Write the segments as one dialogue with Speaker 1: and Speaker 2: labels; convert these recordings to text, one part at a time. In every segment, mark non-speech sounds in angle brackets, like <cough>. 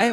Speaker 1: 哎，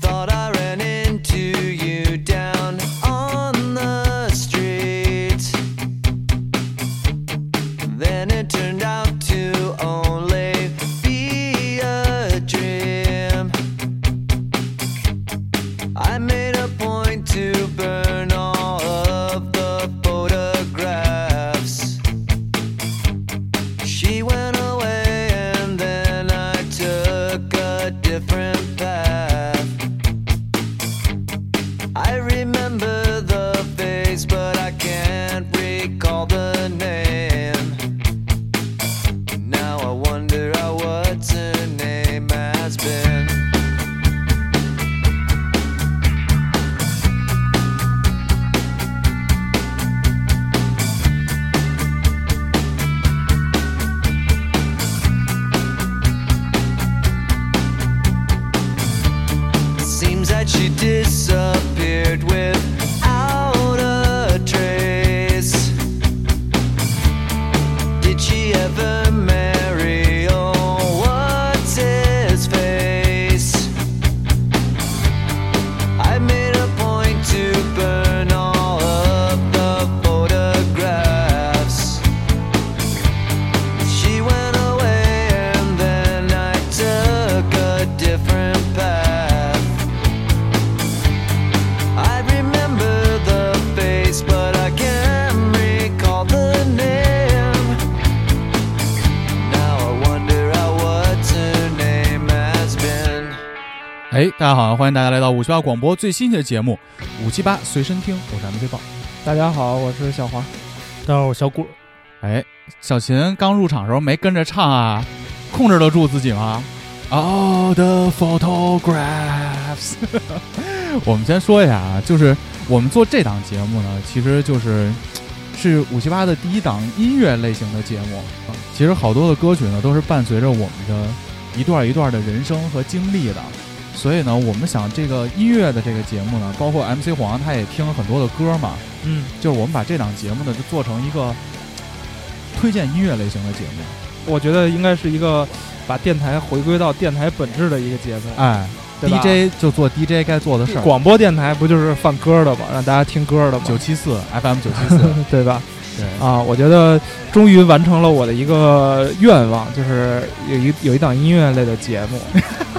Speaker 2: Thought I ran into you down on the street. Then it turned out to only be a dream. I made a point to burn all of the photographs. She went away and then I took a different path. I remember the face, but I can't recall the name. Now I wonder uh, what's her name has been. Seems that she disappeared without a trace. Did she ever marry? Oh, what's his face? I made a point to burn all of the photographs. She went away and then I took a different path. I remember the face, but I can't recall the name. Now I wonder uh, what's her name has been.
Speaker 3: 哎，大家好，欢迎大家来到五七八广播最新的节目《五七八随身听》，我是 MC 豹。
Speaker 1: 大家好，我是小黄。
Speaker 4: 待会儿我小谷，
Speaker 3: 哎，小秦刚入场的时候没跟着唱啊，控制得住自己吗？All the photographs 。 <laughs> 我们先说一下啊，就是我们做这档节目呢，其实就是是五七八的第一档音乐类型的节目。其实好多的歌曲呢，都是伴随着我们的一段一段的人生和经历的。所以呢，我们想这个音乐的这个节目呢，包括 MC 黄他也听了很多的歌嘛，
Speaker 4: 嗯，
Speaker 3: 就是我们把这档节目呢，就做成一个推荐音乐类型的节目。
Speaker 4: 我觉得应该是一个把电台回归到电台本质的一个节目。
Speaker 3: 哎
Speaker 4: 对吧
Speaker 3: ，DJ 就做 DJ 该做的事儿。
Speaker 4: 广播电台不就是放歌的嘛，让大家听歌的嘛，
Speaker 3: 九七四 FM 九七四，
Speaker 4: 对吧？
Speaker 3: <laughs> 对，
Speaker 4: 啊，我觉得终于完成了我的一个愿望，就是有一有一档音乐类的节目。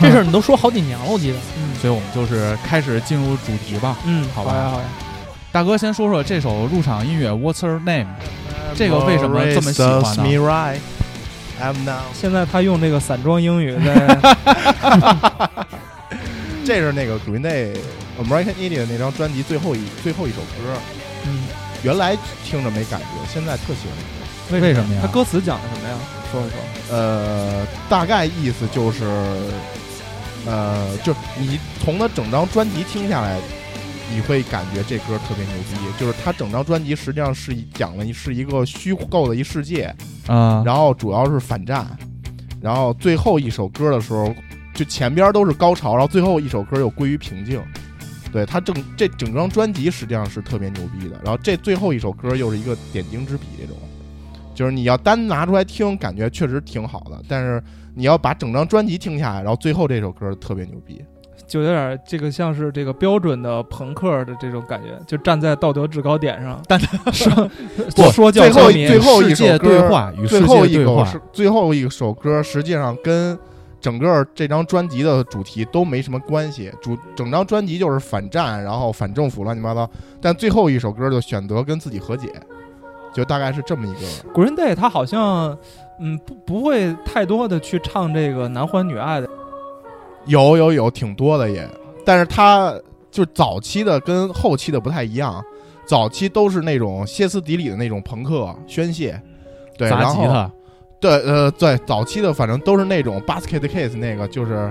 Speaker 5: 这事儿你都说好几年了，我记得。
Speaker 3: 所以我们就是开始进入主题吧。
Speaker 4: 嗯，<laughs>
Speaker 3: 好
Speaker 4: 好
Speaker 3: 吧
Speaker 4: 呀好呀。
Speaker 3: 大哥先说说这首入场音乐《What's Her Name》，这个为什么这么喜欢呢
Speaker 6: Me right, I'm now。
Speaker 4: 现在他用这个散装英语在
Speaker 6: 这是那个 Green Day American Idiot 那张专辑最后一最后一首歌。
Speaker 4: 嗯，
Speaker 6: 原来听着没感觉，现在特喜欢这
Speaker 4: <laughs>
Speaker 3: 为什么呀
Speaker 4: 他歌词讲的什么呀？说一说。
Speaker 6: 歌。呃，大概意思就是，呃，就是你从他整张专辑听下来，你会感觉这歌特别牛逼。就是他整张专辑实际上是一讲了一是一个虚构的一世界，
Speaker 3: 啊，
Speaker 6: 然后主要是反战，然后最后一首歌的时候，就前边都是高潮，然后最后一首歌又归于平静。对他整这整张专辑实际上是特别牛逼的，然后这最后一首歌又是一个点睛之笔这种，就是你要单拿出来听，感觉确实挺好的，但是你要把整张专辑听下来，然后最后这首歌特别牛逼。
Speaker 4: 就有点这个像是这个标准的朋克的这种感觉，就站在道德制高点上，
Speaker 3: 但
Speaker 4: <laughs> 说
Speaker 3: 不
Speaker 4: 说教
Speaker 6: 最后
Speaker 4: 教
Speaker 6: 最
Speaker 4: 民，
Speaker 6: 后一
Speaker 3: 世
Speaker 6: 首
Speaker 3: 界
Speaker 6: 歌
Speaker 3: 对话与世
Speaker 6: 最
Speaker 3: 界
Speaker 6: 后一
Speaker 3: 对
Speaker 6: 首
Speaker 3: 话，
Speaker 6: 是最后一首歌，实际上跟整个这张专辑的主题都没什么关系。主整张专辑就是反战，然后反政府，乱七八糟。但最后一首歌就选择跟自己和解，就大概是这么一个。
Speaker 4: 古人 day 他好像嗯不不会太多的去唱这个男欢女爱的，
Speaker 6: 有有有，挺多的也，但是他就早期的跟后期的不太一样，早期都是那种歇斯底里的那种朋克宣泄，对，然
Speaker 3: 砸吉
Speaker 6: 后
Speaker 3: 他，
Speaker 6: 对，呃，对，早期的反正都是那种 basket case 那个，就是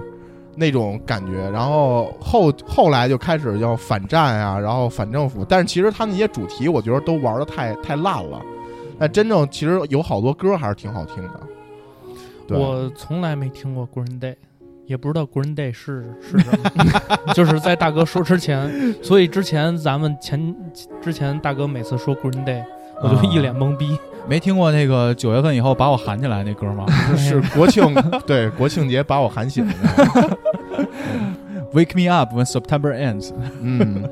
Speaker 6: 那种感觉。然后后后来就开始要反战啊，然后反政府。但是其实他那些主题，我觉得都玩的太太烂了。但真正其实有好多歌还是挺好听 <laughs> 的。对
Speaker 7: 我从来没听过 Green Day，也不知道 Green Day 是是什么，就是在大哥说之前，所以之前咱们前之前大哥每次说 Green Day，我
Speaker 4: 啊
Speaker 7: 就一脸懵逼。
Speaker 3: <laughs> 没听过那个九月份以后把我喊起来那歌
Speaker 7: <laughs>
Speaker 3: 吗
Speaker 6: 是国 <laughs> 庆，对国庆节把我喊 <laughs> 醒了。
Speaker 3: ？Wake me up when September ends。
Speaker 6: 嗯，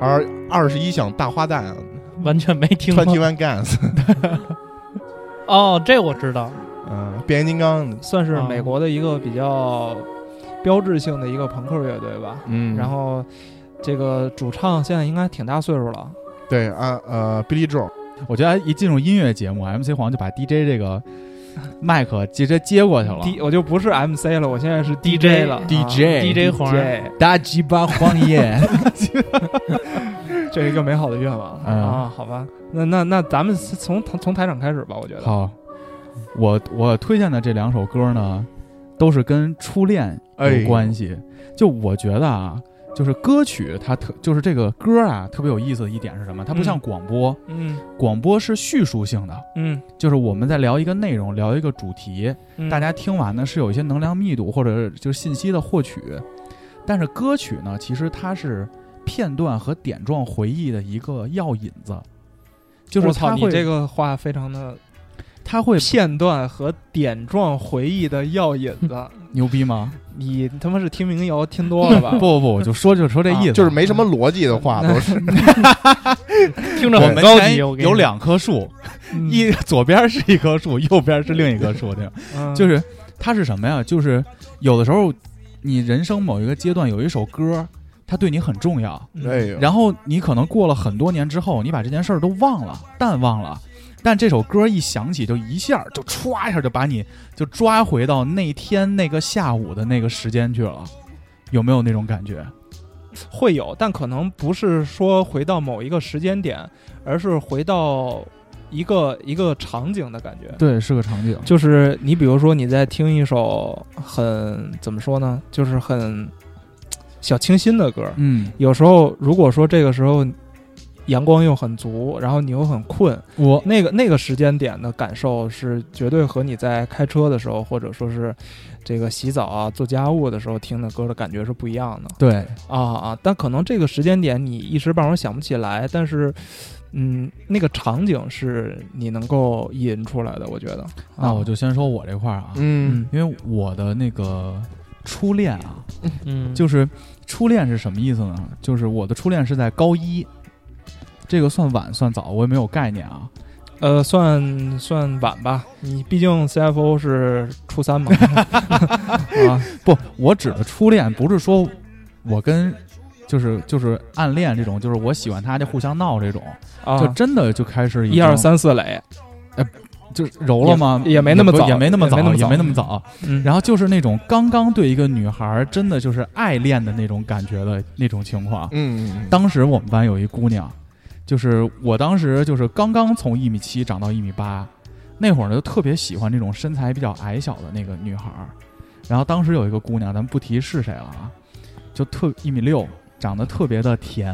Speaker 6: 而二十一响大花旦啊
Speaker 4: 嗯
Speaker 7: 完全没听过
Speaker 6: ，Twenty One Guns，
Speaker 7: 哦，这我知道，
Speaker 6: 嗯， <laughs> 变形金刚，
Speaker 4: 算是
Speaker 7: 啊
Speaker 4: 美国的一个比较标志性的一个朋克乐队吧。
Speaker 6: 嗯，
Speaker 4: 然后这个主唱现在应该挺大岁数了，
Speaker 6: 对啊呃，Billy Joel，
Speaker 3: 我觉得一进入音乐节目，MC 黄就把 DJ 这个麦克直接接过去了。
Speaker 4: D 我就不是 MC 了，我现在是
Speaker 7: DJ
Speaker 4: DJ 了啊
Speaker 3: DJ
Speaker 7: DJ 黄
Speaker 4: DJ
Speaker 3: 大鸡巴荒野， <laughs>
Speaker 4: 这是一个美好的愿望
Speaker 3: 嗯
Speaker 4: 啊，好吧，那那那咱们从从台场开始吧，我觉得。
Speaker 3: 好，我我推荐的这两首歌呢，都是跟初恋有关系。就我觉得啊，就是歌曲它特就是这个歌啊，特别有意思的一点是什么？它不像广播，
Speaker 4: 嗯
Speaker 3: 广播是叙述性的，
Speaker 4: 嗯，
Speaker 3: 就是我们在聊一个内容，聊一个主题，
Speaker 4: 嗯
Speaker 3: 大家听完呢是有一些能量密度或者就是信息的获取。但是歌曲呢，其实它是片段和点状回忆的一个药引子，就是
Speaker 4: 我操，
Speaker 3: 它
Speaker 4: 你
Speaker 3: 会
Speaker 4: 这个话非常的
Speaker 3: 它会
Speaker 4: 片段和点状回忆的药引子，
Speaker 3: 牛逼吗？
Speaker 4: 你他妈是听民谣听多了吧
Speaker 3: <laughs> 不？不不，我就说就说这意思，
Speaker 6: 就是没什么逻辑的嗯话都 <laughs> 是，
Speaker 7: 听着
Speaker 3: 我
Speaker 7: 很
Speaker 3: 们
Speaker 7: 高
Speaker 3: 前
Speaker 7: 级。我跟你
Speaker 3: 有两棵树，
Speaker 4: 嗯
Speaker 3: 一 <laughs> 左边是一棵树，右边是另一棵树，对吧，
Speaker 4: 嗯
Speaker 3: 就是它是什么呀？就是有的时候你人生某一个阶段有一首歌，它对你很重要，
Speaker 4: 嗯
Speaker 6: 哎呦，
Speaker 3: 然后你可能过了很多年之后，你把这件事儿都忘了，淡忘了。但这首歌一响起，就一下就歘一下就把你就抓回到那天那个下午的那个时间去了，有没有那种感觉？
Speaker 4: 会有，但可能不是说回到某一个时间点，而是回到一个一个场景的感觉。
Speaker 3: 对，是个场景。
Speaker 4: 就是你比如说你在听一首很怎么说呢，就是很小清新的歌，
Speaker 3: 嗯，
Speaker 4: 有时候如果说这个时候阳光又很足，然后你又很困，
Speaker 3: 我
Speaker 4: 那个那个时间点的感受是绝对和你在开车的时候，或者说是这个洗澡啊、做家务的时候听的歌的感觉是不一样的
Speaker 3: 对
Speaker 4: 啊啊！但可能这个时间点你一时半会儿想不起来，但是。嗯，那个场景是你能够意淫出来的，我觉得。
Speaker 3: 那我
Speaker 4: 啊
Speaker 3: 就先说我这块儿啊，
Speaker 6: 嗯，
Speaker 3: 因为我的那个初恋啊，
Speaker 7: 嗯，
Speaker 3: 就是初恋是什么意思呢？就是我的初恋是在高一，这个算晚算早，我也没有概念啊。
Speaker 4: 呃，算算晚吧，你毕竟 CFO 是初三
Speaker 3: <laughs>
Speaker 4: 嘛， <laughs> 啊，
Speaker 3: 不，我指的初恋不是说我跟就是就是暗恋这种，就是我喜欢他就互相闹这种，
Speaker 4: 啊
Speaker 3: 就真的就开始已
Speaker 4: 一二
Speaker 3: 经，
Speaker 4: 三四垒，
Speaker 3: 就是柔了吗？
Speaker 4: 也也没那么
Speaker 3: 不
Speaker 4: 早
Speaker 3: 也没那么早，
Speaker 4: 也没那么早
Speaker 3: 也没那么早。
Speaker 4: 嗯
Speaker 3: 然后就是那种刚刚对一个女孩真的就是爱恋的那种感觉的那种情况。
Speaker 6: 嗯，
Speaker 3: 当时我们班有一姑娘，就是我当时就是刚刚从一米七长到一米八，那会儿呢就特别喜欢这种身材比较矮小的那个女孩儿。然后当时有一个姑娘，咱们不提是谁了啊，就特一米六，长得特别的甜。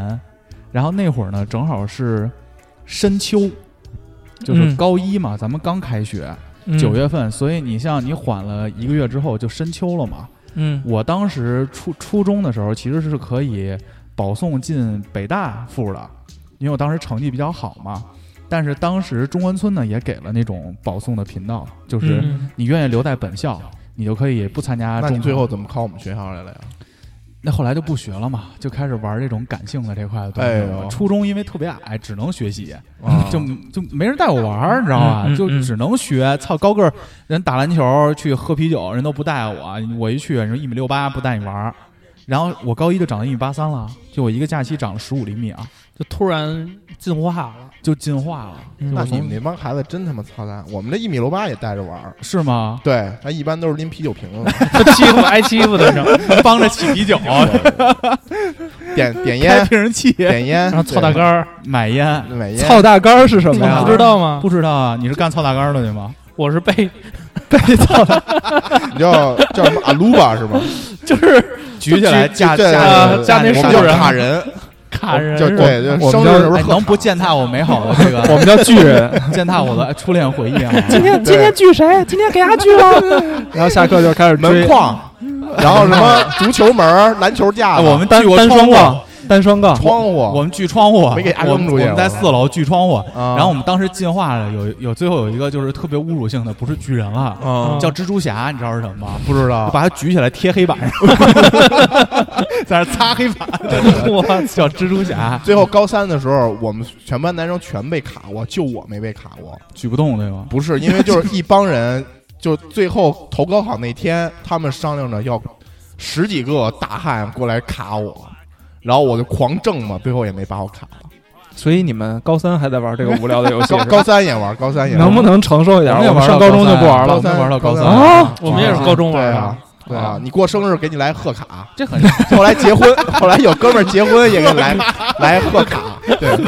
Speaker 3: 然后那会儿呢，正好是深秋，就是
Speaker 4: 嗯
Speaker 3: 高一嘛，咱们刚开学，
Speaker 7: 嗯
Speaker 4: 后
Speaker 3: 九，月份，所以你像你缓了一个月之后就深秋了嘛。
Speaker 4: 嗯
Speaker 3: 我当时初初中的时候其实是可以保送进北大附的，因为我当时成绩比较好嘛。但是当时中关村呢也给了那种保送的频道，就是
Speaker 7: 嗯
Speaker 3: 你愿意留在本校，你就可以不参加
Speaker 6: 那
Speaker 3: 中
Speaker 6: 你
Speaker 3: 考。
Speaker 6: 啊最后怎么考我们学校来了呀？
Speaker 3: 那后来就不学了嘛，就开始玩这种感性的这块的东西了。
Speaker 6: 哎呦
Speaker 3: 初中因为特别矮，只能学习，
Speaker 6: 啊
Speaker 3: 就就没人带我玩儿，你知道吧？
Speaker 4: 嗯嗯
Speaker 3: 就
Speaker 4: 嗯
Speaker 3: 只能学。操，高个儿人打篮球去喝啤酒，人都不带我，我一去人说一米六八不带你玩儿。然后我高一就长到一米八三了，就我一个假期长了十五厘米啊，
Speaker 7: 就突然进化了。
Speaker 3: 就进化了。
Speaker 7: 嗯
Speaker 6: 那
Speaker 3: 我
Speaker 6: 你
Speaker 3: 从
Speaker 6: 们那帮孩子真他妈操蛋！我们这一米六八也带着玩儿，？
Speaker 3: 是吗 <laughs>
Speaker 6: 对，他一般都是拎啤酒瓶子，
Speaker 7: 欺负挨欺负
Speaker 4: <laughs>
Speaker 7: 的，然
Speaker 3: 帮着起啤酒、
Speaker 6: 点点
Speaker 3: 开
Speaker 6: 烟，
Speaker 3: 瓶儿器、
Speaker 6: 点烟，
Speaker 7: 后操大杆儿，
Speaker 3: 买烟，
Speaker 6: 对，买烟，
Speaker 4: 操大杆儿是什
Speaker 7: 你
Speaker 4: 么
Speaker 7: 们
Speaker 4: 呀？
Speaker 7: 不知道吗？
Speaker 3: 不知道啊？你是干操大杆儿的对吗？
Speaker 7: 我
Speaker 4: <laughs>
Speaker 7: 是被
Speaker 6: 你叫叫什么阿鲁巴是吗？
Speaker 7: <laughs> 就是
Speaker 3: 举起来
Speaker 6: 举
Speaker 3: 架
Speaker 6: 对
Speaker 3: 架
Speaker 7: 对对加那
Speaker 6: 我
Speaker 7: 上
Speaker 6: 们叫
Speaker 7: 人
Speaker 6: 卡人，
Speaker 7: 卡
Speaker 4: 啊
Speaker 7: 人，
Speaker 6: 就是
Speaker 7: 吧
Speaker 6: 对，就
Speaker 4: 我
Speaker 6: 生
Speaker 4: 们叫
Speaker 6: 日是不
Speaker 3: 哎
Speaker 6: 是
Speaker 3: 能不践踏我美好的这个？
Speaker 4: 我们叫巨
Speaker 3: <laughs>
Speaker 4: 人，
Speaker 3: 践踏我的初恋回忆啊！
Speaker 1: 今天今天聚谁？今天给他聚了。
Speaker 4: 然后下课就开始追
Speaker 6: 门框，然后什么足球门儿、篮球架
Speaker 3: 哎
Speaker 6: 子，
Speaker 3: 我们
Speaker 4: 单
Speaker 3: 锯过
Speaker 4: 单
Speaker 3: 窗
Speaker 4: 双
Speaker 3: 户，
Speaker 4: 杠，单双杠，
Speaker 6: 窗户，
Speaker 3: 我们锯窗户，啊
Speaker 6: 没给安
Speaker 3: 我
Speaker 6: 装
Speaker 3: 们
Speaker 6: 住
Speaker 3: 我
Speaker 6: 呀
Speaker 3: 们在
Speaker 6: 我
Speaker 3: 四楼锯窗户，
Speaker 6: 啊
Speaker 3: 然后我们当时进化了，有有最后有一个就是特别侮辱性的，不是巨人了，
Speaker 6: 啊
Speaker 3: 叫蜘蛛侠，你知道是什么吗？
Speaker 6: 不知
Speaker 4: 啊
Speaker 6: 道，
Speaker 3: 把它举起来贴黑板
Speaker 4: <laughs>
Speaker 3: 上，在那擦黑板，我叫蜘蛛侠，
Speaker 6: 最后高三的时候，我们全班男生全被卡过，就我没被卡过。
Speaker 3: 举不动对吗？
Speaker 6: 不是，因为就是一帮人，就最后投高考那天，他们商量着要十几个大汉过来卡我，然后我就狂挣嘛，最后也没把我卡了。
Speaker 4: 所以你们高三还在玩这个无聊的游戏
Speaker 6: 高
Speaker 4: 是吧，
Speaker 6: 高三也玩，高三也玩，
Speaker 4: 能不能承受一点？
Speaker 3: 我们也
Speaker 4: 我们上
Speaker 3: 玩到
Speaker 4: 高中就不玩
Speaker 3: 高啊
Speaker 4: 了
Speaker 6: 高。三
Speaker 3: 玩到高
Speaker 6: 高
Speaker 3: 三
Speaker 4: 啊
Speaker 7: 我们也是高中
Speaker 6: 对
Speaker 7: 玩的
Speaker 6: 啊。，对啊，你过生日给你来贺卡，
Speaker 3: 这很
Speaker 6: 后来结婚，后来有哥们儿结婚也给来来贺卡，对，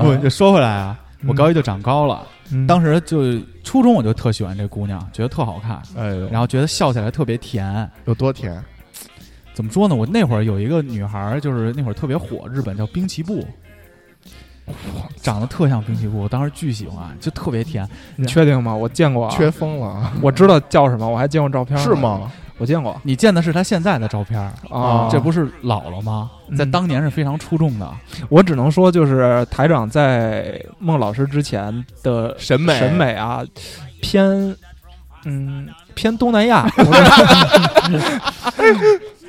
Speaker 3: 不就说回来啊，我高一就长高了，
Speaker 4: 嗯
Speaker 3: 当时就初中我就特喜欢这姑娘，觉得特好看，
Speaker 6: 哎呦，
Speaker 3: 然后觉得笑起来特别甜，
Speaker 6: 有多甜？
Speaker 3: 怎么说呢？我那会儿有一个女孩儿，就是那会儿特别火，日本叫滨崎步，长得特像滨崎步，我当时巨喜欢，就特别甜。
Speaker 4: 你确定吗？我见过啊，
Speaker 6: 缺疯了啊，
Speaker 4: 我知道叫什么，我还见过照片。
Speaker 6: 是？吗？
Speaker 4: 我见过
Speaker 3: 你见的是她现在的照片儿，
Speaker 4: 啊，
Speaker 3: 这不是老了吗？
Speaker 4: 嗯
Speaker 3: 在
Speaker 4: 呃
Speaker 3: 当年是非常出众的。
Speaker 4: 我只能说，就是台长在孟老师之前的
Speaker 6: 审美
Speaker 4: 审美啊，偏嗯偏东南
Speaker 3: <laughs>
Speaker 4: 亚，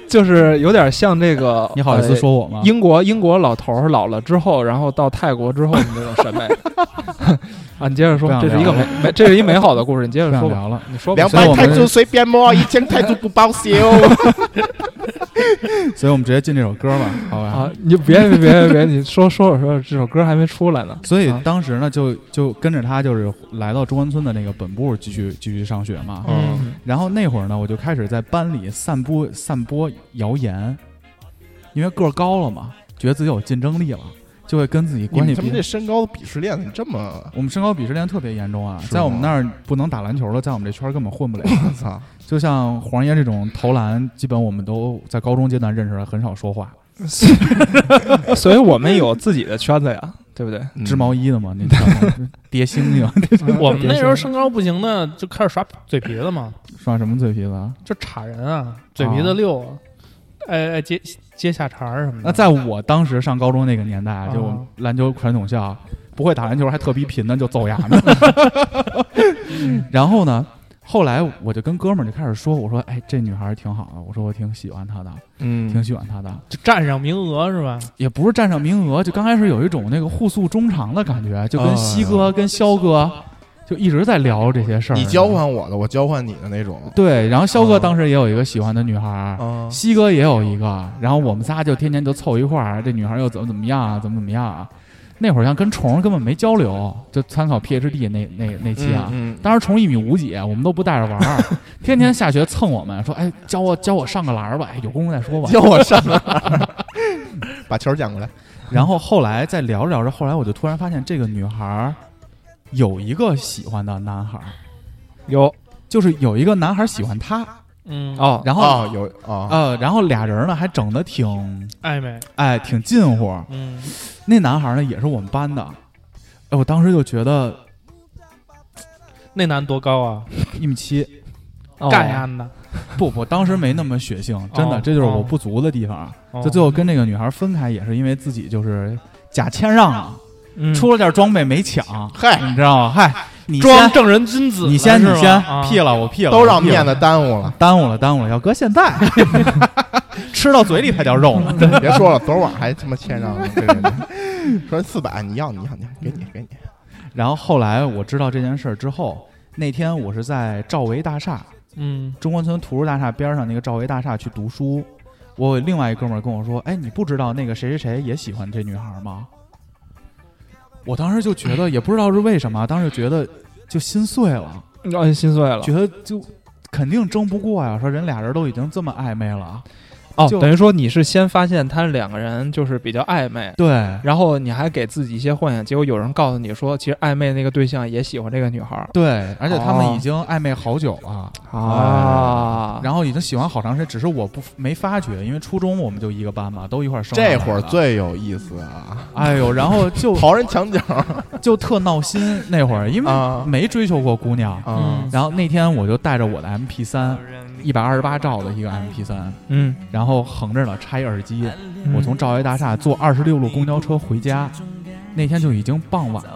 Speaker 4: 就是有点像这个。
Speaker 3: 你好意思
Speaker 4: 呃？
Speaker 3: 说我吗？
Speaker 4: 英国英国老头儿老了之后，然后到泰国之后的那种审
Speaker 3: <laughs>
Speaker 4: 美啊，你接着说
Speaker 3: 不，想
Speaker 4: 这是一
Speaker 3: 聊
Speaker 4: 个美美，这是一美好的故事，你接
Speaker 3: 不
Speaker 4: 着说
Speaker 3: 想
Speaker 4: 吧，<laughs>
Speaker 3: 聊了。
Speaker 4: 你说吧
Speaker 6: 两，
Speaker 3: 所以
Speaker 6: 百
Speaker 3: 我
Speaker 6: 泰
Speaker 3: 们
Speaker 6: 铢随便摸，一千泰铢不报销。
Speaker 3: 所以我们直接进这首歌吧，好吧？
Speaker 4: 啊，你别别别别，你说说说，这首歌还没出来呢，
Speaker 3: 所以
Speaker 4: 啊
Speaker 3: 当时呢，就就跟着她，就是来到中关村的那个本部继续继续上学
Speaker 4: 哦
Speaker 3: 嘛。
Speaker 7: 嗯，
Speaker 3: 然后那会儿呢，我就开始在班里散播散播谣言，因为个儿高了嘛，觉得自己有竞争力了，就会跟自己
Speaker 6: 你
Speaker 3: 关系
Speaker 6: 们他们
Speaker 3: 比
Speaker 6: 这。身高鄙视链怎么
Speaker 3: <laughs>
Speaker 6: 这么？
Speaker 3: 我们身高鄙视链特别严重啊，
Speaker 6: 是
Speaker 3: 在我们
Speaker 6: 吗
Speaker 3: 那儿不能打篮球了，在我们这圈儿根本混不了。
Speaker 6: 我操！
Speaker 3: 就像黄爷这种投篮，基本我们都在高中阶段认识了，很少说话。
Speaker 4: 所以我们有自己的圈子 <laughs> 呀，对不对？
Speaker 6: 嗯
Speaker 3: 织毛衣的嘛，
Speaker 6: <laughs>
Speaker 3: 那叫什么叠星星，
Speaker 7: 我们那时候身高不行的，就开始耍嘴皮子嘛，
Speaker 3: 耍什么嘴皮子啊？
Speaker 7: 就插人啊，嘴皮子溜啊，哎哎接接下茬
Speaker 6: 嗯
Speaker 7: 儿什么的。
Speaker 3: 那在我当时上高中那个年代，
Speaker 6: 哦
Speaker 3: 就我们
Speaker 7: 啊
Speaker 3: 篮球传统校，不会打篮球还特逼贫的就揍丫
Speaker 6: <laughs>
Speaker 3: 呢。 <laughs> 然后呢，后来我就跟哥们儿就开始说，我说哎，这女孩儿挺好的，我说我挺喜欢她的，挺
Speaker 6: 嗯，
Speaker 3: 喜欢她的，
Speaker 7: 就占上名额是吧？
Speaker 3: 也不是占上名额，就刚开始有一种那个互诉衷肠的感觉，就
Speaker 6: 哎
Speaker 3: 跟
Speaker 6: 呦
Speaker 3: 西哥跟肖哥就一直在聊这些事儿。
Speaker 6: 哦你交换我的，我交换你的那种。
Speaker 3: 对，然后肖哥
Speaker 6: 啊
Speaker 3: 当时也有一个喜欢的女孩儿，
Speaker 6: 啊，
Speaker 3: 西哥也有一个，然后我们仨就天天就凑一块儿，这女孩又怎么怎么样啊，怎么怎么样啊。那会儿像跟虫儿根本没交流，就参考 PhD 那那那期啊。
Speaker 6: 嗯，
Speaker 3: 当时虫一米五几，我们都不带着玩儿， <laughs> 天天下学蹭我们，说：“哎，教我教我上个篮儿吧，哎，有功夫再
Speaker 6: <laughs>
Speaker 3: 说吧。
Speaker 6: 叫我上哪儿 <laughs> 把球捡过来。”
Speaker 3: <laughs> 然后后来再聊着聊着，后来我就突然发现这个女孩儿有一个喜欢的男孩儿，
Speaker 4: 有
Speaker 3: 就是有一个男孩儿喜欢她，
Speaker 7: 嗯，
Speaker 4: 哦，
Speaker 3: 然后、
Speaker 6: 哦，有哦，
Speaker 3: 呃，然后俩人呢还整的挺
Speaker 7: 暧昧，
Speaker 3: 哎挺近乎，
Speaker 7: 嗯，
Speaker 3: 那男孩儿呢也是我们班的，哎，我当时就觉得
Speaker 7: 那男多高啊？
Speaker 3: 一米七。哦
Speaker 7: 干
Speaker 5: 哦
Speaker 7: 呀的，
Speaker 3: 不不，当时没那么血性，真的，
Speaker 7: 哦
Speaker 3: 这就是我
Speaker 7: 哦
Speaker 3: 不足的地方。啊
Speaker 7: 哦
Speaker 3: 就最后跟这个女孩分开，也是因为自己就是假谦让啊，
Speaker 7: 嗯
Speaker 3: 出了点装备没抢，
Speaker 6: 嗨，
Speaker 3: 你知道吗？嗨，你
Speaker 7: 装
Speaker 3: 先，
Speaker 7: 正人君子了，啊
Speaker 3: 你先，你先，
Speaker 7: 屁
Speaker 3: 屁了，我屁了，
Speaker 6: 都
Speaker 3: 我
Speaker 6: 让
Speaker 3: 屁了
Speaker 6: 面子耽误 <laughs> 了。
Speaker 3: 耽误了，耽误了。要搁现
Speaker 7: <laughs>
Speaker 3: 在， <laughs> 吃到嘴里才叫肉呢。
Speaker 6: 别说了，昨晚还他妈欠账呢。这个人说四百，你要你要你要，给你给你。
Speaker 3: 然后后来我知道这件事儿之后，那天我是在赵维大厦
Speaker 7: 嗯
Speaker 3: 中关村图书大厦边上那个赵维大厦去读书，我有另外一哥们儿跟我说：“哎，你不知道那个谁谁谁也喜欢这女孩吗？”我当时就觉得，也不知道是为什么，当时就觉得就心碎了，
Speaker 4: 让哦心碎了
Speaker 3: 觉得就肯定争不过呀。说人俩人都已经这么暧昧了，
Speaker 4: 哦
Speaker 3: 就，
Speaker 4: 等于说你是先发现他两个人就是比较暧昧，
Speaker 3: 对
Speaker 4: 然后你还给自己一些幻想，结果有人告诉你说，其实暧昧那个对象也喜欢这个女孩儿
Speaker 3: 对，而且他们
Speaker 4: 哦
Speaker 3: 已经暧昧好久
Speaker 6: 哦
Speaker 3: 了，
Speaker 4: 啊
Speaker 3: 然后已经喜欢好长时间，只是我不没发觉，因为初中我们就一个班嘛，都一块儿生。
Speaker 6: <laughs> 这会儿，最有意思 <laughs> 啊，
Speaker 3: 哎呦，然后就
Speaker 6: 刨人墙角
Speaker 3: 就特闹心那会儿，因为
Speaker 6: 啊
Speaker 3: 没追求过姑娘。
Speaker 6: 啊！
Speaker 3: 然后那天我就带着我的 MP 三，一百二十八兆的一个 MP 三，
Speaker 4: 嗯，
Speaker 3: 然后横着呢插一耳机，
Speaker 4: 嗯
Speaker 3: 我从兆业大厦坐二十六路公交车回家。那天就已经傍
Speaker 4: 嗯
Speaker 3: 晚了，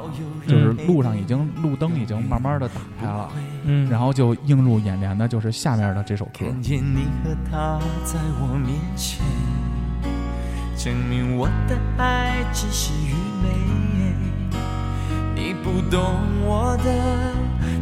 Speaker 3: 就是路上已经路灯已经慢慢的打开了，
Speaker 4: 嗯，
Speaker 3: 然后就映入眼帘的就是下面的这首歌。
Speaker 8: 看见你和他在我面前，证明我的爱只是愚昧。你不懂我的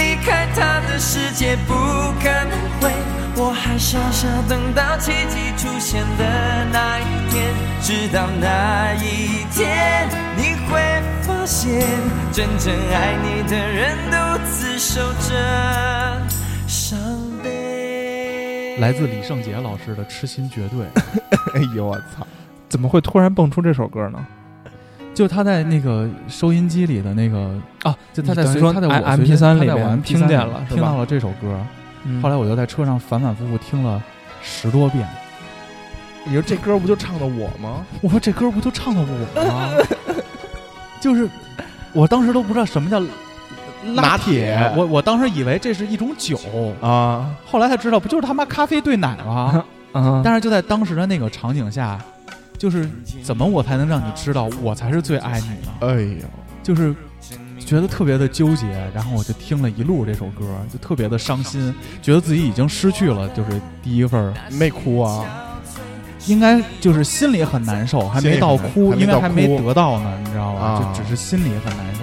Speaker 8: 离开他的世界不可能会，我还傻傻等到奇迹出现的那一天，直到那一天，你会发现，真正爱你的人独自守着伤悲。
Speaker 3: 来自李圣杰老师的《痴心绝对》，
Speaker 6: 哎呦我操！
Speaker 4: 怎么会突然蹦出这首歌呢？
Speaker 3: 就他在那个收音机里的那个
Speaker 4: 啊，
Speaker 3: 就
Speaker 4: 你
Speaker 3: 他在
Speaker 4: 等于
Speaker 3: 随
Speaker 4: 说
Speaker 3: 他在我
Speaker 4: 啊 M-
Speaker 3: 随身
Speaker 4: MP3
Speaker 3: 他在
Speaker 4: 里
Speaker 3: 我
Speaker 4: 面
Speaker 3: MP3
Speaker 4: 听见了是
Speaker 3: 听
Speaker 4: 吧
Speaker 3: 到了这首歌。
Speaker 4: 嗯
Speaker 3: 后来我就在车上反反复复听了十多遍，
Speaker 6: 你说这歌不就唱的我吗？
Speaker 3: 我说这歌不就唱的我吗？ <laughs> 就是我当时都不知道什么叫
Speaker 6: 拿铁
Speaker 3: 我我当时以为这是一种酒，
Speaker 6: 啊，
Speaker 3: 后来才知道不就是他妈咖啡兑奶吗？
Speaker 4: 嗯，
Speaker 3: 但是就在当时的那个场景下，就是怎么我才能让你知道我才是最爱你呢？
Speaker 6: 哎呦，
Speaker 3: 就是觉得特别的纠结，然后我就听了一路这首歌，就特别的伤心，觉得自己已经失去了，就是第一份儿，
Speaker 6: 没哭啊？
Speaker 3: 应该就是心里很难受，还没到哭，
Speaker 6: 心里
Speaker 3: 因
Speaker 6: 很
Speaker 3: 为
Speaker 6: 难
Speaker 3: 还没得到呢，你知道吧？
Speaker 6: 啊
Speaker 3: 就只是心里很难受。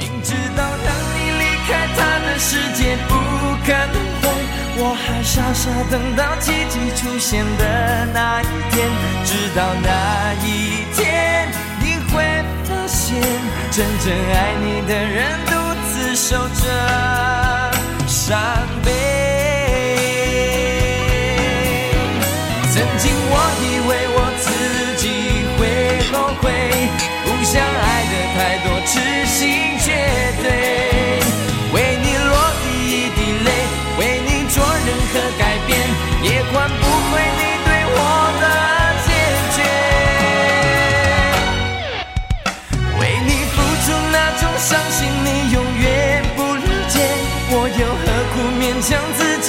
Speaker 8: 明知道让你离开他的世界不可能会，我还傻傻等到奇迹出现的那一天，直到那一天，你会发现，真正爱你的人独自守着伤悲。曾经我以为我自己会后悔，不想爱的太多，痴心绝对。为你落第一滴泪，为你做任何改变，也换不回你对我的坚决。为你付出那种伤心，你永远不了解。我又何苦勉强自己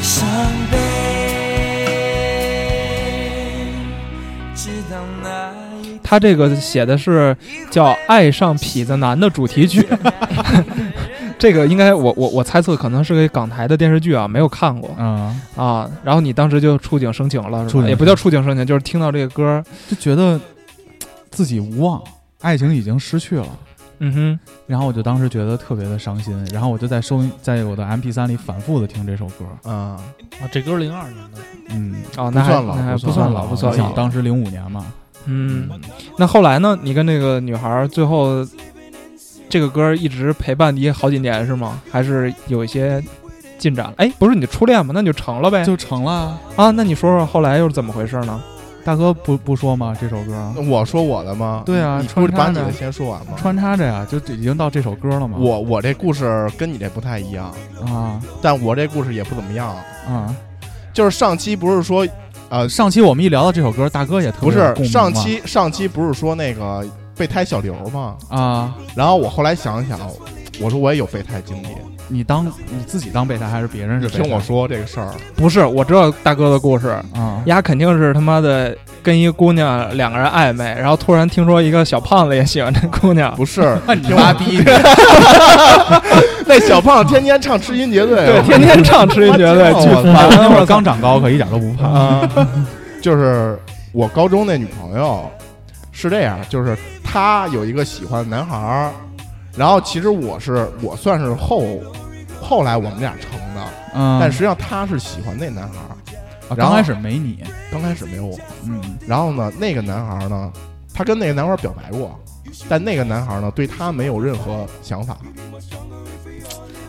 Speaker 8: 伤悲，直到那一
Speaker 4: 他这个写的是
Speaker 8: 天
Speaker 4: 叫《爱上痞子男》的主题 <laughs> 曲，这个应该我我我猜测可能是个港台的电视剧啊，没有看过
Speaker 3: 嗯，
Speaker 4: 啊。然后你当时就触景生情了，是
Speaker 3: 触
Speaker 4: 吧？
Speaker 3: 景
Speaker 4: 也不叫触景生情，就是听到这个歌，
Speaker 3: 就觉得自己无望，爱情已经失去了。
Speaker 4: 嗯哼，
Speaker 3: 然后我就当时觉得特别的伤心，然后我就在收音在我的 M P 三里反复的听这首歌，
Speaker 6: 啊，
Speaker 7: 啊，这歌零二年的，
Speaker 3: 嗯，
Speaker 4: 哦，那还
Speaker 6: 不算老
Speaker 4: 那还
Speaker 6: 不
Speaker 4: 算
Speaker 6: 老
Speaker 4: 老，不
Speaker 6: 不算
Speaker 4: 算
Speaker 6: 老
Speaker 4: 老。
Speaker 3: 当时零五年嘛，
Speaker 4: 嗯，那后来呢？你跟那个女孩儿最后这个歌一直陪伴你好几年是吗？还是有一些进展？哎，不是你的初恋吗？那你就成了呗。
Speaker 3: 就成了。
Speaker 4: 啊，那你说说后来又是怎么回事呢？
Speaker 3: 大哥不不说吗？这首歌
Speaker 6: 我说我的吗？
Speaker 3: 对啊
Speaker 6: 你不是
Speaker 3: 穿插
Speaker 6: 把你的
Speaker 3: 着
Speaker 6: 先说完吗？
Speaker 3: 穿插着呀，就已经到这首歌了嘛。
Speaker 6: 我我这故事跟你这不太一样，
Speaker 3: 啊
Speaker 6: 但我这故事也不怎么样。
Speaker 3: 啊！
Speaker 6: 就是上期不是说，呃，
Speaker 3: 上期我们一聊到这首歌，大哥也特
Speaker 6: 不
Speaker 3: 别有
Speaker 6: 是
Speaker 3: 共鸣嘛
Speaker 6: 上期上期不是说那个备胎小刘吗？
Speaker 3: 啊，
Speaker 6: 然后我后来想想，我说我也有备胎经历。
Speaker 3: 你当你自己当备胎还是别人
Speaker 6: 你
Speaker 3: 是备胎？
Speaker 6: 听我说这个事儿，
Speaker 4: 不是，我知道大哥的故事，
Speaker 3: 啊，
Speaker 4: 丫肯定是他妈的跟一姑娘两个人暧昧，然后突然听说一个小胖子也喜欢这姑娘，
Speaker 6: 不是
Speaker 3: 那你
Speaker 6: 听
Speaker 3: 妈 <laughs>
Speaker 6: 我
Speaker 3: 逼！
Speaker 6: 那小胖天天唱知音绝对，
Speaker 4: 对，天天唱吃音绝对，
Speaker 6: 我
Speaker 4: 巨
Speaker 6: 操
Speaker 4: 烦
Speaker 3: 那会儿刚长高，可一点都
Speaker 7: <laughs>
Speaker 3: 不胖。
Speaker 6: 啊，就是我高中那女朋友是这样，就是她有一个喜欢的男孩儿，然后其实我是我算是后后来我们俩成的，
Speaker 3: 嗯，
Speaker 6: 但实际上她是喜欢那男孩儿，
Speaker 3: 啊
Speaker 6: 然
Speaker 3: 刚
Speaker 6: 后
Speaker 3: 开始没你，
Speaker 6: 刚开始没有我，
Speaker 3: 嗯
Speaker 6: 然后呢那个男孩儿呢，她跟那个男孩儿表白过，但那个男孩儿呢对她没有任何想法，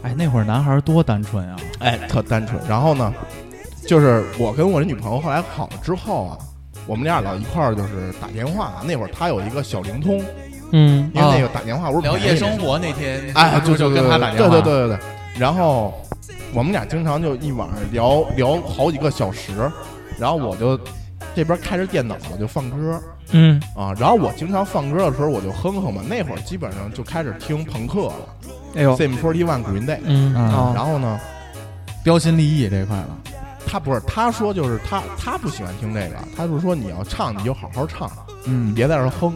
Speaker 3: 哎，那会儿男孩多单纯啊！
Speaker 6: 哎，特单纯。然后呢，就是我跟我这女朋友后来好了之后啊，我们俩老一块儿就是打电话。那会儿她有一个小灵通，
Speaker 7: 嗯
Speaker 6: 因为
Speaker 3: 啊
Speaker 6: 那个打电话不是便宜
Speaker 3: 活那天
Speaker 6: 哎，就
Speaker 3: 就
Speaker 6: 就
Speaker 3: 跟他打电话，
Speaker 6: 对对对对对。然后我们俩经常就一晚上聊聊好几个小时，然后我就这边开着电脑我就放歌
Speaker 4: 嗯
Speaker 6: 啊，然后我经常放歌的时候我就哼哼嘛，那会儿基本上就开始听朋克了
Speaker 4: <laughs> 哎呦，
Speaker 6: ，Sim Forty One Green Day。
Speaker 7: 嗯
Speaker 3: 啊，
Speaker 4: 啊
Speaker 6: 然后呢，
Speaker 3: 标新立异这一块了。
Speaker 6: 他不是，他说就是他他不喜欢听这个，他就说你要唱你就好好唱，你
Speaker 3: 嗯，
Speaker 6: 别在这儿哼。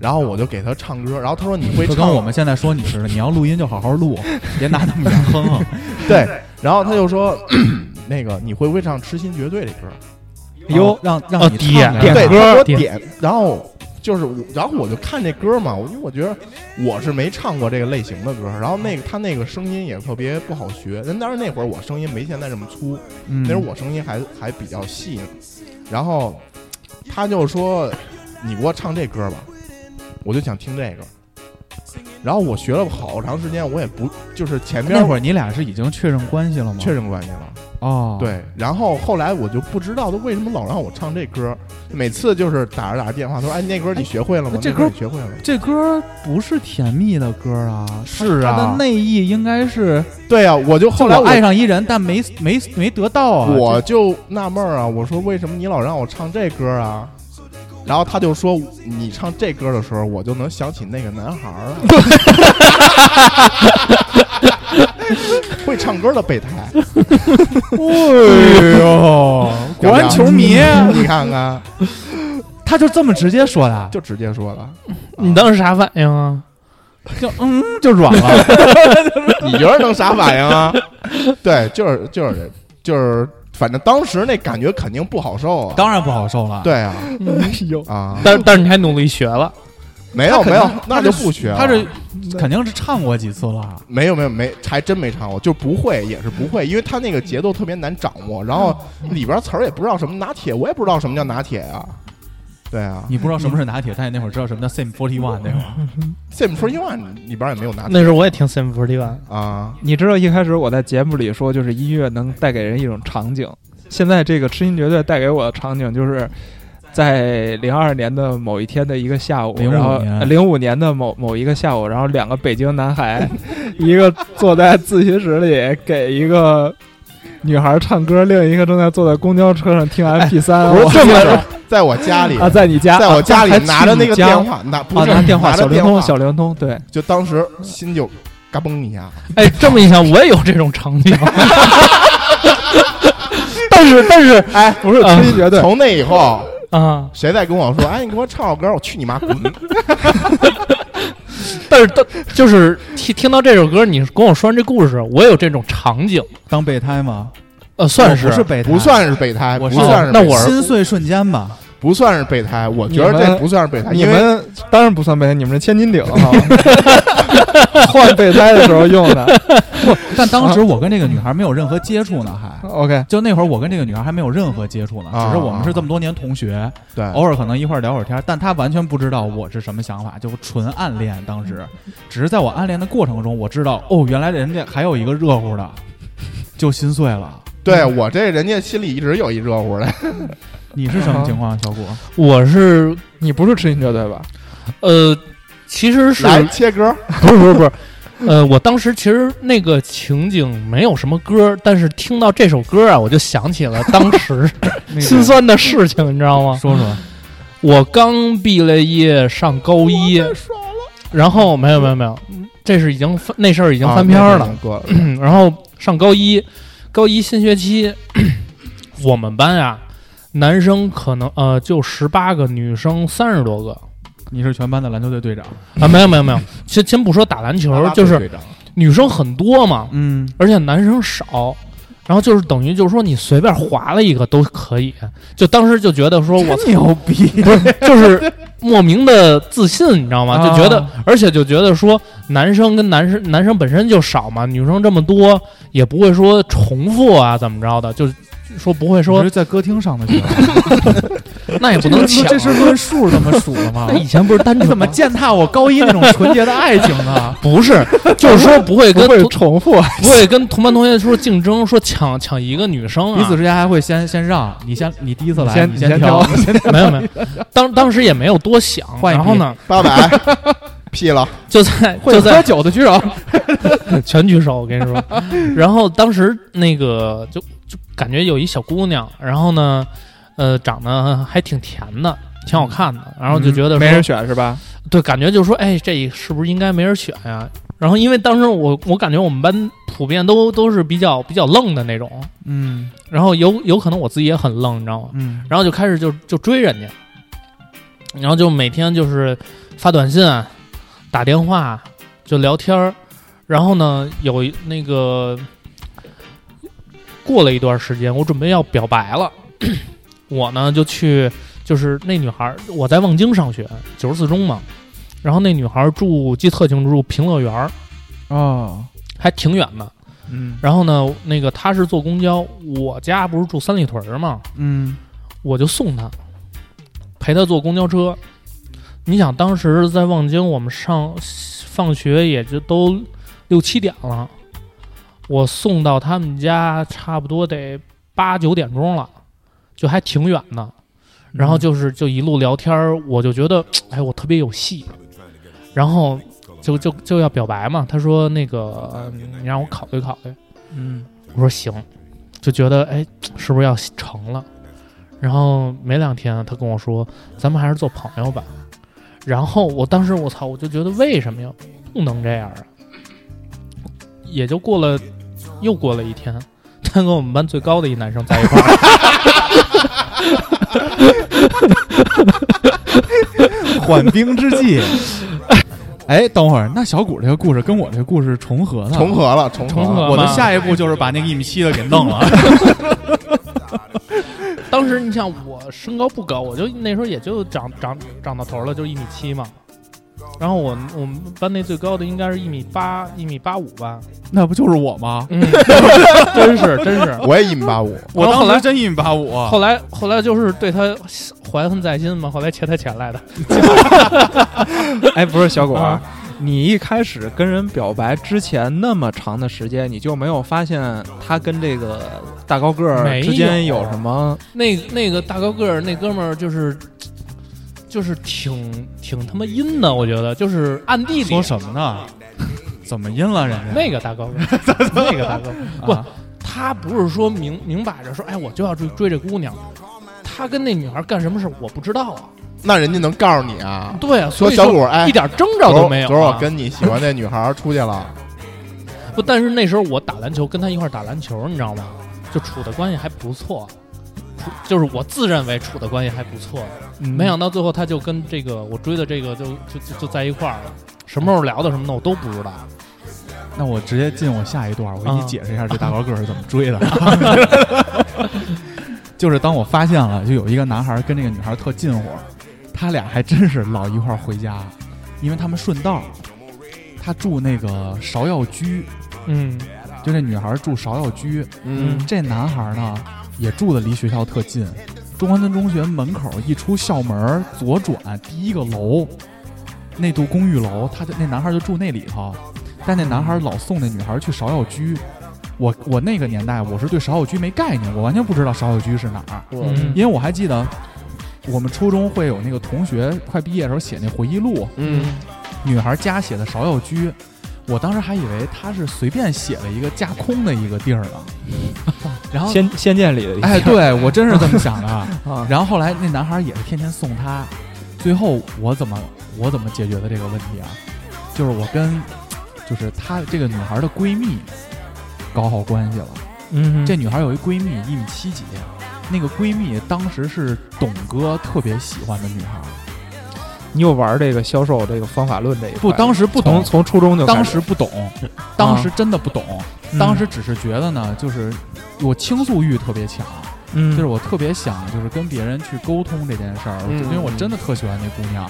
Speaker 6: 然后我就给他唱歌，然后他说你会
Speaker 3: 就
Speaker 6: 唱，
Speaker 3: 跟我们现在说你似的，你要录音就好好
Speaker 6: <laughs>
Speaker 3: 录，别拿那么远哼哼。
Speaker 6: 对，然后他就说 <clears throat> 那个你会不会唱《痴心绝对》这歌？
Speaker 3: 哟，让让
Speaker 7: 哦
Speaker 3: 你
Speaker 7: 点
Speaker 3: 唱
Speaker 7: 点
Speaker 3: 来着
Speaker 6: 对，
Speaker 7: 歌
Speaker 6: 他给我
Speaker 7: 点
Speaker 6: 点，然后就是我，然后我就看这歌嘛，我因为我觉得我是没唱过这个类型的歌，然后那个他那个声音也特别不好学，但当然那会儿我声音没现在这么粗，
Speaker 3: 嗯
Speaker 6: 那时候我声音还还比较细呢。然后他就说：“你给我唱这歌吧。”我就想听这个。然后我学了好长时间，我也不就是前边
Speaker 3: 那会儿你俩是已经确认关系了吗？
Speaker 6: 确认关系了，
Speaker 3: 哦，，
Speaker 6: 对。然后后来我就不知道他为什么老让我唱这歌，每次就是打着打着电话，他说：“哎，那歌你学会了吗
Speaker 3: 哎？
Speaker 6: 那
Speaker 3: 这歌
Speaker 6: 你学会了吗
Speaker 3: 这歌不是甜蜜的歌啊，
Speaker 6: 是
Speaker 3: 它
Speaker 6: 啊
Speaker 3: 它的内意应该是？”
Speaker 6: 对啊，我就后来
Speaker 3: 就
Speaker 6: 我
Speaker 3: 我爱上一人，但没没没得到啊。
Speaker 6: 我就纳闷儿啊，我说为什么你老让我唱这歌啊？然后他就说，你唱这歌的时候，我就能想起那个男孩儿了。 <laughs> 会唱歌的备胎，
Speaker 3: <laughs> 哎呦，果然球迷，啊
Speaker 6: <laughs> 你看看，
Speaker 3: 他就这么直接说
Speaker 6: <laughs>
Speaker 3: 的，
Speaker 6: 就直接说了，
Speaker 7: 你当时啥反应啊？
Speaker 3: 就嗯就软了。
Speaker 4: <laughs>
Speaker 6: 你觉得能啥反应啊？ <laughs> 对，就是就是就是，反正当时那感觉肯定不好受啊。
Speaker 3: 当然不好受了。
Speaker 6: 对啊
Speaker 4: 哎呦，
Speaker 6: 啊，
Speaker 7: <laughs> 但但是你还努力学了，
Speaker 6: 没有
Speaker 3: 他
Speaker 6: 没
Speaker 3: 肯定
Speaker 6: 有，那就不学了。
Speaker 3: 他这肯定是唱过几次了。
Speaker 6: 没有没有没，还真没唱过，就不会也是不会，因为他那个节奏特别难掌握，然后
Speaker 4: 嗯
Speaker 6: 里边词儿也不知道什么拿铁，我也不知道什么叫拿铁呀、对啊
Speaker 3: 你不知道什么是拿铁，但你那会儿知道什么叫 Sim Forty One 那会儿。
Speaker 6: ，Sim Forty One 里边也没有拿铁
Speaker 7: 那时候我也听 Sim Forty One，
Speaker 6: 啊，
Speaker 4: 你知道一开始我在节目里说，就是音乐能带给人一种场景。现在这个痴心绝对带给我的场景，就是在零二年的某一天的一个下午，
Speaker 3: 05
Speaker 4: 然后
Speaker 3: 年
Speaker 4: 零五年的某某一个下午，然后 <laughs> 两个北京男孩，一个坐在自习室里给一个女孩唱歌，另一个正在坐在公交车上听 MP 三、
Speaker 6: 哎不
Speaker 4: 呃我
Speaker 6: 是这么着，在我家里
Speaker 4: 啊，在你家，
Speaker 6: 在我家里
Speaker 4: 啊还去
Speaker 6: 拿着那个
Speaker 4: 你家
Speaker 6: 电话，拿不
Speaker 4: 啊，
Speaker 6: 是
Speaker 4: 拿电话，
Speaker 6: 拿着
Speaker 4: 小灵
Speaker 6: 电
Speaker 4: 通，
Speaker 6: 话，
Speaker 4: 小灵通，对，
Speaker 6: 就当时心就嘎嘣一下，
Speaker 7: 哎，这么一想，我也有这种场景，
Speaker 4: 但是但是
Speaker 6: 哎，
Speaker 4: 不是
Speaker 7: 啊
Speaker 4: 吹乐队，
Speaker 6: 从那以后，
Speaker 7: <laughs> 啊，
Speaker 6: 谁再跟我说，哎，你给我唱首歌，我去你妈滚！
Speaker 7: 但是但就是听听到这首歌，你跟我说完这故事，我也有这种场景，
Speaker 3: 当备胎吗？
Speaker 7: 呃，算
Speaker 3: 我不是备胎，
Speaker 6: 不算是备胎，
Speaker 3: 我
Speaker 6: 不
Speaker 3: 是
Speaker 6: 算是备
Speaker 7: 那
Speaker 6: 胎，
Speaker 7: 我是
Speaker 3: 心碎瞬间吧？
Speaker 6: 不算是备胎，我觉得
Speaker 4: 你
Speaker 6: 这
Speaker 4: 们
Speaker 6: 不算是备胎，
Speaker 4: 哎你
Speaker 6: 因为
Speaker 4: 们当然不算备胎，你们是千斤顶
Speaker 6: <laughs>
Speaker 4: 哈，换备胎的时候用的。
Speaker 3: 不，但当时我跟这个女孩没有任何接触呢，还。
Speaker 4: OK，
Speaker 3: 就那会儿，我跟这个女孩还没有任何接触呢，
Speaker 6: 啊
Speaker 3: 只是我们是这么多年同学，
Speaker 6: 对
Speaker 7: 哦
Speaker 3: 偶尔可能一块儿聊会儿天儿，但她完全不知道我是什么想法，就纯暗恋。当时，只是在我暗恋的过程中，我知道哦，原来人家还有一个热乎的，就心碎了。
Speaker 6: 对我这人家心里一直有一热乎的，
Speaker 3: 你是什么情况，小 <laughs> 谷？
Speaker 7: 我是
Speaker 4: 你不是痴心乐队吧？
Speaker 7: 呃，其实是
Speaker 6: 来切歌，
Speaker 7: 不是不是不是，呃，我当时其实那个情景没有什么歌，但是听到这首歌啊，我就想起了当时
Speaker 3: 那个
Speaker 7: 心酸的事情，你知道吗？
Speaker 3: 说说，
Speaker 7: 我刚毕了业，上高一，然后没有没有没有，这是已经翻那事儿已经翻篇儿了。
Speaker 6: 啊，哥，
Speaker 7: 嗯然后上高一，高一新学期，我们班啊，男生可能呃就十八个，女生三十多个
Speaker 3: 你是全班的篮球队队长，
Speaker 7: 啊，没有没有没有，先先不说打篮球，就是
Speaker 6: 队长
Speaker 7: 女生很多嘛，
Speaker 3: 嗯，
Speaker 7: 而且男生少。然后就是等于就是说你随便划了一个都可以，就当时就觉得说我
Speaker 3: 真牛逼，
Speaker 7: 不是，
Speaker 3: <laughs>
Speaker 7: 就是莫名的自信，你知道吗？
Speaker 3: 啊
Speaker 7: 就觉得，而且就觉得说，男生跟男生，男生本身就少嘛，女生这么多，也不会说重复啊，怎么着的，就是说不会
Speaker 3: 我
Speaker 7: 说
Speaker 3: 是，在歌厅上的学， <laughs>
Speaker 7: <laughs> 那也不能抢。啊
Speaker 3: 这是论数这么数的 <laughs> 吗
Speaker 7: 那？以前不是单
Speaker 3: 你
Speaker 7: 纯
Speaker 3: 怎么
Speaker 7: 吗
Speaker 3: 践踏我高一那种纯洁的爱情 <laughs> 呢？
Speaker 7: 不是？就是说不会
Speaker 4: 不
Speaker 3: <laughs>
Speaker 7: 跟
Speaker 4: 会
Speaker 7: 同
Speaker 4: 重复，
Speaker 7: 不会跟同班同学说竞争，说抢抢一个女生
Speaker 3: 彼
Speaker 7: 啊
Speaker 3: 此。之间还会先先让你先，你第一次
Speaker 4: 你
Speaker 3: 来，
Speaker 4: 先
Speaker 3: 你
Speaker 4: 你先
Speaker 3: 挑，
Speaker 7: 没有没有，当当时也没有多想。
Speaker 3: 换一
Speaker 7: 然后
Speaker 3: 批
Speaker 7: 呢，
Speaker 6: 八百 <laughs> 屁了，
Speaker 7: 就在
Speaker 3: 会
Speaker 7: 就在
Speaker 3: 喝酒的举手。
Speaker 7: <laughs> 全举手，我跟你
Speaker 4: <laughs>
Speaker 7: 说。然后当时那个就就感觉有一小姑娘，然后呢，呃，长得还挺甜的，挺好看的，然后就觉得说、
Speaker 4: 嗯没人选是吧？
Speaker 7: 对，感觉就说，哎，这是不是应该没人选呀？然后因为当时我我感觉我们班普遍都都是比较比较愣的那种，
Speaker 3: 嗯
Speaker 7: 然后有有可能我自己也很愣，你知道吗？
Speaker 3: 嗯，
Speaker 7: 然后就开始就就追人家，然后就每天就是发短信、啊、打电话就聊天儿，然后呢有一那个过了一段时间，我准备要表白了，我呢就去就是那女孩儿，我在望京上学九十四中嘛，然后那女孩儿住记特清楚住平乐园儿，
Speaker 3: 哦，
Speaker 7: 还挺远的。
Speaker 3: 嗯
Speaker 7: 然后呢，那个她是坐公交，我家不是住三里屯儿嘛，
Speaker 3: 嗯，
Speaker 7: 我就送他，陪他坐公交车。你想，当时在望京，我们上放学也就都六七点了，我送到他们家差不多得八九点钟了，就还挺远的。然后就是就一路聊天儿，我就觉得，哎，我特别有戏。然后就就就要表白嘛，他说那个嗯你让我考虑考虑，
Speaker 3: 嗯
Speaker 7: 我说行，就觉得哎，是不是要成了？然后没两天，他跟我说，咱们还是做朋友吧。然后我当时我操，我就觉得为什么呀？不能这样啊！也就过了，又过了一天，他跟我们班最高的一男生在一块儿了，
Speaker 3: 缓兵之计。 <laughs> 哎，等会儿，那小谷这个故事跟我这个故事重合呢？
Speaker 6: 重。合了，重
Speaker 7: 重合
Speaker 6: 了，
Speaker 3: 我的
Speaker 7: 嘛
Speaker 3: 下一步就是把那个一米七的给弄了。
Speaker 7: <laughs> 当时你想我身高不高，我就那时候也就长长长到头了，就一米七嘛。然后我我们班那最高的应该是一米八一米八五吧，
Speaker 3: 那不就是我吗？
Speaker 7: 嗯， <laughs> 真是真
Speaker 6: <laughs>
Speaker 7: 是。
Speaker 6: 我也一米八五，
Speaker 3: 我
Speaker 7: 然后后
Speaker 3: 当
Speaker 7: 来
Speaker 3: 时真一米八五。
Speaker 7: 后来后来就是对他怀恨在心嘛，后来欠他钱来的。
Speaker 4: 哎，不是小果儿，你一开始跟人表白之前那么长的时间，你就没有发现他跟这个大高个儿
Speaker 7: 没
Speaker 4: 之间
Speaker 7: 有
Speaker 4: 有什么？
Speaker 7: 那那个大高个儿那哥们儿就是就是挺挺他妈阴的，我觉得就是暗地
Speaker 3: 说
Speaker 7: 里 <laughs>
Speaker 3: 什么呢？怎么阴了人家？
Speaker 6: <laughs>
Speaker 7: 那个大高个儿，那个大高个儿，不
Speaker 3: 啊
Speaker 7: 他不是说明明摆着说，哎，我就要追追这姑娘，他跟那女孩干什么事儿我不知道啊。
Speaker 6: 那人家能告诉你啊，
Speaker 7: 对啊，所
Speaker 6: 说
Speaker 7: 以
Speaker 6: 小
Speaker 7: 说
Speaker 6: 谷哎
Speaker 7: 一，点征兆
Speaker 6: 昨
Speaker 7: 都
Speaker 6: 儿
Speaker 7: 没有、啊。
Speaker 6: 昨儿我跟你喜欢那女孩儿出去了，
Speaker 7: 不，但是那时候我打篮球，跟他一块儿打篮球，你知道吗？就处的关系还不错，处就是我自认为处的关系还不错。没想到最后他就跟这个我追的这个就就就就在一块儿了，什么时候聊的什么的我都不知道。
Speaker 3: 那我直接进我下一段，我给你
Speaker 7: 啊
Speaker 3: 解释一下这大高个儿是怎么追的。 <laughs> 就是当我发现了，就有一个男孩跟那个女孩特近乎，他俩还真是老一块儿回家，因为他们顺道。他住那个芍药居，
Speaker 7: 嗯
Speaker 3: 就这女孩住芍药居，
Speaker 7: 嗯
Speaker 3: 这男孩呢也住的离学校特近，中关村中学门口一出校门儿左转第一个楼，那栋公寓楼，他就那男孩就住那里头，但那男孩老送那女孩去芍药居。我我那个年代我是对芍药居没概念，我完全不知道芍药居是哪儿，
Speaker 7: 嗯
Speaker 3: 因为我还记得我们初中会有那个同学快毕业的时候写那回忆录，
Speaker 6: 嗯，
Speaker 3: 女孩家写的芍药居，我当时还以为他是随便写了一个架空的一个地儿呢，然后
Speaker 4: 仙仙剑里的一个
Speaker 3: 哎，对我真是这么想的。
Speaker 4: 啊，
Speaker 3: 然后后来那男孩也是天天送她，最后我怎么我怎么解决的这个问题啊？就是我跟就是她这个女孩的闺蜜搞好关系了。
Speaker 4: 嗯
Speaker 3: 这女孩有一闺蜜一米七几，啊那个闺蜜当时是董哥特别喜欢的女孩，
Speaker 4: 哎你又玩这个销售这个方法论这一块
Speaker 3: 不当时不懂
Speaker 4: 从，从初中就开
Speaker 3: 当
Speaker 4: 始
Speaker 3: 时不懂，当时真的不懂，
Speaker 4: 嗯
Speaker 3: 当时只是觉得呢，就是我倾诉欲特别强。
Speaker 4: 嗯
Speaker 3: 就是我特别想就是跟别人去沟通这件事儿，
Speaker 6: 嗯
Speaker 3: 就因为我真的特喜欢那姑娘。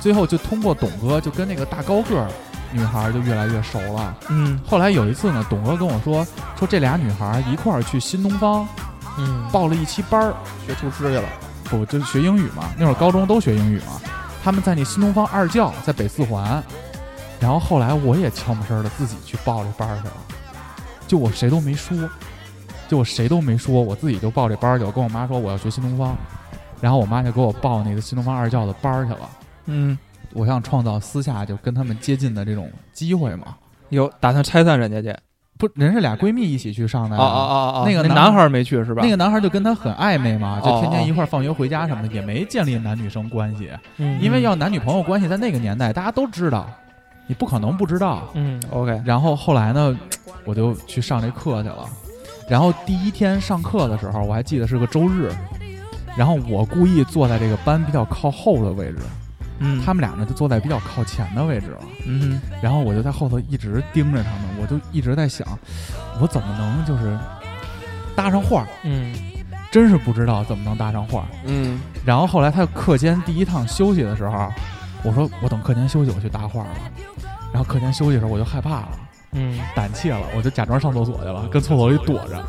Speaker 3: 最后就通过董哥，就跟那个大高个儿女孩儿就越来越熟了。
Speaker 4: 嗯
Speaker 3: 后来有一次呢，董哥跟我说，说这俩女孩儿一块儿去新东方
Speaker 7: 嗯，
Speaker 3: 报了一期班儿，
Speaker 6: 学厨师去了，
Speaker 3: 不就是学英语嘛？那会儿高中都学英语嘛。他们在那新东方二教，在北四环。然后后来我也悄没声儿的自己去报这班儿去了，就我谁都没说，就我谁都没说，我自己就报这班儿去了。我跟我妈说我要学新东方，然后我妈就给我报那个新东方二教的班儿去了。
Speaker 4: 嗯，
Speaker 3: 我想创造私下就跟他们接近的这种机会嘛，
Speaker 4: 有打算拆散人家去？
Speaker 3: 不，人是俩闺蜜一起去上的
Speaker 4: 哦
Speaker 3: 呀
Speaker 4: 哦哦哦，
Speaker 3: 那个
Speaker 4: 那
Speaker 3: 男
Speaker 4: 男孩儿没去是吧？
Speaker 3: 那个男孩就跟她很暧昧嘛，就天
Speaker 4: 哦哦
Speaker 3: 天一块儿放学回家什么的，也没建立男女生关系。
Speaker 7: 嗯
Speaker 3: 因为要男女朋友关系，在那个年代大家都知道，你不可能不知道。
Speaker 7: 嗯
Speaker 4: OK，
Speaker 3: 然后后来呢，我就去上这课去了。然后第一天上课的时候，我还记得是个周日，然后我故意坐在这个班比较靠后的位置，
Speaker 4: 嗯
Speaker 3: 他们俩呢就坐在比较靠前的位置了。
Speaker 4: 嗯
Speaker 3: 然后我就在后头一直盯着他们，我就一直在想，我怎么能就是搭上话儿？
Speaker 7: 嗯
Speaker 3: 真是不知道怎么能搭上话儿。
Speaker 6: 嗯，
Speaker 3: 然后后来他课间第一趟休息的时候，我说我等课间休息我去搭话了。然后课间休息的时候我就害怕了，
Speaker 7: 嗯
Speaker 3: 胆怯了，我就假装上厕所去了，跟厕所里躲着，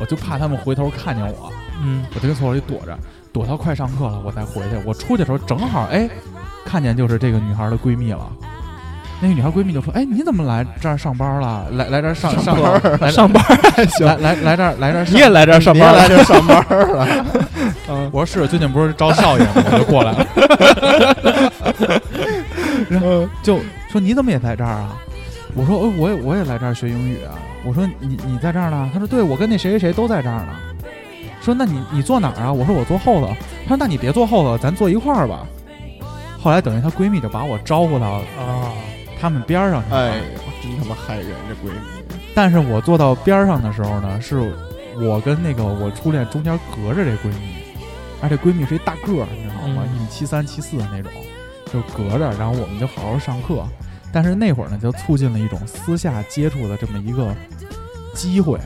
Speaker 3: 我就怕他们回头看见我，
Speaker 4: 嗯
Speaker 3: 我就跟厕所里躲着，躲到快上课了我再回去。我出去的时候正好哎，看见就是这个女孩的闺蜜了。那个女孩闺蜜就说：“哎，你怎么来这儿上班了？来来这儿上上课，来
Speaker 4: 上班
Speaker 3: <laughs> 来来来这儿来这儿上
Speaker 4: 你也来这儿上
Speaker 3: <laughs>
Speaker 6: 别
Speaker 4: 班了？
Speaker 6: 来这儿上班儿了，
Speaker 4: 嗯
Speaker 3: 我说是，最近不是招少爷吗？我就过来了。然后就说你怎么也在这儿啊？我说、哦、我也我也来这儿学英语啊。我说你你在这儿呢？他说对，我跟那谁谁谁都在这儿呢。说那你你坐哪儿啊？我说我坐后头。他说那你别坐后头，咱坐一块儿吧。后来等于她闺蜜就把我招呼到
Speaker 7: 啊，
Speaker 3: 他们边儿上去了。
Speaker 6: 哎呦，真他妈害人这闺蜜，
Speaker 3: 但是我坐到边儿上的时候呢，是我跟那个我初恋中间隔着这闺蜜，而且闺蜜是一大个儿，你知道吗？
Speaker 7: 嗯
Speaker 3: 一米七三、七四的那种，就隔着，然后我们就好好上课。但是那会儿呢，就促进了一种私下接触的这么一个机会。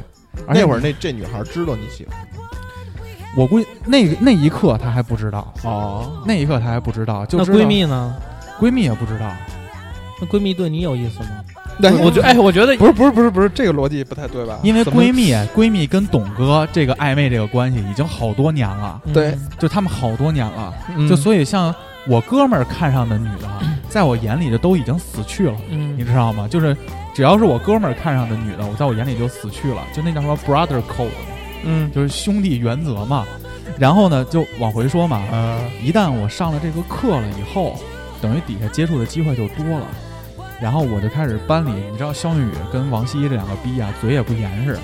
Speaker 3: 而且
Speaker 6: 那会儿那这女孩知道你喜欢，
Speaker 3: 我估计那个那一刻她还不知道，
Speaker 6: 哦，
Speaker 3: 那一刻她还不知道，就
Speaker 7: 那
Speaker 3: 知道
Speaker 7: 闺蜜呢？
Speaker 3: 闺蜜也不知道。
Speaker 7: 那闺蜜对你有意思吗？
Speaker 6: 那
Speaker 7: 我觉得，哎，我觉得
Speaker 4: 不是不是不是不是，这个逻辑不太对吧
Speaker 3: 因为
Speaker 4: 怎么
Speaker 3: 闺蜜，闺蜜跟董哥这个暧昧这个关系已经好多年了，
Speaker 4: 对
Speaker 7: 嗯
Speaker 3: 就他们好多年了。
Speaker 4: 嗯
Speaker 3: 就所以像我哥们儿看上的女的，在我眼里就都已经死去了，你
Speaker 7: 嗯
Speaker 3: 知道吗？就是只要是我哥们儿看上的女的，我在我眼里就死去了，就那叫什么 brother code，
Speaker 4: 嗯
Speaker 3: 就是兄弟原则嘛。然后呢，就往回说
Speaker 6: 啊
Speaker 3: 嘛，一旦我上了这个课了以后，等于底下接触的机会就多了。然后我就开始班里，你知道肖韵宇跟王希一这两个逼啊，嘴也不严实，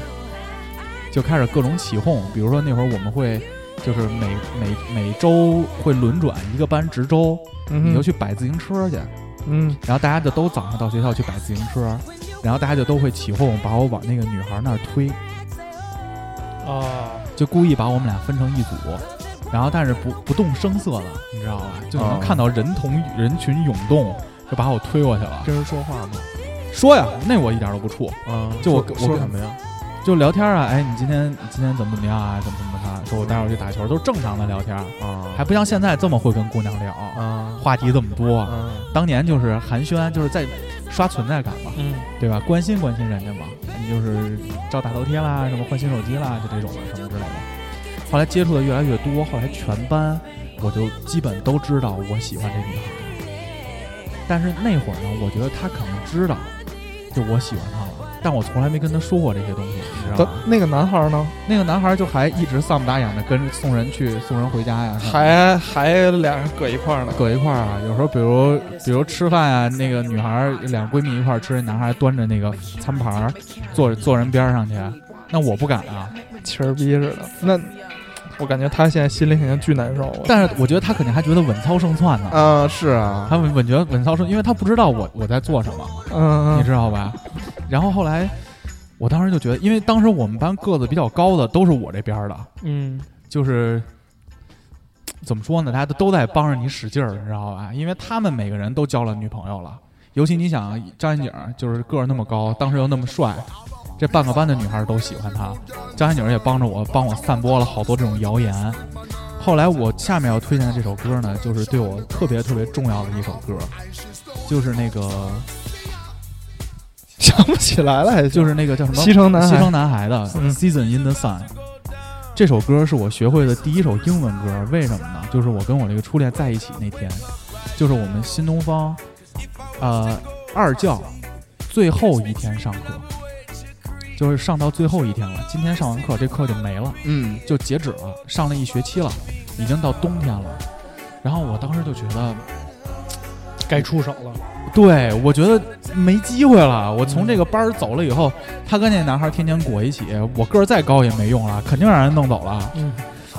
Speaker 3: 就开始各种起哄。比如说那会儿我们会，就是每每每周会轮转一个班值周，
Speaker 4: 嗯，
Speaker 3: 你就去摆自行车去，
Speaker 4: 嗯
Speaker 3: 然后大家就都早上到学校去摆自行车，然后大家就都会起哄把我往那个女孩那儿推，
Speaker 7: 哦，
Speaker 3: 就故意把我们俩分成一组，然后但是不不动声色的，你知道吧？就你能
Speaker 6: 哦
Speaker 3: 看到人同人群涌动，就把我推过去了。
Speaker 6: 跟人说话吗？
Speaker 3: 说呀，那我一点都不怵，
Speaker 6: 啊，
Speaker 3: 就我
Speaker 6: 说
Speaker 3: 我
Speaker 6: 说什么呀？
Speaker 3: 就聊天啊，哎，你今天你今天怎么怎么样啊？怎么怎么样？说我待会儿去打球，都是正常的聊天，
Speaker 6: 啊，
Speaker 3: 还不像现在这么会跟姑娘聊，
Speaker 6: 啊
Speaker 3: 话题这么多。
Speaker 6: 啊，
Speaker 3: 当年就是寒暄，就是在刷存在感嘛，
Speaker 7: 嗯，
Speaker 3: 对吧？关心关心人家嘛，你就是照大头贴啦，什么换新手机啦，就这种的什么之类的。后来接触的越来越多，后来全班我就基本都知道我喜欢这女孩。但是那会儿呢，我觉得她肯定知道，就我喜欢她了，但我从来没跟她说过这些东西，你知道
Speaker 4: 都
Speaker 3: 吗？
Speaker 4: 那个男孩呢，
Speaker 3: 那个男孩就还一直丧不打眼的跟送人去送人回家
Speaker 4: 嗯
Speaker 3: 呀，
Speaker 4: 还还俩人搁一块儿呢，
Speaker 3: 搁一块儿啊。有时候比如比如吃饭啊，那个女孩儿两闺蜜一块儿吃，男孩儿端着那个餐盘儿坐坐人边儿上去，那我不敢啊。
Speaker 4: 气儿逼似的。那我感觉他现在心里肯定巨难受啊。
Speaker 3: 但是我觉得他肯定还觉得稳操胜算呢，
Speaker 6: 啊是啊，
Speaker 3: 他稳稳觉得稳操胜，因为他不知道我我在做什么。
Speaker 4: 嗯
Speaker 3: 你
Speaker 4: 嗯
Speaker 3: 知道吧？然后后来，我当时就觉得，因为当时我们班个子比较高的都是我这边儿的，
Speaker 7: 嗯，
Speaker 3: 就是怎么说呢？大家都都在帮着你使劲儿，你知道吧？因为他们每个人都交了女朋友了，尤其你想张欣景儿就是个儿那么高，当时又那么帅。这半个班的女孩儿都喜欢他，张欣景儿也帮着我，帮我散播了好多这种谣言。后来我下面要推荐的这首歌呢，就是对我特别特别重要的一首歌，就是那个
Speaker 4: <laughs> 想不起来了，还
Speaker 3: 就是那个叫什么
Speaker 4: 西城男
Speaker 3: 西
Speaker 4: 孩
Speaker 3: 城男孩的《
Speaker 4: 嗯
Speaker 3: Season in the Sun》这首歌是我学会的第一首英文歌，为什么呢？就是我跟我这个初恋在一起那天，就是我们新东方，呃，二教最后一天上课，就是上到最后一天了。今天上完课，这课就没了，
Speaker 6: 嗯
Speaker 3: 就截止了，上了一学期了，已经到冬天了。然后我当时就觉得，
Speaker 7: 该出手了，
Speaker 3: 对，我觉得没机会了。我从这个班儿走了以后，他跟那男孩儿天天裹一起，我个儿再高也没用了，肯定让人弄走了。
Speaker 7: 嗯，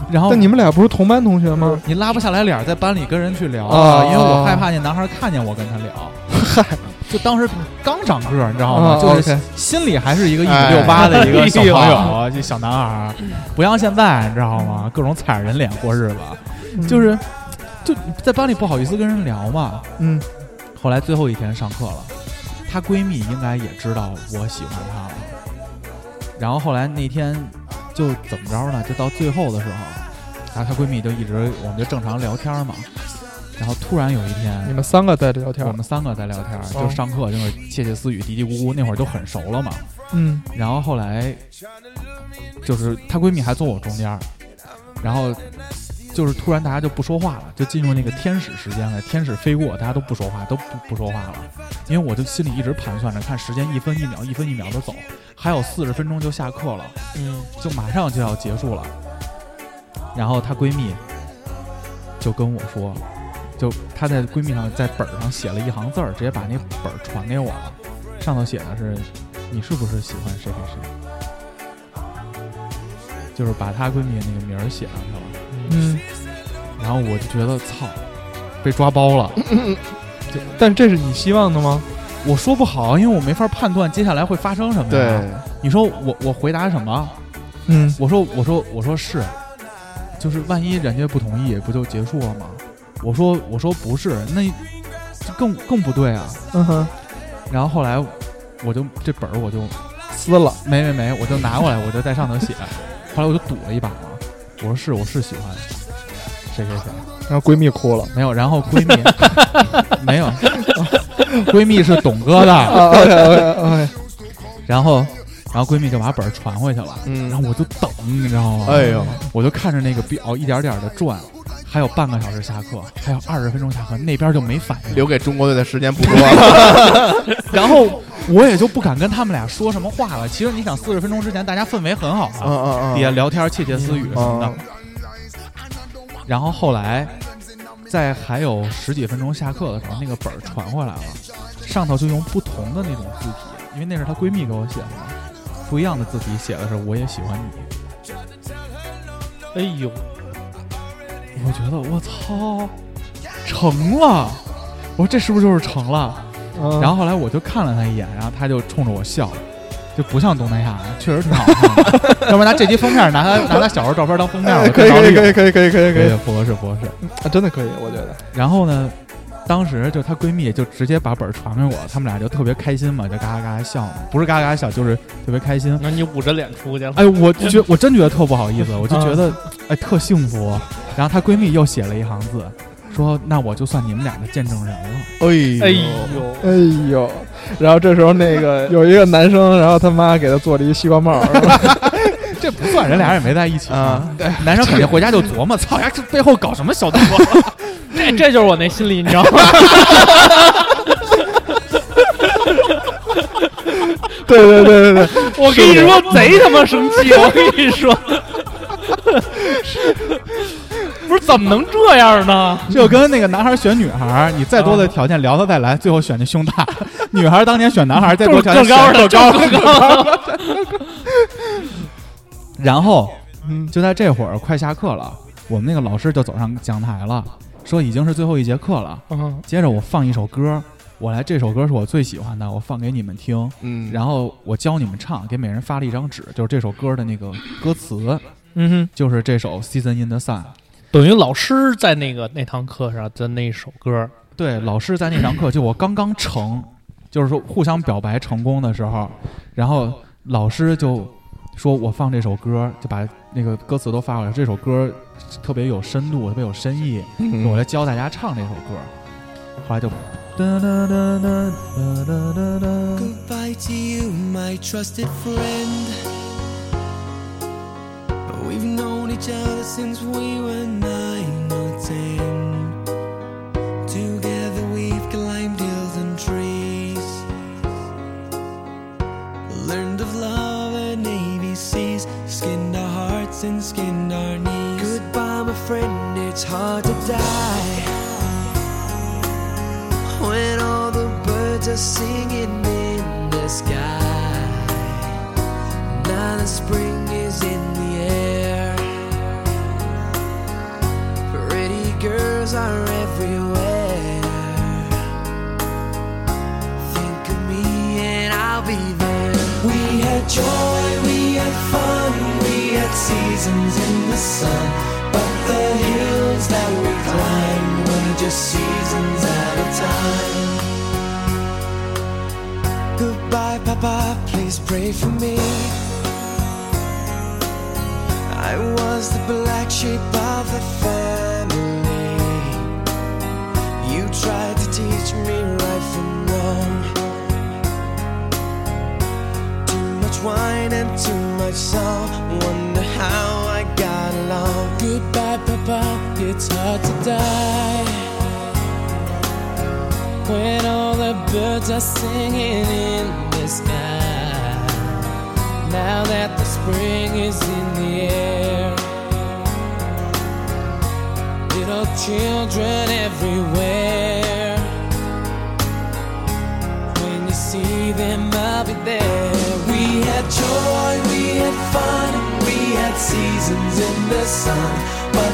Speaker 3: 然后
Speaker 4: 那你们俩不是同班同学吗？
Speaker 3: 你拉不下来脸儿，在班里跟人去聊
Speaker 4: 啊
Speaker 3: 因为我害怕那男孩儿看见我跟他聊。
Speaker 4: <laughs>
Speaker 3: 就当时刚长个儿，你知道吗？
Speaker 4: 啊
Speaker 3: 就
Speaker 4: ，OK
Speaker 3: 是
Speaker 4: 哎
Speaker 3: 心里还是一个一米六八的一个小朋友，这小男孩儿，啊不像现在，你知道吗？各种踩着人脸过日子，就是就在班里不好意思跟人聊嘛。
Speaker 4: 嗯
Speaker 3: 后来最后一天上课了，她闺蜜应该也知道我喜欢她了。然后后来那天就怎么着呢？就到最后的时候，然后她闺蜜就一直我们就正常聊天嘛。然后突然有一
Speaker 4: 你
Speaker 3: 天，
Speaker 4: 们三个在聊天
Speaker 3: 我，们三个在聊天，
Speaker 4: 哦
Speaker 3: 就上课就是窃窃私语、嘀嘀咕咕，那会儿都很熟了嘛。
Speaker 4: 嗯
Speaker 3: 然后后来就是她闺蜜还坐我中间儿，然后就是突然大家就不说话了，就进入那个天使时间了。天使飞过，大家都不说话，都不不说话了，因为我就心里一直盘算着，看时间一分一秒，一分一秒的走，还有四十分钟就下课了，
Speaker 7: 嗯，
Speaker 3: 就马上就要结束了。然后她闺蜜就跟我说，就她在闺蜜上在本儿上写了一行字儿，直接把那本儿传给我了。上头写的是你是不是喜欢谁谁谁，就是把她闺蜜那个名儿写上去了。
Speaker 4: 嗯，
Speaker 3: 然后我就觉得操，被抓包了。
Speaker 4: 但这是你希望的吗？
Speaker 3: 我说不好，因为我没法判断接下来会发生什么。
Speaker 6: 对，，
Speaker 3: 你说我我回答什么？
Speaker 4: 嗯
Speaker 3: 我说我说我说是，就是万一人家不同意，不就结束了吗？我说我说不是，那就更更不对啊。
Speaker 4: 嗯哼，
Speaker 3: 然后后来我就这本儿我就
Speaker 4: 撕了，
Speaker 3: 没没没，我就拿过来，我就在上头写。后来我就赌了一把嘛，我说是，我是喜欢谁谁谁，
Speaker 4: 然后闺蜜哭了。
Speaker 3: 没有。然后闺蜜 <laughs> 没有，闺蜜是董
Speaker 4: <laughs>
Speaker 3: 哥的。
Speaker 4: 啊，OK OK <laughs> OK，
Speaker 3: 然后，然后闺蜜就把本儿传回去了。
Speaker 6: 嗯
Speaker 3: 然后我就等，你知道吗？
Speaker 6: 哎呦，
Speaker 3: 我就看着那个表一点点的转，还有半个小时下课，还有二十分钟下课，那边就没反应。
Speaker 6: 留给中国队的时间不多了，
Speaker 3: 然后我也就不敢跟他们俩说什么话了。其实你想，四十分钟之前大家氛围很好啊，
Speaker 6: 嗯
Speaker 3: 底下聊天窃窃私语什么的。嗯
Speaker 6: 嗯
Speaker 3: 然后后来，在还有十几分钟下课的时候，那个本儿传回来了，上头就用不同的那种字体，因为那是她闺蜜给我写的嘛，不一样的字体写的是“我也喜欢你
Speaker 9: 哎呦，”，
Speaker 3: 我觉得我操，成了！我说这是不是就是成了？
Speaker 4: 嗯
Speaker 3: 然后后来我就看了他一眼，然后他就冲着我笑，就不像东南亚，确实挺好看
Speaker 4: <laughs>
Speaker 3: 的。要不然拿这期封面，拿他拿他小时候照片当封面，我
Speaker 4: 哎可以
Speaker 3: 更着
Speaker 4: 可以
Speaker 3: 急
Speaker 4: 可以可以可以可以可以
Speaker 3: 对，不合适不合适。
Speaker 4: 啊，真的可以，我觉得
Speaker 3: 然后呢，当时就她闺蜜就直接把本儿传给我，他们俩就特别开心嘛，就嘎嘎嘎笑嘛，不是嘎嘎嘎笑，就是特别开心。
Speaker 9: 那你捂着脸出去了，
Speaker 3: <laughs> 哎，我就觉我真觉得特不好意思，我就觉得哎特幸福。然后她闺蜜又写了一行字，说那我就算你们俩的见证人了。
Speaker 9: 哎
Speaker 10: 哎
Speaker 9: 呦，
Speaker 4: 哎呦，然后这时候那个 <laughs> 有一个男生，然后他妈给他做了一西瓜帽， <laughs>
Speaker 3: 这不算，人俩人也没在一起
Speaker 10: 啊。
Speaker 3: 对，男生肯定回家就琢磨，操呀，这背后搞什么小动作？
Speaker 9: 这这就是我那心理，你知道
Speaker 7: <laughs>
Speaker 9: 吗？
Speaker 4: 对对对对对，
Speaker 9: 我跟你说，贼他妈生气！我跟你说，不是怎么能这样呢？
Speaker 3: <laughs> 就跟那个男孩选女孩，你再多的条件聊得再来，最后选那胸大； <laughs> 女孩当年选男孩，再多条件
Speaker 9: 更高
Speaker 3: 选
Speaker 9: 了，
Speaker 3: 高
Speaker 9: 更高了。
Speaker 3: <laughs> 然后
Speaker 4: 嗯，
Speaker 3: 就在这会儿快下课了，我们那个老师就走上讲台了，说已经是最后一节课了。
Speaker 9: 嗯，
Speaker 3: 接着我放一首歌，我来这首歌是我最喜欢的，我放给你们听，
Speaker 10: 嗯，
Speaker 3: 然后我教你们唱，给每人发了一张纸，就是这首歌的那个歌词，
Speaker 9: 嗯哼，
Speaker 3: 就是这首《Season in the Sun》。
Speaker 9: 等于老师在那个那堂课上的那首歌，
Speaker 3: 对，老师在那堂课就我刚刚成，就是说互相表白成功的时候，然后老师就说我放这首歌，就把那个歌词都发过来，这首歌特别有深度，特别有深意，
Speaker 10: 嗯
Speaker 3: 我来教大家唱这首歌。后来就哒哒哒哒哒哒哒哒
Speaker 8: Goodbye to you, my trusted friend. We've known each other since we were nine or ten. Together we've climbed hills and trees. Learned of love and ABCs. Skinned our hearts and skinned our knees. Goodbye, my friend, it's hard to die. When all the birds are singing in the sky, now the spring is in the air. Pretty girls are everywhere. Think of me and I'll be there. We had joy, we had fun, we had seasons in the sun. But the hills that we climbed were just seasons at a time. Goodbye, Papa, please pray for me. I was the black sheep of the family. You tried to teach me right from wrong. Too much wine and too much song. Wonder how I got along. Goodbye, Papa, it's hard to die. When all the birds are singing in the sky. Now that the spring is in the air. Little children everywhere. When you see them, I'll be there. We had joy, we had fun, we had seasons in the sun. But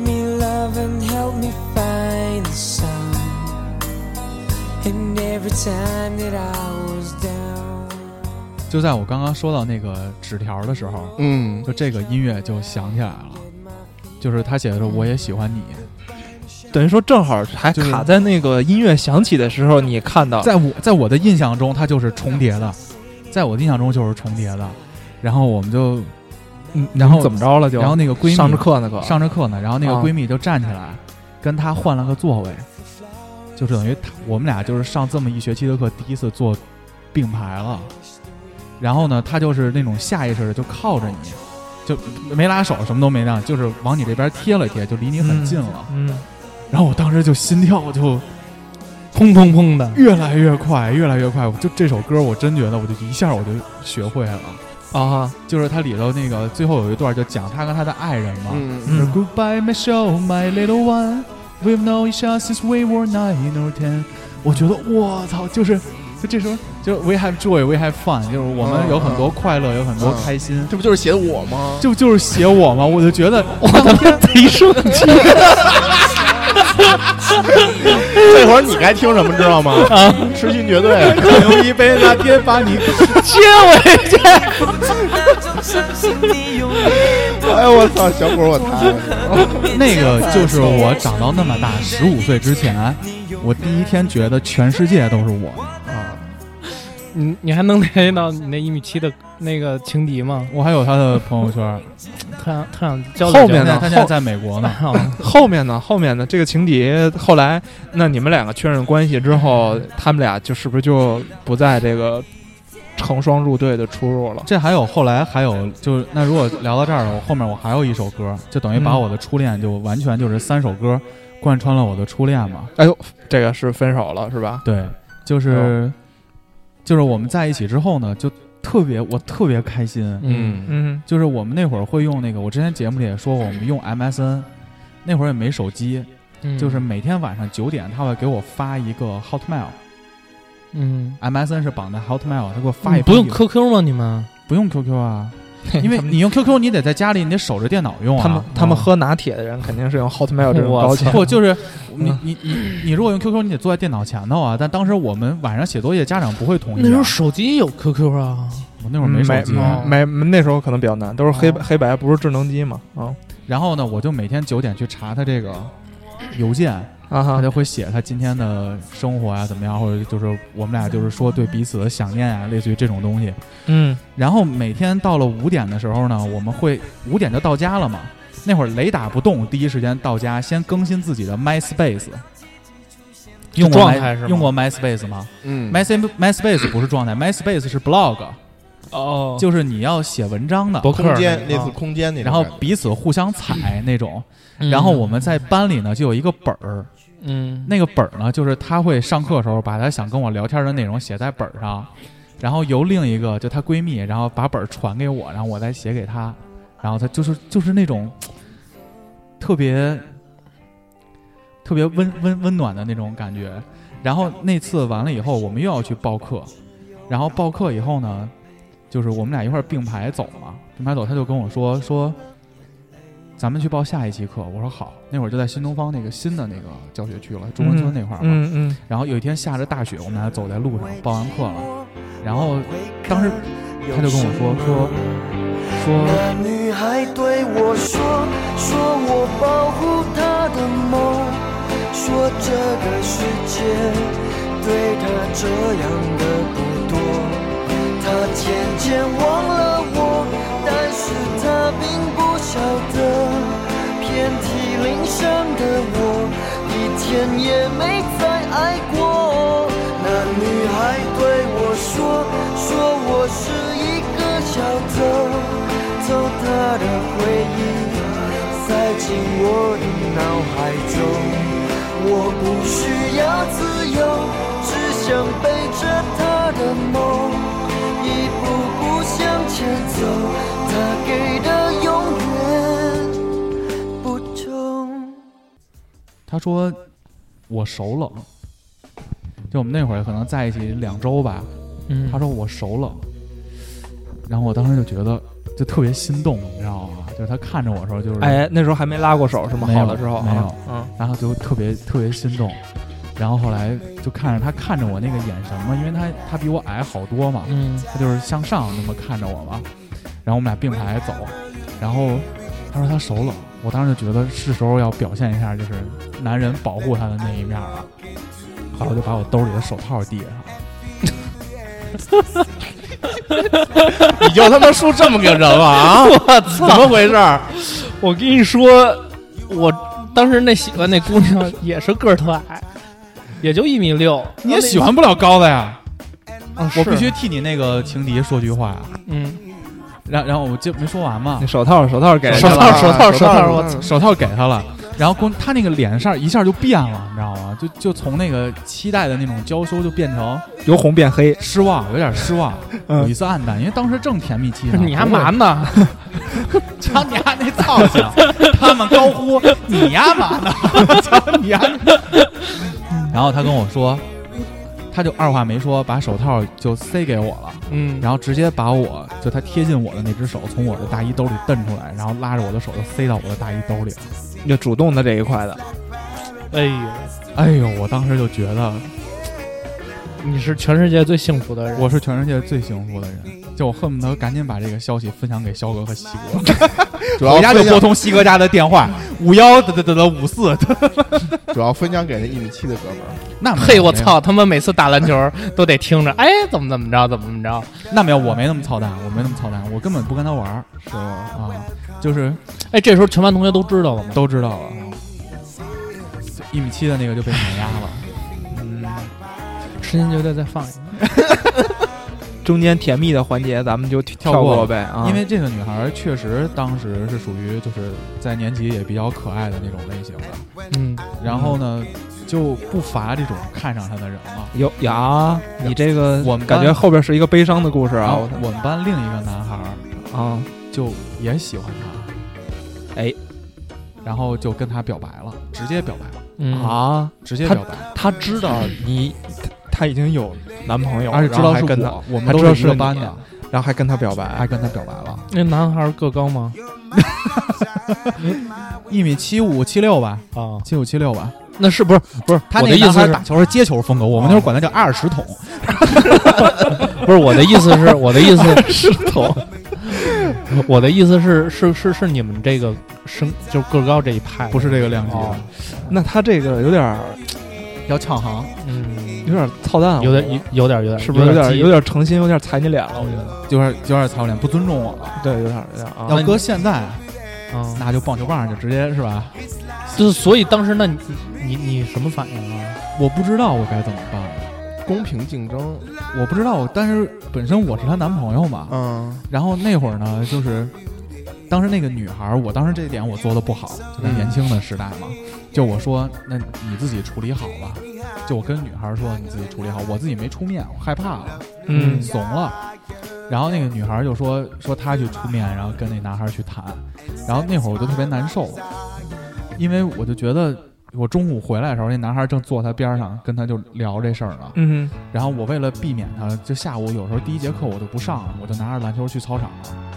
Speaker 8: me love and helped me find the sun. And every time that I was down.
Speaker 3: 就在我刚刚说到那个纸条的时候，
Speaker 10: 嗯
Speaker 3: 就这个音乐就想起来了，就是他写的是我也喜欢你，
Speaker 4: 嗯等于说正好还
Speaker 3: 就是
Speaker 4: 卡在那个音乐响起的时候，你看到，
Speaker 3: 在我在我的印象中，它就是重叠的，在我的印象中就是重叠的。然后我们就，
Speaker 4: 嗯
Speaker 3: 然后
Speaker 4: 怎么着了就？
Speaker 3: 然后那个闺蜜
Speaker 4: 上着课呢可
Speaker 3: 上着课呢，然后那个
Speaker 4: 啊
Speaker 3: 闺蜜就站起来，跟她换了个座位，就是等于她我们俩就是上这么一学期的课，第一次坐并排了。然后呢，她就是那种下意识的就靠着你，就没拉手，什么都没干，就是往你这边贴了贴，就离你很近了。
Speaker 4: 嗯，
Speaker 3: 然后我当时就心跳就
Speaker 7: 砰砰
Speaker 4: <laughs>
Speaker 7: 砰的
Speaker 3: 越来越快，越来越快。我就这首歌，我真觉得我就一下我就学会了。
Speaker 4: 啊，
Speaker 3: 就是它里头那个最后有一段就讲他跟他的爱人嘛，
Speaker 6: 嗯，
Speaker 4: 嗯
Speaker 3: Goodbye, Michelle, my little one. We've known each other since we were nine or ten. 我觉得我操，就是就这时候就是 We have joy, we have fun，就是我们
Speaker 6: 嗯
Speaker 3: 有很多快乐，有很多
Speaker 6: 嗯
Speaker 3: 开心。
Speaker 6: 这不就是写我吗？
Speaker 3: 就就是写我嘛，我就觉得我
Speaker 4: 贼生气，
Speaker 6: 这会儿你该听什么知道吗？啊，痴心绝对， <laughs>
Speaker 3: 牛一杯那天把你，
Speaker 6: 哎我操，小伙儿我太爱你了
Speaker 3: 那个就是我长到那么大，十五岁之前，我 <laughs> 第一天觉得全世界都是我。
Speaker 6: 啊！
Speaker 7: 嗯你你还能联系到你那一米七的那个情敌吗？
Speaker 3: 我还有他的朋友圈，
Speaker 7: 特想特想交流
Speaker 4: 后
Speaker 7: 交
Speaker 4: 面
Speaker 3: 现
Speaker 7: 流
Speaker 3: 在
Speaker 4: 呢
Speaker 3: 他现在在美国呢。
Speaker 7: 啊
Speaker 4: 后面呢？后面呢？这个情敌后来，那你们两个确认关系之后，他们俩就是不是就不在这个成双入对的出入了？
Speaker 3: 这还有后来还有就是那如果聊到这儿了，我后面我还有一首歌，就等于把
Speaker 4: 嗯
Speaker 3: 我的初恋就完全就是三首歌贯穿了我的初恋嘛。
Speaker 4: 哎呦，这个是分手了是吧？
Speaker 3: 对，就是、就是我们在一起之后呢，就特别我特别开心，
Speaker 7: <laughs>
Speaker 6: 嗯
Speaker 4: 嗯
Speaker 3: 就是我们那会儿会用那个，我之前节目里也说过，我们用 MSN，那会儿也没手机，
Speaker 7: 嗯
Speaker 3: 就是每天晚上九点他会给我发一个 Hotmail，MSN
Speaker 7: 嗯，
Speaker 3: 是绑在 Hotmail，他给我发
Speaker 4: 嗯
Speaker 3: 一
Speaker 7: 你不用
Speaker 3: 封
Speaker 7: QQ 吗？你们
Speaker 3: 不用 QQ
Speaker 4: <laughs>
Speaker 3: 啊，因为你用 QQ 你得在家里你得守着电脑用啊。
Speaker 4: 他们他们喝拿铁的人肯定是用 Hotmail 这种
Speaker 7: 我
Speaker 4: 高级
Speaker 7: 操
Speaker 3: 不，就是你
Speaker 4: 嗯
Speaker 3: 你你你如果用 QQ，你得坐在电脑前头啊。但当时我们晚上写作业，家长不会同意、啊。
Speaker 7: 那时候手机有 QQ 啊，
Speaker 3: 我那会儿没手
Speaker 4: 嗯没
Speaker 3: 机、
Speaker 7: 啊
Speaker 4: 没没那时候可能比较难，都是黑、
Speaker 7: 哦
Speaker 4: 黑白，不是智能机嘛。啊
Speaker 3: 然后呢，我就每天九点去查他这个邮件，
Speaker 4: 啊
Speaker 3: 他
Speaker 4: 哈，
Speaker 3: 就会写他今天的生活啊怎么样，或者就是我们俩就是说对彼此的想念啊，类似于这种东西。
Speaker 4: 嗯
Speaker 3: 然后每天到了五点的时候呢，我们会五点就到家了嘛。那会儿雷打不动，第一时间到家，先更新自己的 MySpace。用过
Speaker 7: 状
Speaker 3: My-
Speaker 7: 态是吗
Speaker 3: 用过 MySpace 吗？
Speaker 6: 嗯
Speaker 3: My MySpace 不是状态，MySpace 是 blog，
Speaker 7: 哦
Speaker 3: 就是你要写文章的，
Speaker 7: 博客
Speaker 6: 空间类
Speaker 7: 那
Speaker 6: 似
Speaker 7: 种
Speaker 6: 空间那种
Speaker 3: 然后
Speaker 6: 感觉，
Speaker 3: 彼此互相踩那种。
Speaker 7: 嗯
Speaker 3: 然后我们在班里呢就有一个本儿，
Speaker 7: 嗯
Speaker 3: 那个本儿呢就是他会上课的时候把他想跟我聊天的内容写在本儿上，然后由另一个就她闺蜜，然后把本儿传给我，然后我再写给她，然后她就是就是那种特别特别温温温暖的那种感觉。然后那次完了以后，我们又要去报课，然后报课以后呢，就是我们俩一块儿并排走嘛，并排走，她就跟我说说。咱们去报下一期课，我说好。那会儿就在新东方那个新的那个教学区了，中关村那块儿嘛。
Speaker 4: 嗯嗯
Speaker 3: 然后有一天下着大雪，我们俩走在路上，报完课了，然后当时他就跟我说说说
Speaker 8: 那女孩对我说，说我保护她的梦，说这个世界对她这样的不多。她渐渐忘了我，但是她并不晓得，遍体鳞伤的我，一天也没再爱过。那女孩对我说，说我是一个小偷。走他的回忆，塞进我的脑海中。我不需要自由，只想背着他的梦，一步步向前走。他给的永远不重。
Speaker 3: 他说我手冷，就我们那会儿可能在一起两周吧，
Speaker 7: 嗯
Speaker 3: 他说我手冷，然后我当时就觉得就特别心动，你知道吗？就是他看着我的时候就是，
Speaker 4: 哎，那时候还没拉过手是吗？
Speaker 3: 没有
Speaker 4: 好了之后啊
Speaker 3: 没有
Speaker 4: 嗯
Speaker 3: 然后就特别特别心动，然后后来就看着他看着我那个眼神嘛，因为他他比我矮好多嘛，
Speaker 7: 嗯
Speaker 3: 他就是向上那么看着我嘛，然后我们俩并排走，然后他说他手冷，我当时就觉得是时候要表现一下，就是男人保护他的那一面了。后来我就把我兜里的手套递给他，
Speaker 6: 你就他妈输这么个人了啊！我
Speaker 7: 嗯
Speaker 6: 操， <laughs> 怎么回事儿？
Speaker 7: 我跟你说，我当时那喜欢那姑娘也是个儿特矮，也就一米六。
Speaker 3: 你也喜欢不了高的呀？
Speaker 7: 啊？
Speaker 4: 嗯
Speaker 3: 我
Speaker 7: 是
Speaker 3: 必须替你那个情敌说句话，啊
Speaker 7: 嗯，
Speaker 3: 然然后我就没说完嘛
Speaker 4: 那，手套手套给人
Speaker 3: 手
Speaker 4: 家
Speaker 3: 套
Speaker 4: 了，
Speaker 3: 手套手套
Speaker 6: 我
Speaker 3: 手套给他了，然后光他那个脸色一下就变了，你知道吗？就就从那个期待的那种娇羞就变成
Speaker 4: 由红变
Speaker 3: <laughs>
Speaker 4: 黑，
Speaker 3: 失望，有点失望， <laughs>
Speaker 4: 嗯
Speaker 3: 有一丝暗淡，因为当时正甜蜜 <laughs> 期呢。
Speaker 7: 你还瞒呢？
Speaker 4: <laughs>
Speaker 3: 瞧你丫那造型，他们高呼你丫嘛呢？瞧 <laughs> 你丫那。然后他跟我说，他就二话没说，把手套就塞给我了，
Speaker 7: 嗯，
Speaker 3: 然后直接把我就他贴近我的那只手从我的大衣兜里蹬出来，然后拉着我的手就塞到我的大衣兜里。
Speaker 4: 就主动的这一块的，
Speaker 7: 哎呦，
Speaker 3: 哎呦，我当时就觉得
Speaker 7: 你是全世界最幸福的人。
Speaker 3: 我是全世界最幸福的人，就我恨不得赶紧把这个消息分享给肖哥和西哥。
Speaker 6: 主
Speaker 3: 我
Speaker 6: 要
Speaker 3: 家就
Speaker 6: 分
Speaker 3: 拨
Speaker 6: 享
Speaker 3: 通西哥家的电话，五幺得得得得五四，
Speaker 6: 主要分享给那一米七的哥们儿。
Speaker 3: 那没有
Speaker 7: <laughs> 嘿，我，操！他们每次打篮球都得听着，哎，怎么怎么着，怎么怎么着。
Speaker 3: 没有那没有，我没那么操蛋，我没那么操蛋，我根本不跟他玩儿
Speaker 6: 是吗？
Speaker 3: 啊，就是
Speaker 7: 哎，这时候全班同学都知道了吗？
Speaker 3: 都知道了，一米七的那个就被碾压了，
Speaker 7: 时间就得再放一放。
Speaker 4: 中间甜蜜的环节咱们就跳
Speaker 3: 跳过
Speaker 4: 过呗啊，
Speaker 3: 因为这个女孩儿确实当时是属于就是在年级也比较可爱的那种类型的，
Speaker 7: 嗯，
Speaker 3: 然后呢就不乏这种看上她的人了。
Speaker 4: 有呀，你这个
Speaker 3: 我嗯们班
Speaker 4: 感觉后边是一个悲伤的故事
Speaker 3: 然
Speaker 4: 啊，
Speaker 3: 后
Speaker 4: 我
Speaker 3: 我们班另一个男孩儿
Speaker 4: 操啊，
Speaker 3: 就也喜欢她，
Speaker 4: 哎，
Speaker 3: 然后就跟她表白了，直接表白了，
Speaker 7: 嗯
Speaker 4: 啊，
Speaker 3: 直接
Speaker 4: 她
Speaker 3: 表白。
Speaker 4: 他知道你，他他已经有男朋友，
Speaker 3: 嗯而且知
Speaker 4: 然后
Speaker 3: 道
Speaker 4: 还
Speaker 3: 是
Speaker 4: 跟他，
Speaker 3: 我，我们
Speaker 4: 还
Speaker 3: 都
Speaker 4: 知道
Speaker 3: 是一个
Speaker 4: 是
Speaker 3: 班
Speaker 4: 你啊
Speaker 3: 的，
Speaker 4: 然后还跟他表白
Speaker 3: 还，跟他表白了，
Speaker 7: 那男孩个高吗？
Speaker 3: 一米七五七六吧，
Speaker 7: 啊，
Speaker 3: 七五七六吧。
Speaker 7: 那是不是不是
Speaker 3: 他
Speaker 7: 我
Speaker 3: 那个
Speaker 7: 的意
Speaker 3: 男
Speaker 7: 思
Speaker 3: 孩
Speaker 7: 是
Speaker 3: 打球是接球风格，我们那时候管他叫二十桶。
Speaker 7: 不是我的意思是我的意思是头。我的意思是是是是你们这个身就个高这一派，
Speaker 3: 不是这个量级的
Speaker 7: 哦
Speaker 4: 那他这个有点儿
Speaker 3: 要呛行，
Speaker 7: 嗯，
Speaker 4: 有点儿操蛋了，
Speaker 7: 有点有有点有点
Speaker 4: 是不是有
Speaker 7: 有
Speaker 4: 点儿
Speaker 7: 激
Speaker 4: 有点儿诚心，有点儿踩你脸了？我觉得，
Speaker 3: 有点有点踩我脸，不尊重我了。
Speaker 4: 对，有点儿有点儿啊，
Speaker 3: 要搁现在，
Speaker 7: 嗯，
Speaker 3: 那就棒球棒就直接是吧？
Speaker 7: 就是所以当时那你你你什么反应啊？
Speaker 3: 我不知道我该怎么办，
Speaker 6: 公平竞争，
Speaker 3: 我不知道。但是本身我是她男朋友嘛，
Speaker 6: 嗯，
Speaker 3: 然后那会儿呢，就是当时那个女孩儿，我当时这一点我做的不好，就在年轻的时代嘛，就我说那你自己处理好吧，就我跟女孩儿说你自己处理好，我自己没出面，我害怕了，
Speaker 7: 嗯
Speaker 3: 怂了。然后那个女孩儿就说说她去出面，然后跟那男孩儿去谈，然后那会儿我就特别难受，因为我就觉得我中午回来的时候，那男孩儿正坐他边儿上，跟他就聊这事儿呢。
Speaker 4: 嗯哼，
Speaker 3: 然后我为了避免他，就下午有时候第一节课我就不上了，我就拿着篮球去操场了。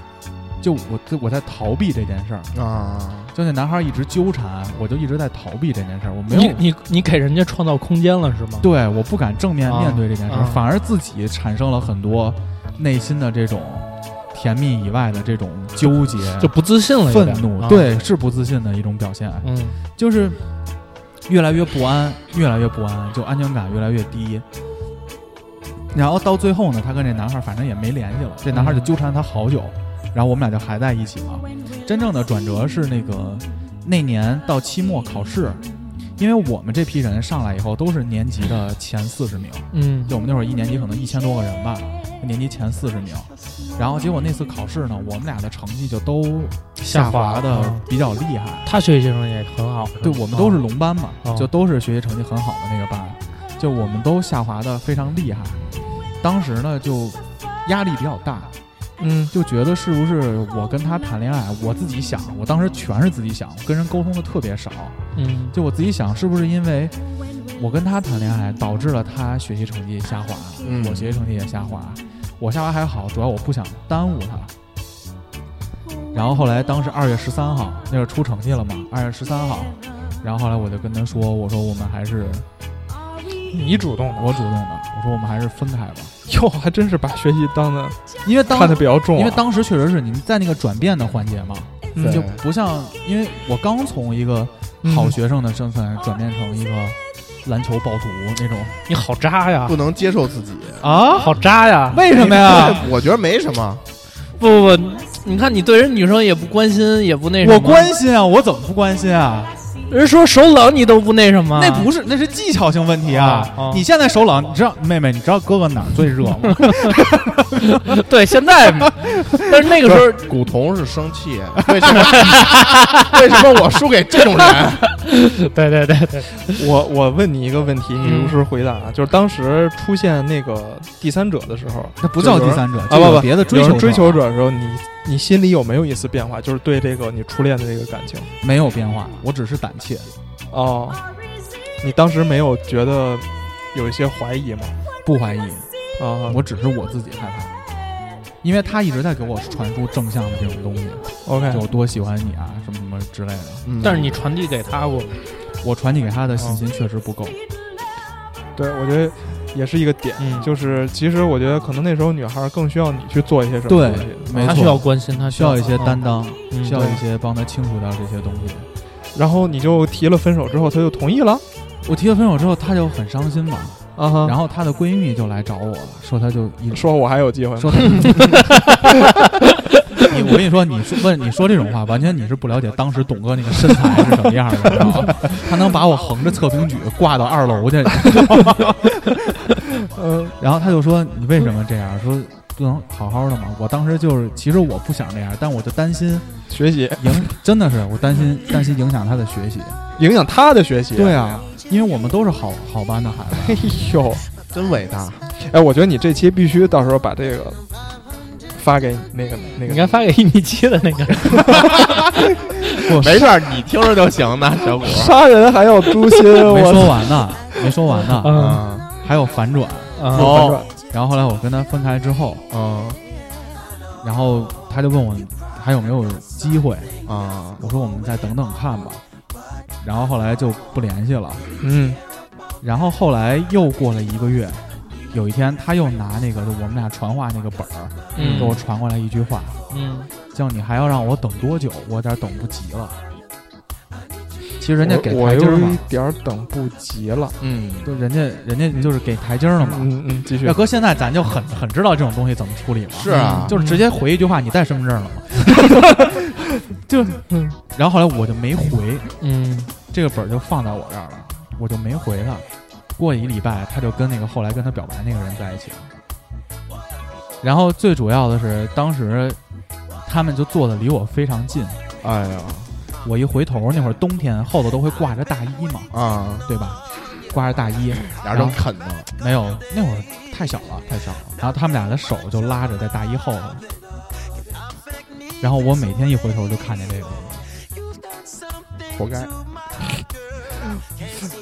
Speaker 3: 就我就我在逃避这件事儿，
Speaker 6: 啊，
Speaker 3: 就那男孩一直纠缠，我就一直在逃避这件事儿，我没
Speaker 7: 你
Speaker 3: 有
Speaker 7: 你你给人家创造空间了是吗？
Speaker 3: 对，我不敢正面
Speaker 7: 啊
Speaker 3: 面对这件事儿，
Speaker 7: 啊
Speaker 3: 反而自己产生了很多内心的这种甜蜜以外的这种纠结、
Speaker 7: 就不自信了有
Speaker 3: 愤
Speaker 7: 点，
Speaker 3: 怒，
Speaker 7: 啊，
Speaker 3: 对，是不自信的一种表现，
Speaker 7: 嗯
Speaker 3: 就是越来越不安，越来越不安，就安全感越来越低。然后到最后呢，她跟这男孩反正也没联系了，这男孩就纠缠她好久，然后我们俩就还在一起嘛。真正的转折是那个那年到期末考试，因为我们这批人上来以后都是年级的前四十名，
Speaker 7: 嗯
Speaker 3: 就我们那会儿一年级可能一千多个人吧，年级前四十名。然后结果那次考试呢，我们俩的成绩就都下滑的
Speaker 7: 啊
Speaker 3: 比较厉害。
Speaker 7: 他学习成绩也很好，吧
Speaker 3: 对，我们都是龙班嘛，
Speaker 7: 哦
Speaker 3: 就都是学习成绩很好的那个班，就我们都下滑的非常厉害。当时呢，就压力比较大，
Speaker 4: 嗯
Speaker 3: 就觉得是不是我跟他谈恋爱，我自己想，我当时全是自己想，我跟人沟通的特别少，
Speaker 7: 嗯
Speaker 3: 就我自己想，是不是因为我跟他谈恋爱导致了他学习成绩下滑，
Speaker 6: 嗯
Speaker 3: 我学习成绩也下滑，我下滑还好，主要我不想耽误他。然后后来当时二月十三号，那是出成绩了嘛，二月十三号，然后后来我就跟他说，我说我们还是
Speaker 4: 你主动
Speaker 3: 我主动的，我说我们还是分开吧，
Speaker 4: 哟，还真是把学习当的
Speaker 3: 因为当
Speaker 4: 看得比较重啊，
Speaker 3: 因为当时确实是你在那个转变的环节嘛，
Speaker 4: 嗯
Speaker 3: 就
Speaker 6: 对嗯
Speaker 3: 不像，因为我刚从一个好学生的身份转变成一个篮球暴徒那种。
Speaker 7: 你好渣呀
Speaker 6: 不能接受自己，
Speaker 7: 啊，好渣呀！
Speaker 3: 为什么呀？
Speaker 6: 我觉得没什么，
Speaker 7: 不不不，你看你对人女生也不关心，也不那什么，
Speaker 3: 我关心啊，我怎么不关心啊？
Speaker 7: 人说手冷你都不那什么，
Speaker 3: 那不是，那是技巧性问题啊！
Speaker 7: 哦哦
Speaker 3: 你现在手冷，你知道妹妹，你知道哥哥哪儿最热 <laughs> 吗？
Speaker 7: 对，现在， <laughs> 但是那个时候
Speaker 6: 古潼是生气，为什么？为什么我输给这种人？
Speaker 7: 对对对对，
Speaker 4: 我我问你一个问题，你
Speaker 7: 嗯
Speaker 4: 如实回答啊，就是当时出现那个第三者的时候，
Speaker 3: 那不叫第三者，
Speaker 4: 啊
Speaker 3: 就有
Speaker 4: 不不
Speaker 3: 别的追
Speaker 4: 有
Speaker 3: 求
Speaker 4: 人追求
Speaker 3: 者
Speaker 4: 者的时候，你你心里有没有一丝变化？就是对这个你初恋的这个感情
Speaker 3: 没有变化，我只是胆怯。
Speaker 4: 哦，你当时没有觉得有一些怀疑吗？
Speaker 3: 不怀疑，
Speaker 4: 啊，
Speaker 3: 我只是我自己害怕，因为他一直在给我传输正向的这种东西，
Speaker 4: OK，
Speaker 3: 就我多喜欢你啊，什么什么之类的。
Speaker 6: 嗯
Speaker 7: 但是你传递给他过，
Speaker 3: 我传递给他的信心确实不够，
Speaker 4: 对我觉得也是一个点，
Speaker 7: 嗯
Speaker 4: 就是其实我觉得可能那时候女孩更需要你去做一些什么
Speaker 3: 对
Speaker 4: 东西。啊
Speaker 3: 没
Speaker 7: 他
Speaker 3: 错
Speaker 7: 需要关心，他
Speaker 3: 需要一些担，当，
Speaker 7: 嗯
Speaker 3: 需要一些帮他清除掉这些东西。
Speaker 4: 然后你就提了分手之后，她就同意了
Speaker 3: 我提了分手之后，他就很伤心嘛，
Speaker 4: 啊哈，
Speaker 3: 然
Speaker 4: 后
Speaker 3: 后她的闺蜜就来找我了，说她就一 <laughs>
Speaker 4: 说我还有机会吗，
Speaker 3: 说她。你我跟你说，你说问你说这种话，完全你是不了解当时董哥那个身材是什么样的，你知道吗？他能把我横着测评举挂到二楼去，
Speaker 4: 嗯
Speaker 3: <laughs> 然后他就说你为什么这样？说不能好好的吗？我当时就是，其实我不想这样，但我就担心
Speaker 4: 学习
Speaker 3: 影，真的是我担心担心影响他的学习。
Speaker 4: 影响她的学习。
Speaker 3: 对啊，因为我们都是好好班的孩子。
Speaker 4: 哎呦，
Speaker 6: 真伟大，
Speaker 4: 哎，我觉得你这期必须到时候把这个发给那个那个，
Speaker 7: 你应该发给一米七的那个，
Speaker 6: 没事儿，你听着就行的，小谷。
Speaker 4: 杀人还要诛心，
Speaker 3: 没
Speaker 4: 我
Speaker 3: 说完呢，没说完呢，
Speaker 7: 嗯
Speaker 6: 啊
Speaker 3: 还有反转。
Speaker 7: 嗯，
Speaker 6: 哦，
Speaker 3: 然后后来我跟他分开之后，
Speaker 6: 嗯
Speaker 3: 然后他就问我还有没有机会，
Speaker 6: 啊，
Speaker 3: 我说我们再等等看吧。然后后来就不联系了。
Speaker 4: 嗯
Speaker 3: 然后后来又过了一个月，有一天他又拿那个就我们俩传话那个本儿
Speaker 7: 嗯
Speaker 3: 给我传过来一句话，
Speaker 7: 嗯，
Speaker 3: 叫你还要让我等多久？我有点等不及了。其实人家给
Speaker 4: 我我
Speaker 3: 台阶儿
Speaker 4: 有
Speaker 3: 嘛
Speaker 4: 一，点儿等不及了。
Speaker 6: 嗯，
Speaker 3: 就人家人家就是给台阶儿了嘛。
Speaker 4: 嗯嗯，继续
Speaker 3: 要。搁现在，咱就很很知道这种东西怎么处理了。嗯
Speaker 6: 是啊，
Speaker 3: 就是直接回一句话，你带身份证了吗？
Speaker 6: <laughs>
Speaker 3: 就，然后后来我就没回，
Speaker 7: 嗯，
Speaker 3: 这个本儿就放在我这儿了，我就没回他。过一礼拜，他就跟那个后来跟他表白那个人在一起了。然后最主要的是，当时他们就坐的离我非常近，
Speaker 6: 哎呀
Speaker 3: 我一回头，那会儿冬天后头都会挂着大衣嘛，
Speaker 6: 啊，
Speaker 3: 对吧？挂着大衣，
Speaker 6: 俩人正啃呢，
Speaker 3: 没有那会儿太小了，
Speaker 6: 太小了，
Speaker 3: 然后他们俩的手就拉着在大衣后头，然后我每天一回头就看见这个，
Speaker 6: 活该。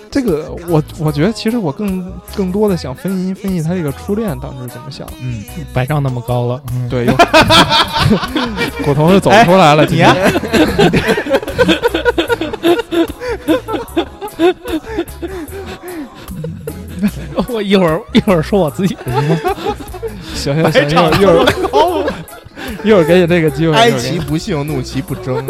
Speaker 4: 这个我我觉得，其实我更更多的想分析分析他这个初恋当时怎么想。
Speaker 3: 嗯，
Speaker 7: 白上那么高了，
Speaker 4: 对，有古潼是走不出来了，今天。
Speaker 7: <laughs> 我一会儿一会儿说我自己，
Speaker 4: 行行行，一会儿一会儿 <laughs> 一会儿给你这个机会。
Speaker 6: 哀
Speaker 4: 一会儿给
Speaker 6: 其
Speaker 4: 你
Speaker 6: 不幸，怒其不争。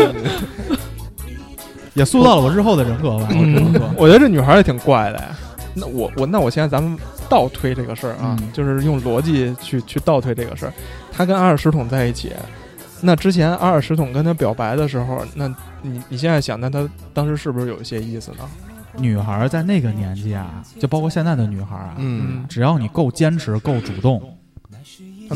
Speaker 3: 也塑造了我日后的人格吧，我只能说
Speaker 4: 嗯，，我觉得这女孩也挺怪的呀。那我我那我现在咱们倒推这个事儿啊，
Speaker 3: 嗯
Speaker 4: 就是用逻辑去去倒推这个事儿。她跟阿尔石桶在一起，那之前阿尔石桶跟她表白的时候，那你你现在想，那她当时是不是有一些意思呢？
Speaker 3: 女孩儿在那个年纪啊，就包括现在的女孩儿啊，
Speaker 6: 嗯，
Speaker 3: 只要你够坚持、够主动，
Speaker 6: 他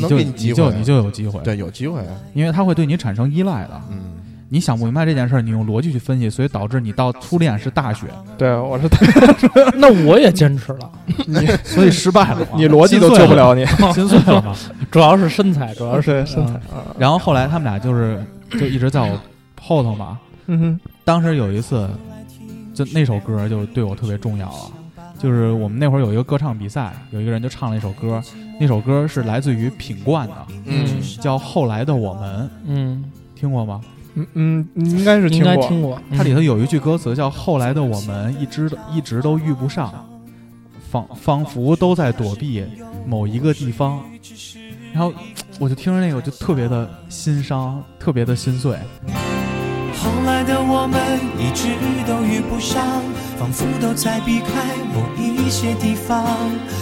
Speaker 3: 嗯你
Speaker 6: 能
Speaker 3: 就
Speaker 6: 给你
Speaker 3: 你
Speaker 6: 机
Speaker 3: 就
Speaker 6: 会，啊
Speaker 3: 你就有机会，，
Speaker 6: 对有机会。啊
Speaker 3: 因为他会对你产生依赖的。
Speaker 6: 嗯，
Speaker 3: 你想不明白这件事儿，你用逻辑去分析，所以导致你到初恋是大学，
Speaker 4: 对，我 <laughs> 说
Speaker 7: <laughs> 那我也坚持了，
Speaker 3: 所以失败了嘛。
Speaker 4: 你逻辑都救不了你，
Speaker 3: 心碎了，心碎了嘛。
Speaker 7: 主要是身材，主要是
Speaker 4: 是身材啊。
Speaker 3: 然后后来他们俩就是就一直在我后头嘛，
Speaker 4: 嗯
Speaker 3: 当时有一次，就那首歌就对我特别重要啊，就是我们那会儿有一个歌唱比赛，有一个人就唱了一首歌，那首歌是来自于品冠的，
Speaker 7: 嗯
Speaker 3: 叫《后来的我们
Speaker 7: 嗯，》，
Speaker 3: 听过吗？
Speaker 4: 哼，嗯嗯，应该是
Speaker 7: 应
Speaker 4: 听
Speaker 7: 该
Speaker 4: 过。
Speaker 7: 听过，嗯
Speaker 3: 它里头有一句歌词叫“后来的我们一直一直都遇不上，仿仿佛都在躲避某一个地方”，然后我就听着那个我就特别的心伤，特别的心碎。
Speaker 11: 后来的我们一直都遇不上，仿佛都在避开某一些地方，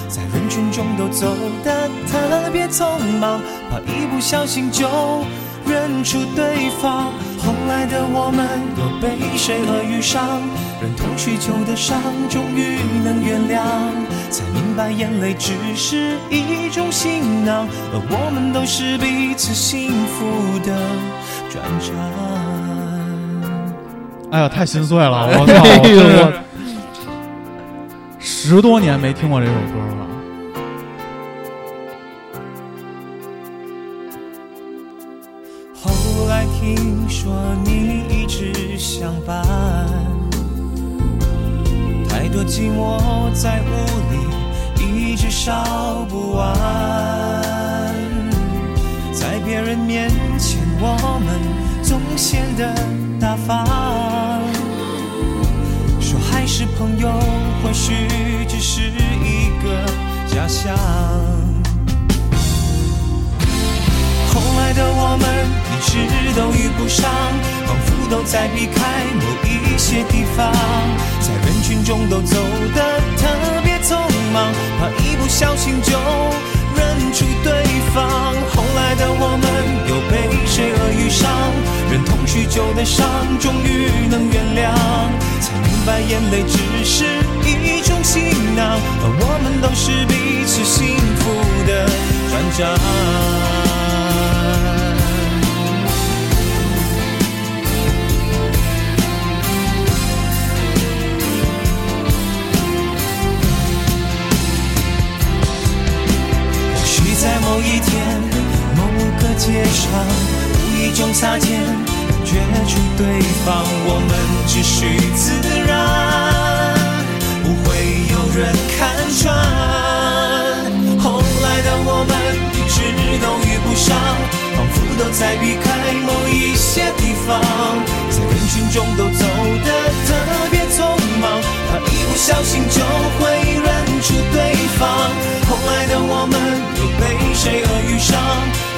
Speaker 11: 在人群中都走得特别匆忙，怕一不小心就认出对方。后来的我们都被谁和遇上？忍痛许久的伤，终于能原谅，才明白眼泪只是一种行囊，而我们都是彼此幸福的转账。
Speaker 3: 哎呀，太心碎了！我操，我真是十多年没听过这首歌了。
Speaker 11: 后来听说你一直相伴，太多寂寞在屋里一直烧不完，在别人面前我们总显得大方，说还是朋友，或许只是一个假象。后来的我们一直都遇不上，仿佛都在避开某一些地方，在人群中都走得特别匆忙，怕一不小心就认出对方。后来的我们又被谁而遇上，忍痛许久的伤，终于能原谅，才明白眼泪只是一种行囊，而我们都是彼此幸福的转账。或许在某一天、某个街上，无意中擦肩，感觉出对方，我们只需自然，不会有人看穿。后来的我们一直都遇不上，仿佛都在避开某一些地方，在人群中都走得特别匆忙，怕一不小心就会认出对方。后来的我们又被谁而遇上？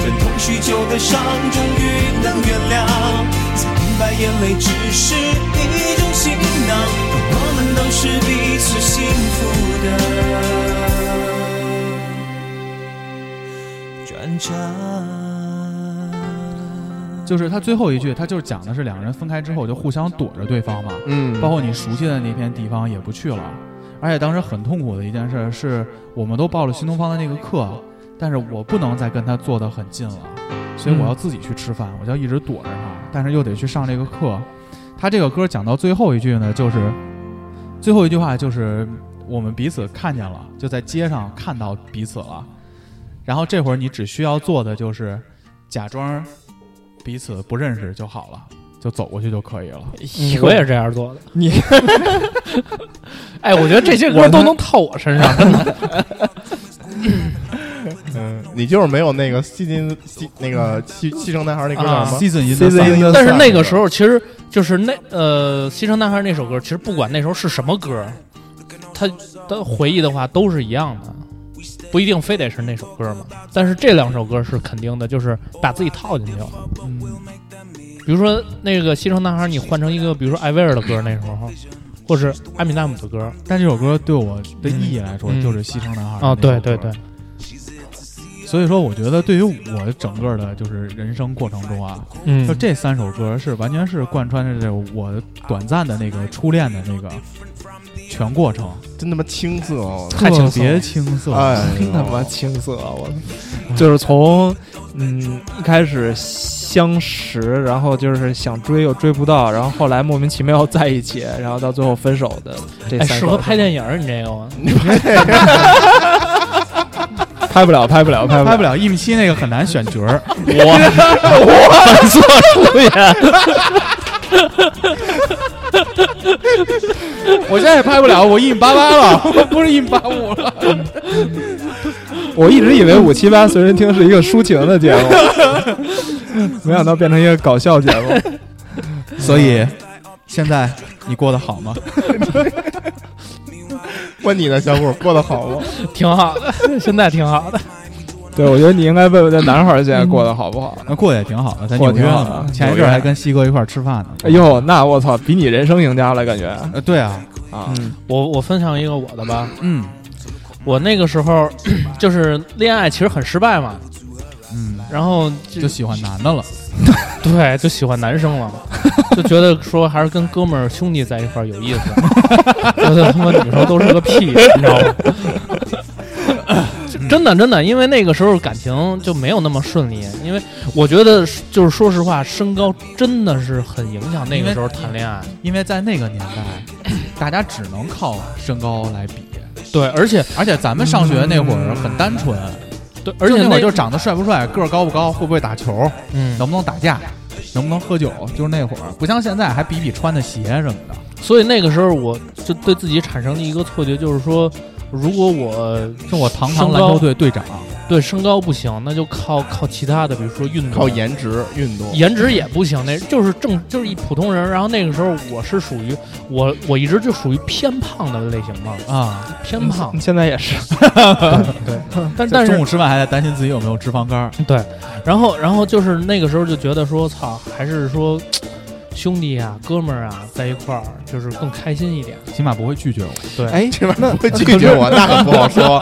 Speaker 11: 忍痛许久的伤，终于能原谅，才明白眼泪只是一种行囊，而我们都是彼此幸福的转账。
Speaker 3: 就是他最后一句，他就是讲的是两个人分开之后就互相躲着对方嘛，
Speaker 6: 嗯
Speaker 3: 包括你熟悉的那片地方也不去了。而且当时很痛苦的一件事是，我们都报了新东方的那个课，但是我不能再跟他坐得很近了，所以我要自己去吃饭，我就要一直躲着他，但是又得去上这个课。他这个歌讲到最后一句呢，就是最后一句话就是我们彼此看见了，就在街上看到彼此了。然后这会儿你只需要做的就是假装彼此不认识就好了，就走过去就可以了。
Speaker 7: 我也是这样做的。
Speaker 4: 你，
Speaker 7: <laughs> 哎，我觉得这些歌都能套我身上，真的。
Speaker 6: 嗯，你就是没有那个西金西那个西西城男孩那歌
Speaker 4: 啊
Speaker 6: 叫什么？
Speaker 3: Season in the
Speaker 6: Season
Speaker 3: Sun
Speaker 6: in the
Speaker 7: <laughs> 但是那个时候其实就是那呃，《西城男孩》那首歌，其实不管那时候是什么歌，他的回忆的话都是一样的，不一定非得是那首歌嘛。但是这两首歌是肯定的，就是把自己套进去了。
Speaker 4: 嗯
Speaker 7: 比如说那个《西城男孩》，你换成一个比如说艾薇儿的歌，那时候，或是艾米纳姆的歌
Speaker 3: 但这首歌对我的意义来说，
Speaker 7: 嗯
Speaker 3: 就是《西城男孩》
Speaker 7: 啊，对
Speaker 3: 那
Speaker 7: 对
Speaker 3: 首
Speaker 7: 对
Speaker 3: 歌。，所以说，我觉得对于我整个的就是人生过程中啊，
Speaker 7: 嗯
Speaker 3: 就，这三首歌是完全是贯穿着这我短暂的那个初恋的那个全过程，
Speaker 6: 真他妈青涩哦！
Speaker 3: 太清别青涩了。
Speaker 6: 哎呦，
Speaker 4: 真他
Speaker 7: 哦
Speaker 4: 妈青涩啊！我就是从嗯一开始相识，然后就是想追又追不到，然后后来莫名其妙在一起，然后到最后分手的这
Speaker 7: 哎，
Speaker 4: 三
Speaker 7: 适
Speaker 4: 首
Speaker 7: 合
Speaker 4: 歌、
Speaker 7: 拍电影儿，你这个吗？
Speaker 4: 拍不了，拍不了，拍不
Speaker 3: 拍
Speaker 4: 了
Speaker 3: 不。了一米七那个很难选角
Speaker 4: <laughs>
Speaker 3: 儿，
Speaker 4: 我现在也拍不了，我一米八八了， <laughs>
Speaker 3: 不是一米八五了。
Speaker 4: 我一直以为五七八随身听是一个抒情的 <laughs> 节目，没想到变成一个搞笑节目。
Speaker 3: 所以现在你过得好吗？
Speaker 6: 问你呢，小伙过得好吗？
Speaker 7: 挺好的，现在挺好的。
Speaker 4: 对，我觉得你应该问问这男孩儿现在过得好不好。
Speaker 3: 那过得也挺好的，在
Speaker 4: 过得
Speaker 3: 纽约
Speaker 4: 挺好
Speaker 3: 呢
Speaker 4: 的
Speaker 3: 前一阵儿还跟西哥一块儿吃饭呢。
Speaker 4: 哎，呦，那我操，比你人生赢家了，感觉
Speaker 3: 呃，对啊，
Speaker 4: 啊，
Speaker 7: 我我分享一个我的吧，
Speaker 3: 嗯
Speaker 7: <clears throat> 我那个时候就是恋爱，其实很失败嘛。
Speaker 3: 嗯，
Speaker 7: 然后就
Speaker 3: 就喜欢男的了。
Speaker 7: 对，就喜欢男生 <laughs> 了，就觉得说还是跟哥们儿兄弟在一块儿有意思， <laughs> 觉得他妈女生都是个屁，你知道 <laughs> 吗？真的真的，因为那个时候感情就没有那么顺利，因为我觉得是就是说实话，身高真的是很影响那
Speaker 3: 因
Speaker 7: 个
Speaker 3: 为
Speaker 7: 时候谈恋爱。
Speaker 3: 因为在那个年代，大家只能靠身高来比，
Speaker 7: 对，而且
Speaker 3: 而且咱们上学那会儿很单纯，
Speaker 7: 对，而
Speaker 3: 就
Speaker 7: 且
Speaker 3: 那会儿就长得帅不帅，个儿高不高，会不会打球，
Speaker 7: 嗯，
Speaker 3: 能不能打架，能不能喝酒，就是那会儿，不像现在还比比穿的鞋什么的。
Speaker 7: 所以那个时候我就对自己产生了一个错觉，就是说，如果我
Speaker 3: 就我堂堂
Speaker 7: 身
Speaker 3: 篮
Speaker 7: 高
Speaker 3: 球队队长，
Speaker 7: 对身高不行，那就靠靠其他的，比如说运动，啊
Speaker 6: 靠颜值、运动，
Speaker 7: 颜值也不行，那就是正就是一普通人。然后那个时候我是属于我我一直就属于偏胖的类型嘛，
Speaker 3: 啊，
Speaker 7: 偏胖
Speaker 4: 你。现在也是，
Speaker 7: 但但
Speaker 3: 啊中
Speaker 7: 是
Speaker 3: 午吃饭还在担心自己有没有脂肪肝儿。
Speaker 7: 对，然后然后就是那个时候就觉得说操，还是说兄弟啊哥们儿啊在一块儿就是更开心一点。
Speaker 3: 起码不会拒绝我。
Speaker 4: <laughs> 哎，
Speaker 6: 这玩意儿不会拒绝我，那可不好说，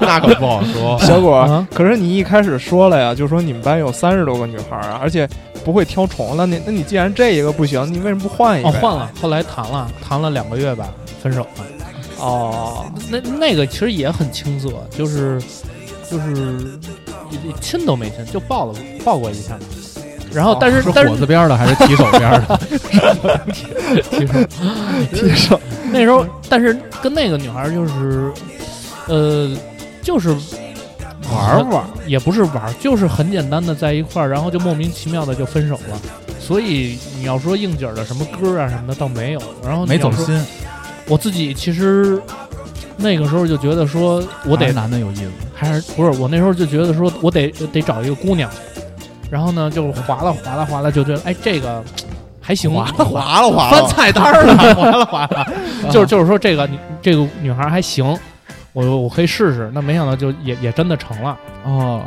Speaker 6: 那可不好说。
Speaker 4: 小 <laughs> 果
Speaker 7: 啊
Speaker 4: 儿，可是你一开始说了呀，就说你们班有三十多个女孩儿啊，而且不会挑虫了。你那你既然这一个不行，你为什么不换一个？
Speaker 7: 哦，换。了，后来谈了谈了两个月吧，分手了。
Speaker 4: 哦，
Speaker 7: 那那个其实也很青涩，就是就是亲都没亲，就抱了抱过一下。然后，但是、
Speaker 3: 哦是
Speaker 7: 但
Speaker 3: 火字边儿的还是提手边儿
Speaker 7: <laughs>
Speaker 3: 的？
Speaker 7: 提手，
Speaker 4: <laughs>
Speaker 7: 提手。那时候，但是跟那个女孩儿就是，呃，就是
Speaker 3: 玩玩，
Speaker 7: 也不是玩儿，就是很简单的在一块儿，然后就莫名其妙的就分手了。所以你要说应景儿的什么歌啊什么的倒没有，然后你
Speaker 3: 没
Speaker 7: 要
Speaker 3: 走
Speaker 7: 说
Speaker 3: 心。
Speaker 7: 我自己其实那个时候就觉得说，我
Speaker 3: 还
Speaker 7: 得
Speaker 3: 是男的有意思，
Speaker 7: 还是不是我那时候就觉得说我得得找一个姑娘，然后呢就划拉划拉划拉，就觉得哎这个还行，
Speaker 3: 划
Speaker 7: 拉划
Speaker 6: 划了
Speaker 3: 哦
Speaker 6: 划
Speaker 7: 翻
Speaker 6: 了，
Speaker 7: 菜
Speaker 3: <laughs>
Speaker 7: 单儿了，划拉划
Speaker 3: 嗯
Speaker 7: 拉，就是就是说这个女这个女孩还行，我我可以试试。那没想到就也也真的成了，
Speaker 3: 哦，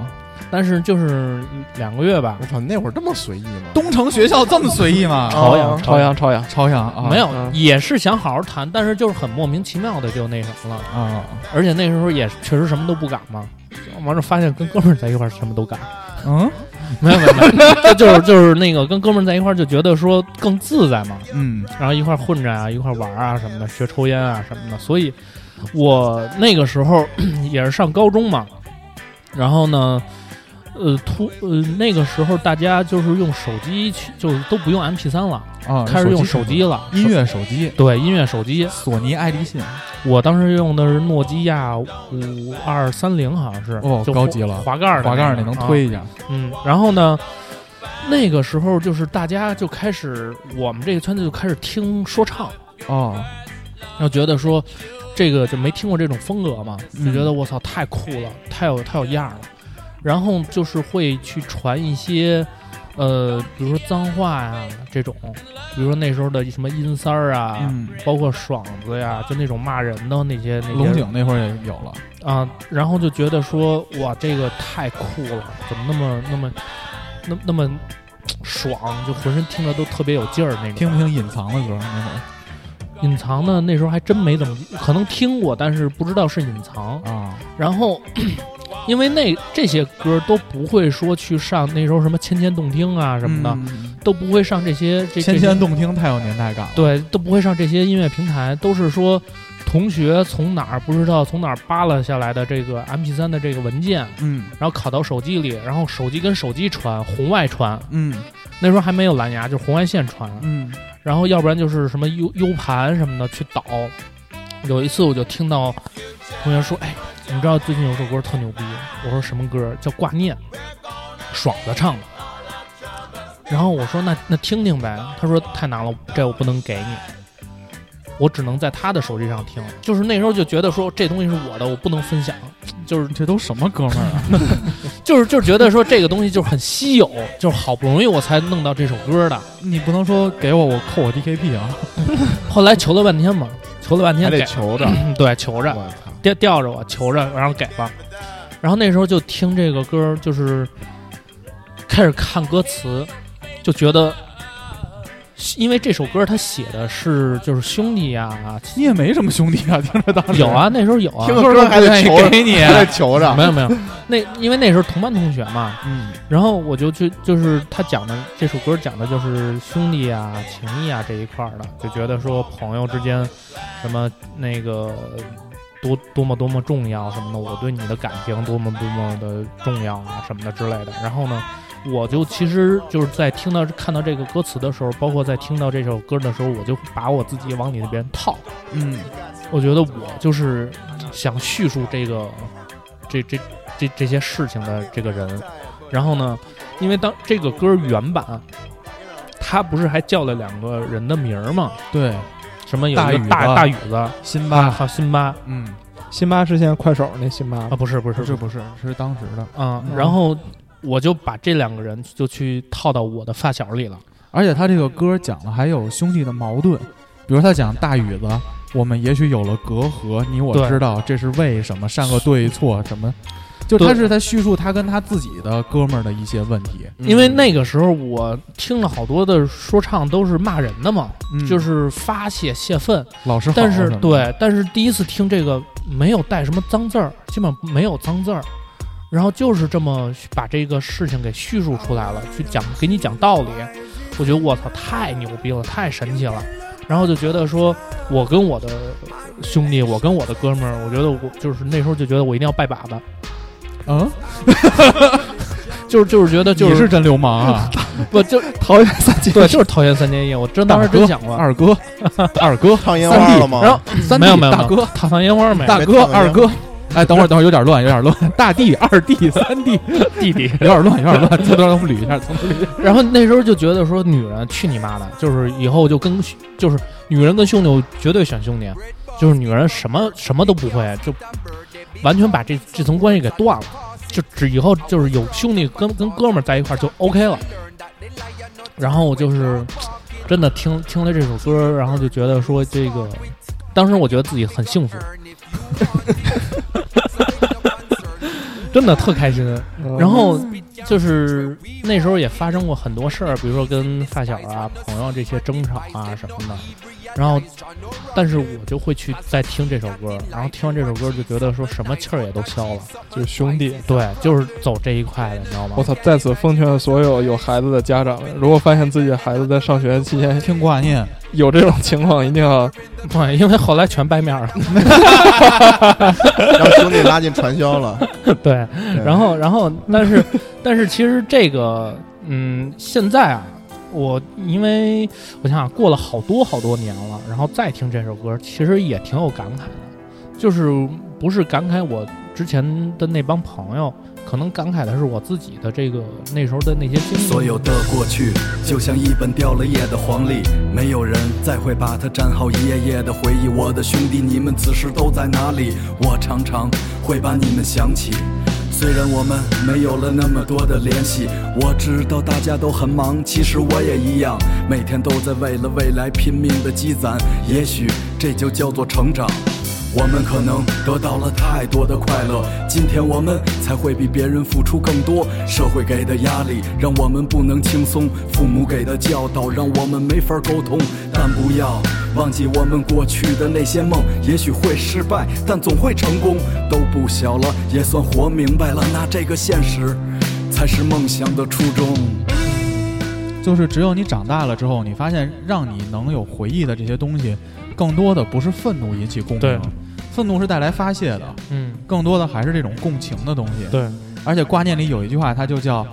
Speaker 7: 但是就是两个月吧
Speaker 6: 我，操，你那会儿这么随意吗？
Speaker 3: 东城学校这么随意吗？
Speaker 7: 朝阳
Speaker 4: 朝阳，朝阳。
Speaker 3: 朝阳啊，
Speaker 7: 没有
Speaker 4: 嗯
Speaker 7: 也是想好好谈，但是就是很莫名其妙的就那什么了，
Speaker 3: 啊，
Speaker 7: 而且那时候也确实什么都不敢嘛。完了发现跟哥们儿在一块儿什么都敢， <laughs>
Speaker 3: 嗯
Speaker 7: 没有没有，没有，就就是就是那个跟哥们儿在一块儿就觉得说更自在嘛，
Speaker 3: 嗯，
Speaker 7: 然后一块儿混着啊，一块儿玩儿啊什么的，学抽烟啊什么的。所以，我那个时候 <clears throat> 也是上高中嘛，然后呢，呃，突呃那个时候大家就是用手机去，就都不用 MP 三了，
Speaker 3: 啊，
Speaker 7: 开始用手机
Speaker 3: 了，
Speaker 7: 了，
Speaker 3: 音乐手机，
Speaker 7: 对音乐手机。
Speaker 3: 索尼爱立信，
Speaker 7: 我当时用的是诺基亚五二三零，好像是
Speaker 3: 哦
Speaker 7: 就
Speaker 3: 高级了
Speaker 7: 滑盖儿的
Speaker 3: 滑盖儿
Speaker 7: 那
Speaker 3: 那
Speaker 7: 个
Speaker 3: 能
Speaker 7: 啊
Speaker 3: 推一下，
Speaker 7: 嗯，然后呢，那个时候就是大家就开始，我们这个圈子就开始听说唱，
Speaker 3: 哦，
Speaker 7: 然后觉得说这个就没听过这种风格嘛，就
Speaker 3: 嗯
Speaker 7: 觉得我操太酷了，太有太有样儿了。然后就是会去传一些，呃，比如说脏话呀、这种，比如说那时候的什么阴三儿啊，
Speaker 3: 嗯，
Speaker 7: 包括爽子呀，就那种骂人的那些那些
Speaker 3: 龙井那会儿也有了，
Speaker 7: 啊，然后就觉得说哇，这个太酷了，怎么那么那么那那么爽，就浑身听着都特别有劲儿那种。
Speaker 3: 听不听隐藏的歌？那会
Speaker 7: 隐藏呢，那时候还真没怎么，可能听过，但是不知道是隐藏。
Speaker 3: 儿啊，
Speaker 7: 然后 <clears throat> 因为那这些歌都不会说去上那时候什么千千动听啊什么的，
Speaker 3: 的，
Speaker 7: 都不会上这些这
Speaker 3: 嗯千
Speaker 7: 这些
Speaker 3: 千动听太有年代感了，
Speaker 7: 对，都不会上这些音乐平台，都是说同学从哪儿不知道从哪儿扒拉下来的这个 MP 3的这个文件，
Speaker 3: 嗯
Speaker 7: 然后拷到手机里，然后手机跟手机传，红外传，
Speaker 3: 嗯
Speaker 7: 那时候还没有蓝牙，就是红外线传，
Speaker 3: 嗯，
Speaker 7: 然后要不然就是什么 U U 盘什么的去导。有一次我就听到同学说：“哎，你知道最近有首歌特牛逼？”我说：“什么歌？叫《挂念》，爽子唱的。”然后我说：“那那听听呗。”他说：“太难了，这我不能给你，我只能在他的手机上听。”就是那时候就觉得说这东西是我的，我不能分享，就是
Speaker 3: 这都什么哥们儿啊？
Speaker 7: 就是就是觉得说这个东西就是很稀有，就是好不容易我才弄到这首歌的。
Speaker 3: <laughs> 你不能说给我，我扣我 DKP 啊！
Speaker 7: 后来求了半天嘛，求了半
Speaker 6: 还
Speaker 7: 天
Speaker 6: 得
Speaker 7: 给，
Speaker 6: 求着，
Speaker 7: 嗯对，求着
Speaker 6: 我操，
Speaker 7: 吊吊着我，求着，然后给吧。然后那时候就听这个歌，就是开始看歌词，就觉得因为这首歌他写的是就是兄弟呀，
Speaker 3: <laughs> 你也没什么兄弟啊，听着当时 <laughs>
Speaker 7: 有，啊，那时候有啊
Speaker 6: 听，个歌啊还得求着，
Speaker 3: 给 <laughs> 你啊
Speaker 6: 还得求着，
Speaker 7: 没有没有，那因为那时候同班同学嘛，
Speaker 3: 嗯
Speaker 7: 然后我就去，就是他讲的这首歌讲的就是兄弟啊、情谊啊这一块儿的，就觉得说朋友之间什么那个多多么多么重要什么的，我对你的感情多么多么的重要啊什么的之类的。然后呢，我就其实就是在听到看到这个歌词的时候，包括在听到这首歌的时候，我就把我自己往你那边套。
Speaker 3: 嗯，
Speaker 7: 我觉得我就是想叙述这个这这这这些事情的这个人。然后呢，因为当这个歌原版，他不是还叫了两个人的名儿吗？
Speaker 3: 对，
Speaker 7: 什么有
Speaker 3: 大
Speaker 7: 一
Speaker 3: 宇
Speaker 7: 个大
Speaker 3: 吧
Speaker 7: 大宇子，
Speaker 3: 辛
Speaker 7: 啊，
Speaker 3: 巴，
Speaker 7: 还有辛巴
Speaker 3: 嗯，
Speaker 4: 辛巴是现在快手那辛巴
Speaker 7: 啊，
Speaker 4: 吗？
Speaker 7: 不是不是
Speaker 3: 不是不是是当时的，
Speaker 7: 啊、
Speaker 4: 嗯
Speaker 7: 然后我就把这两个人就去套到我的发小里了。
Speaker 3: 而且他这个歌讲了还有兄弟的矛盾，比如他讲大宇子。我们也许有了隔阂，你我
Speaker 7: 对
Speaker 3: 知道这是为什么，善恶对错什么，就他
Speaker 7: 对
Speaker 3: 是在叙述他跟他自己的哥们儿的一些问题，
Speaker 7: 因
Speaker 6: 嗯
Speaker 7: 为那个时候我听了好多的说唱都是骂人的嘛，
Speaker 3: 嗯
Speaker 7: 就是发泄泄愤。
Speaker 3: 老师好
Speaker 7: 但
Speaker 3: 什
Speaker 7: 是
Speaker 3: 么的
Speaker 7: 对，但是第一次听这个没有带什么脏字儿，基本没有脏字儿，然后就是这么把这个事情给叙述出来了，去讲给你讲道理，我觉得我操太牛逼了，太神奇了，然后就觉得说我跟我的兄弟，我跟我的哥们儿，我觉得我就是那时候就觉得我一定要拜把子，
Speaker 3: 嗯，
Speaker 7: 就是就是觉得就
Speaker 3: 你是真流氓
Speaker 7: <laughs>
Speaker 3: 啊，
Speaker 7: 不就
Speaker 4: 桃园三结
Speaker 7: 对，就是桃园三结义，我真当时真想过。
Speaker 3: 二
Speaker 7: <laughs>
Speaker 3: 哥，二哥，
Speaker 6: 放烟
Speaker 3: 三
Speaker 6: 花
Speaker 3: D
Speaker 6: 了吗？
Speaker 7: 然后
Speaker 3: 三
Speaker 7: 没有没有，
Speaker 3: 大哥，
Speaker 7: 塔防烟花没？
Speaker 3: 大
Speaker 6: 没
Speaker 3: 哥，
Speaker 6: 看过
Speaker 3: 二哥。哎，等会儿，等会儿，有点乱，有点乱。大弟、二弟、三弟，
Speaker 7: 弟弟，
Speaker 3: <laughs> 有点乱，有点乱。从头让我们捋一下，从头捋一下。
Speaker 7: 然后那时候就觉得说，女人去你妈的！就是以后就跟就是女人跟兄弟，我绝对选兄弟。啊就是女人什么什么都不会，就完全把这这层关系给断了。就只以后就是有兄弟跟跟哥们儿在一块儿就 OK 了。然后我就是真的听听了这首歌，然后就觉得说这个，当时我觉得自己很幸福， <laughs> 真的特开心。
Speaker 4: 嗯
Speaker 7: 然后就是那时候也发生过很多事儿，比如说跟发小啊、朋友这些争吵啊什么的。然后，但是我就会去再听这首歌，然后听完这首歌就觉得说什么气儿也都消了。
Speaker 4: 就是兄弟。
Speaker 7: 对，就是走这一块的，你知道吗？
Speaker 4: 我操！在此奉劝所有有孩子的家长，如果发现自己的孩子在上学期间
Speaker 3: 听挂念，
Speaker 4: 有这种情况，一定要
Speaker 7: 对，因为后来全掰面了。 <laughs>
Speaker 6: 让兄弟拉进传销了。
Speaker 7: 对，
Speaker 6: 对
Speaker 7: 然后，然后，但是，但是，其实这个，嗯，现在啊，我因为我想想，过了好多好多年了，然后再听这首歌，其实也挺有感慨的，就是不是感慨我之前的那帮朋友，可能感慨的是我自己的这个那时候的那些经历。
Speaker 12: 所有的过去就像一本掉了页的黄历，没有人再会把它粘好一页页的回忆。我的兄弟，你们此时都在哪里？我常常会把你们想起。虽然我们没有了那么多的联系，我知道大家都很忙，其实我也一样，每天都在为了未来拼命的积攒。也许这就叫做成长。我们可能得到了太多的快乐，今天我们才会比别人付出更多。社会给的压力让我们不能轻松，父母给的教导让我们没法沟通。但不要忘记我们过去的那些梦，也许会失败，但总会成功。都不小了，也算活明白了，那这个现实才是梦想的初衷。
Speaker 3: 就是只有你长大了之后，你发现让你能有回忆的这些东西，更多的不是愤怒引起共
Speaker 7: 对
Speaker 3: 鸣，愤怒是带来发泄的，
Speaker 7: 嗯，
Speaker 3: 更多的还是这种共情的东西。
Speaker 7: 对，
Speaker 3: 而且挂念里有一句话，它就叫。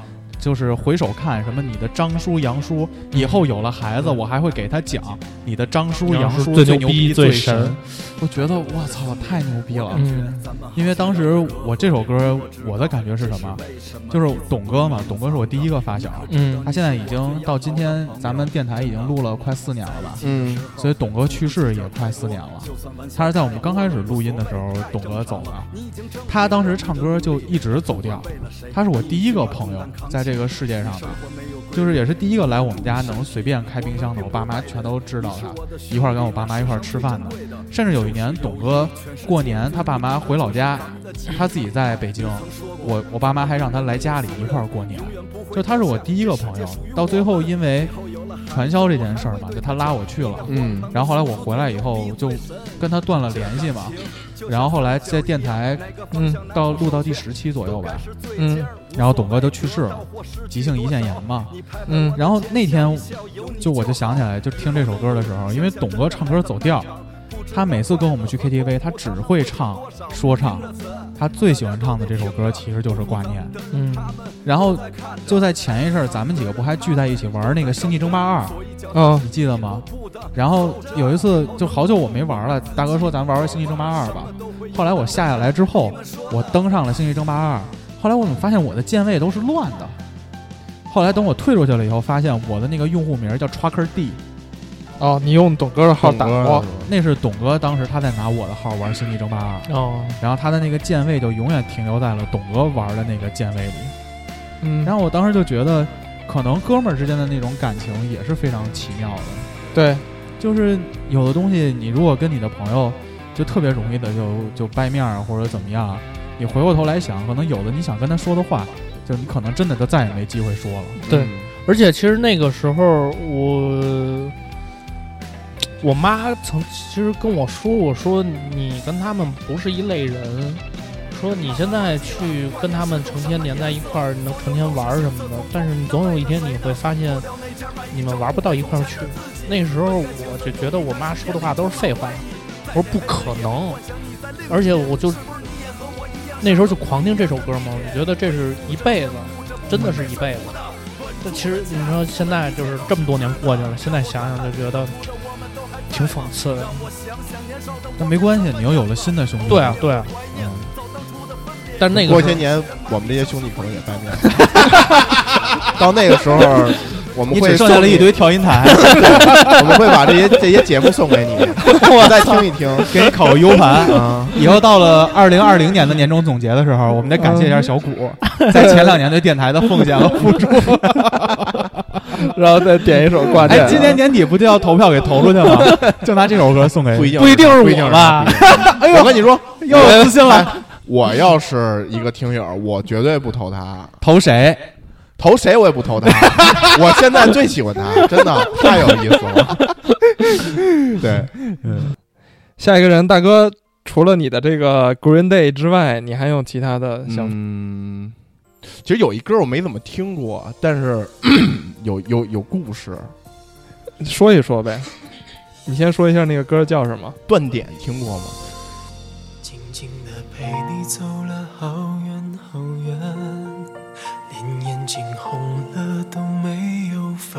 Speaker 3: 就是回首看什么你的张叔杨叔，以后有了孩子，我还会给他讲你的张叔
Speaker 7: 杨
Speaker 3: 杨
Speaker 7: 叔
Speaker 3: 叔
Speaker 7: 最
Speaker 3: 最牛
Speaker 7: 牛逼
Speaker 3: 逼
Speaker 7: 最
Speaker 3: 最
Speaker 7: 神
Speaker 3: 神。我觉得我操太牛逼了，
Speaker 7: 嗯，
Speaker 3: 因为当时我这首歌我的感觉是什么？就是董哥嘛，董哥是我第一个发小，啊
Speaker 7: 嗯
Speaker 3: 他现在已经到今天咱们电台已经录了快四年了吧，
Speaker 6: 嗯，
Speaker 3: 所以董哥去世也快四年了。他是在我们刚开始录音的时候，董哥走的。他当时唱歌就一直走调，他是我第一个朋友，在这个世界上的，就是也是第一个来我们家能随便开冰箱的。我爸妈全都知道他，一块儿跟我爸妈一块儿吃饭的。甚至有一年，董哥过年，他爸妈回老家，他自己在北京，我我爸妈还让他来家里一块儿过年。就他是我第一个朋友，到最后因为传销这件事儿嘛，就他拉我去了，
Speaker 6: 嗯
Speaker 3: 然后后来我回来以后就跟他断了联系嘛，然后后来在电台
Speaker 4: 嗯
Speaker 3: 到录到第十期左右吧，
Speaker 4: 嗯
Speaker 3: 然后董哥就去世了，急性胰腺炎嘛。
Speaker 4: 嗯
Speaker 3: 然后那天就我就想起来，就听这首歌的时候，因为董哥唱歌走调，他每次跟我们去 KTV，他只会唱说唱，他最喜欢唱的这首歌其实就是《挂念》。
Speaker 7: 嗯，
Speaker 3: 然后就在前一阵儿，咱们几个不还聚在一起玩那个《星际争霸二》，
Speaker 4: 嗯
Speaker 3: 你记得吗？然后有一次就好久我没玩了，大哥说咱玩玩《星际争霸二》吧。后来我下下来之后，我登上了《星际争霸二》，后来我怎么发现我的键位都是乱的？后来等我退出去了以后，发现我的那个用户名叫 Trucker D，
Speaker 4: 哦，你用董哥的号打
Speaker 6: 我
Speaker 4: 过，，
Speaker 3: 那是董哥当时他在拿我的号玩《星际争霸二》，
Speaker 7: 哦，
Speaker 3: 然后他的那个键位就永远停留在了董哥玩的那个键位里。
Speaker 4: 嗯，
Speaker 3: 然后我当时就觉得，可能哥们儿之间的那种感情也是非常奇妙的。
Speaker 4: 对，
Speaker 3: 就是有的东西，你如果跟你的朋友就特别容易的就就掰面儿或者怎么样，啊你回过头来想，可能有的你想跟他说的话，就你可能真的就再也没机会说了。
Speaker 7: 对，而且其实那个时候我。我妈曾其实跟我说，我说你跟他们不是一类人，说你现在去跟他们成天粘在一块儿，你能成天玩儿什么的，但是你总有一天你会发现，你们玩不到一块儿去。那时候我就觉得我妈说的话都是废话，我说不可能，而且我就那时候就狂听这首歌嘛，我觉得这是一辈子，真的是一辈子。这其实你说现在就是这么多年过去了，现在想想就觉得挺讽刺的。
Speaker 3: 但没关系，你又有了新的兄弟。
Speaker 7: 对啊，，对啊，
Speaker 3: 嗯，
Speaker 7: 但那个
Speaker 6: 过
Speaker 7: 时
Speaker 6: 些
Speaker 7: 候
Speaker 6: 年我们这些兄弟可能也掰面了，到那个时候我们
Speaker 3: 你
Speaker 6: 会
Speaker 3: 只剩下
Speaker 6: 送
Speaker 3: 了一
Speaker 6: 你
Speaker 3: 堆调音台， <laughs>
Speaker 6: 我们会把这些这些节目送给你，我再听一听
Speaker 3: 给你烤个 U 盘。
Speaker 6: <laughs> 啊。
Speaker 3: 以后到了二零二零年的年终总结的时候，我们得感谢一下小谷，
Speaker 6: 嗯
Speaker 3: 在前两年对电台的奉献和付
Speaker 6: <laughs>
Speaker 3: 出。
Speaker 6: 啊
Speaker 4: 然后再点一首挂
Speaker 3: 哎，
Speaker 4: 件。
Speaker 3: 今年年底不就要投票给投出去吗？ <laughs> 就拿这首歌送给
Speaker 6: 不一定，
Speaker 7: 不一定是
Speaker 6: 不一定
Speaker 7: 我吧？
Speaker 6: 哎呦，我跟你说，
Speaker 3: 又有私心了。
Speaker 6: 哎我要是一个听友，我绝对不 <laughs> 投他，
Speaker 3: 投谁？
Speaker 6: 投谁我也不投他。我现在最喜欢他，真的太有意思了。对，
Speaker 4: 下一个人，大哥，除了你的这个 Green Day 之外，你还有其他的想法？
Speaker 6: 嗯，其实有一歌我没怎么听过，
Speaker 4: <clears throat>
Speaker 6: 但是有有有故事。
Speaker 4: 说一说呗。你先说一下那个歌叫什么？
Speaker 6: 断点听过吗？
Speaker 10: 静静地陪你走了好远好远，连眼睛红了都没有发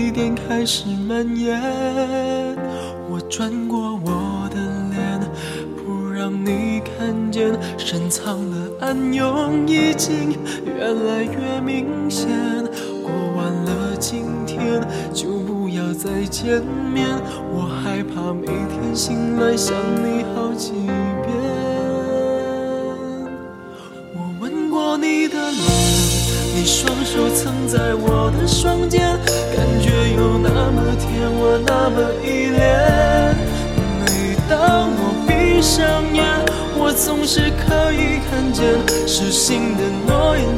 Speaker 10: 点开始蔓延。我转过我的脸，不让你看见，深藏的暗涌已经越来越明显。过完了今天，就不要再见面。我害怕每天醒来想你好几遍。我吻过你的脸，你双手曾在我的双肩，感觉有那么甜，我那么依恋。每当我闭上眼，我总是可以看见，失信的诺言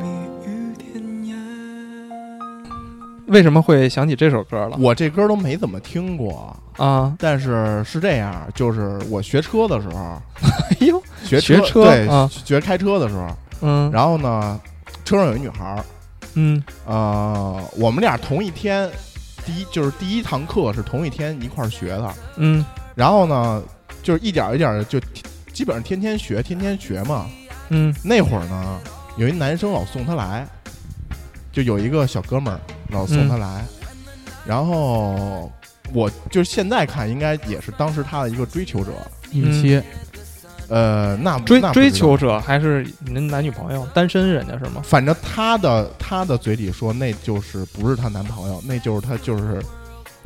Speaker 10: 蜜语甜言。
Speaker 4: 为什么会想起这首歌了？
Speaker 6: 我这歌都没怎么听过，
Speaker 4: 啊，
Speaker 6: 但是是这样，就是我学车的时候，
Speaker 4: 哎呦，
Speaker 6: 学
Speaker 4: 学车
Speaker 6: 对、
Speaker 4: 啊
Speaker 6: 学开车的时候，
Speaker 4: 嗯，
Speaker 6: 然后呢，车上有一女孩儿，
Speaker 4: 嗯
Speaker 6: 呃，我们俩同一天，第一就是第一堂课是同一天一块儿学的，
Speaker 4: 嗯
Speaker 6: 然后呢，就是一点儿一点儿就基本上天天学，天天学嘛。
Speaker 4: 嗯
Speaker 6: 那会儿呢，有一男生老送她来，就有一个小哥们儿老送他来，
Speaker 4: 嗯
Speaker 6: 然后我就是现在看应该也是当时他的一个追求者，
Speaker 3: 一米七，
Speaker 6: 呃，
Speaker 4: 追
Speaker 6: 那那不知道
Speaker 4: 追求者还是您男女朋友？单身人家是吗？
Speaker 6: 反正她的她的嘴里说，那就是不是她男朋友，那就是她就是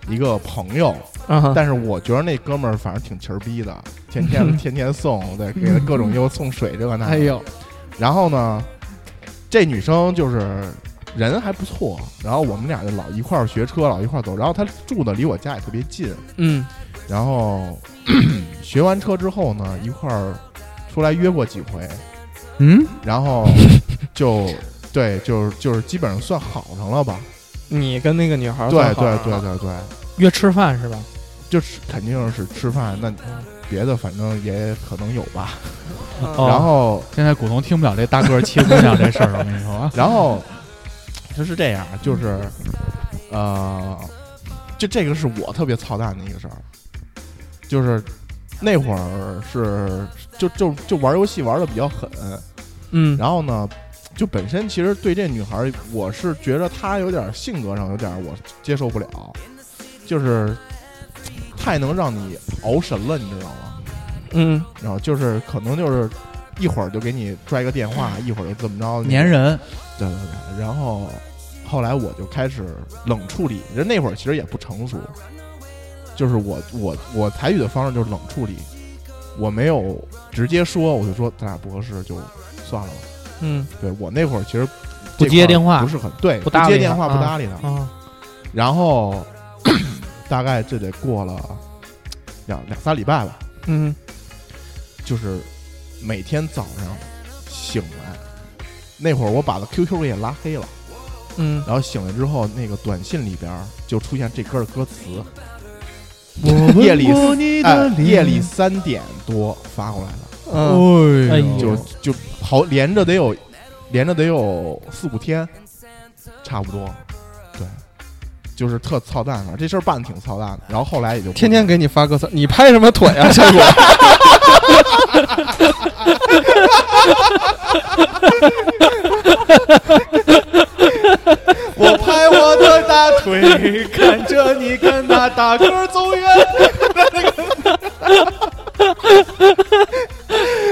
Speaker 6: 一个朋友。
Speaker 4: 啊
Speaker 6: 但是我觉得那哥们儿反正挺气儿逼的，天天
Speaker 4: 嗯
Speaker 6: 天天送，对，给她各种又送水这个那。
Speaker 3: 哎，呦，
Speaker 6: 然后呢，这女生就是人还不错，然后我们俩就老一块儿学车，老一块儿走。然后她住的离我家也特别近，
Speaker 4: 嗯
Speaker 6: 然后 <coughs> 学完车之后呢，一块儿出来约过几回。
Speaker 3: 嗯，
Speaker 6: 然后就对，就是就是基本上算好上了
Speaker 4: <laughs>
Speaker 6: 吧。
Speaker 4: 你跟那个女孩儿
Speaker 6: 对
Speaker 4: 啊算好
Speaker 6: 对
Speaker 4: 了
Speaker 6: 对对对，
Speaker 7: 约吃饭是吧？
Speaker 6: 就是肯定是吃饭，那别的反正也可能有吧。
Speaker 7: 哦
Speaker 6: 然后
Speaker 3: 现在古潼听不了这大个儿切姑娘这事儿，我跟你说啊，
Speaker 6: 然后就是这样，就是呃，就这个是我特别操蛋的一个事儿，就是那会儿是就就就玩游戏玩的比较狠，
Speaker 4: 嗯
Speaker 6: 然后呢，就本身其实对这女孩儿，我是觉得她有点性格上有点我接受不了，就是太能让你熬神了，你知道吗？
Speaker 4: 嗯
Speaker 6: 然后就是可能就是一会儿就给你拽个电话，一会儿就怎么着
Speaker 3: 粘，人，
Speaker 6: 对对对。然后后来我就开始冷处理，人那会儿其实也不成熟，就是我我我采取的方式就是冷处理，我没有直接说，我就说咱俩不合适就算了吧。
Speaker 4: 嗯
Speaker 6: 对我那会儿其实
Speaker 7: 不
Speaker 6: 这
Speaker 7: 接
Speaker 6: 块儿
Speaker 7: 电话
Speaker 6: 不是很对，
Speaker 7: 不
Speaker 6: 不
Speaker 7: 搭理他
Speaker 6: 接电话不
Speaker 7: 啊
Speaker 6: 搭理他。
Speaker 7: 啊，
Speaker 6: 然后大概这得过了两两三礼拜吧，
Speaker 4: 嗯
Speaker 6: 就是每天早上醒来，那会儿我把他 QQ 给拉黑了，
Speaker 4: 嗯，
Speaker 6: 然后醒来之后，那个短信里边儿就出现这歌的歌词，
Speaker 3: 我
Speaker 6: 夜里
Speaker 3: 吻过你
Speaker 6: 哎
Speaker 3: 的，脸
Speaker 6: 夜里，三点多发过来的，
Speaker 4: 嗯
Speaker 3: 哎
Speaker 7: 哎
Speaker 3: 呦，
Speaker 7: 呦
Speaker 6: 就就好连着得有连着得有四五天，差不多，对。就是特操蛋啊的，这事儿办的挺操蛋的。然后后来也就不
Speaker 4: 天天给你发歌词，你拍什么腿啊，小果？
Speaker 6: 我拍我的大腿，看着你跟那大个走远。 <laughs>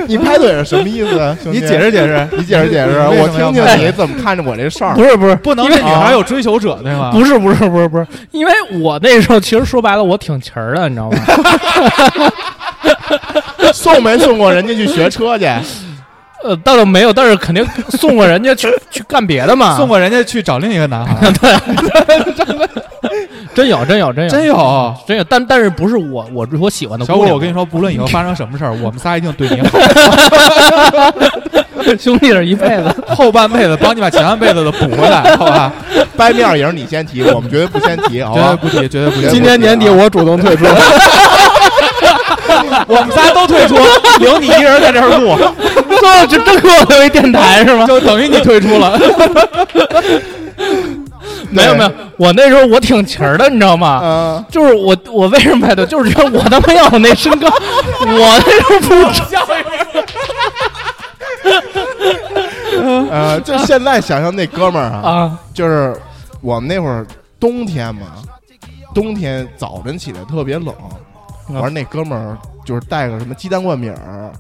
Speaker 6: 你拍腿是什么意
Speaker 4: <laughs>
Speaker 6: 思？啊兄弟
Speaker 4: 你解释解
Speaker 6: <laughs> 释，你解释解释，
Speaker 3: 为
Speaker 6: 我
Speaker 3: 什么要
Speaker 6: 听
Speaker 3: 拍
Speaker 6: 听你怎么看着我这事儿。
Speaker 4: 是不是，
Speaker 3: 不能这女孩有追求者对吗？
Speaker 7: 不是不是不是不是，因为我那时候其实说白了我挺勤儿的，你知道吗？
Speaker 6: 送没送过人家去学车去？
Speaker 7: 呃，倒倒没有，但是肯定送过人家去去干别的嘛。
Speaker 3: 送过人家去找另一个男孩，
Speaker 7: 真有真有真有
Speaker 3: 真有。
Speaker 7: 真有，但但是不是我我我喜欢的
Speaker 3: 小
Speaker 7: 姑
Speaker 3: 果，
Speaker 7: 娘。
Speaker 3: 我跟你说，不论以后发生什么事儿，我们仨一定对你 <laughs> 好，
Speaker 7: 说，兄弟是一辈子。
Speaker 3: 后半辈子帮你把前半辈子的补回来，好吧？
Speaker 6: 掰面儿也是你先提，我们绝对不先提，好
Speaker 3: 绝对
Speaker 6: 吧？
Speaker 3: 不提，绝对不提。
Speaker 4: 今年年底
Speaker 3: <laughs>
Speaker 4: 我主动退出，
Speaker 6: <laughs>
Speaker 3: 我们仨都退出，留你一人在这儿录，
Speaker 7: 这就真给我留一电台是吗？
Speaker 3: 就等于你退出 <laughs> 了。
Speaker 7: 没有没有，我那时候我挺勤儿的，你知道吗？
Speaker 6: 嗯，
Speaker 7: 就是我我为什么排队，就是觉得我他妈要有那身高，我那时候不知道。
Speaker 6: 呃，就现在想想那哥们儿啊，
Speaker 7: 啊，
Speaker 6: 就是我们那会儿冬天嘛，冬天早晨起来特别冷，
Speaker 7: 啊
Speaker 6: 完了那哥们儿就是带个什么鸡蛋灌饼儿，
Speaker 4: 哎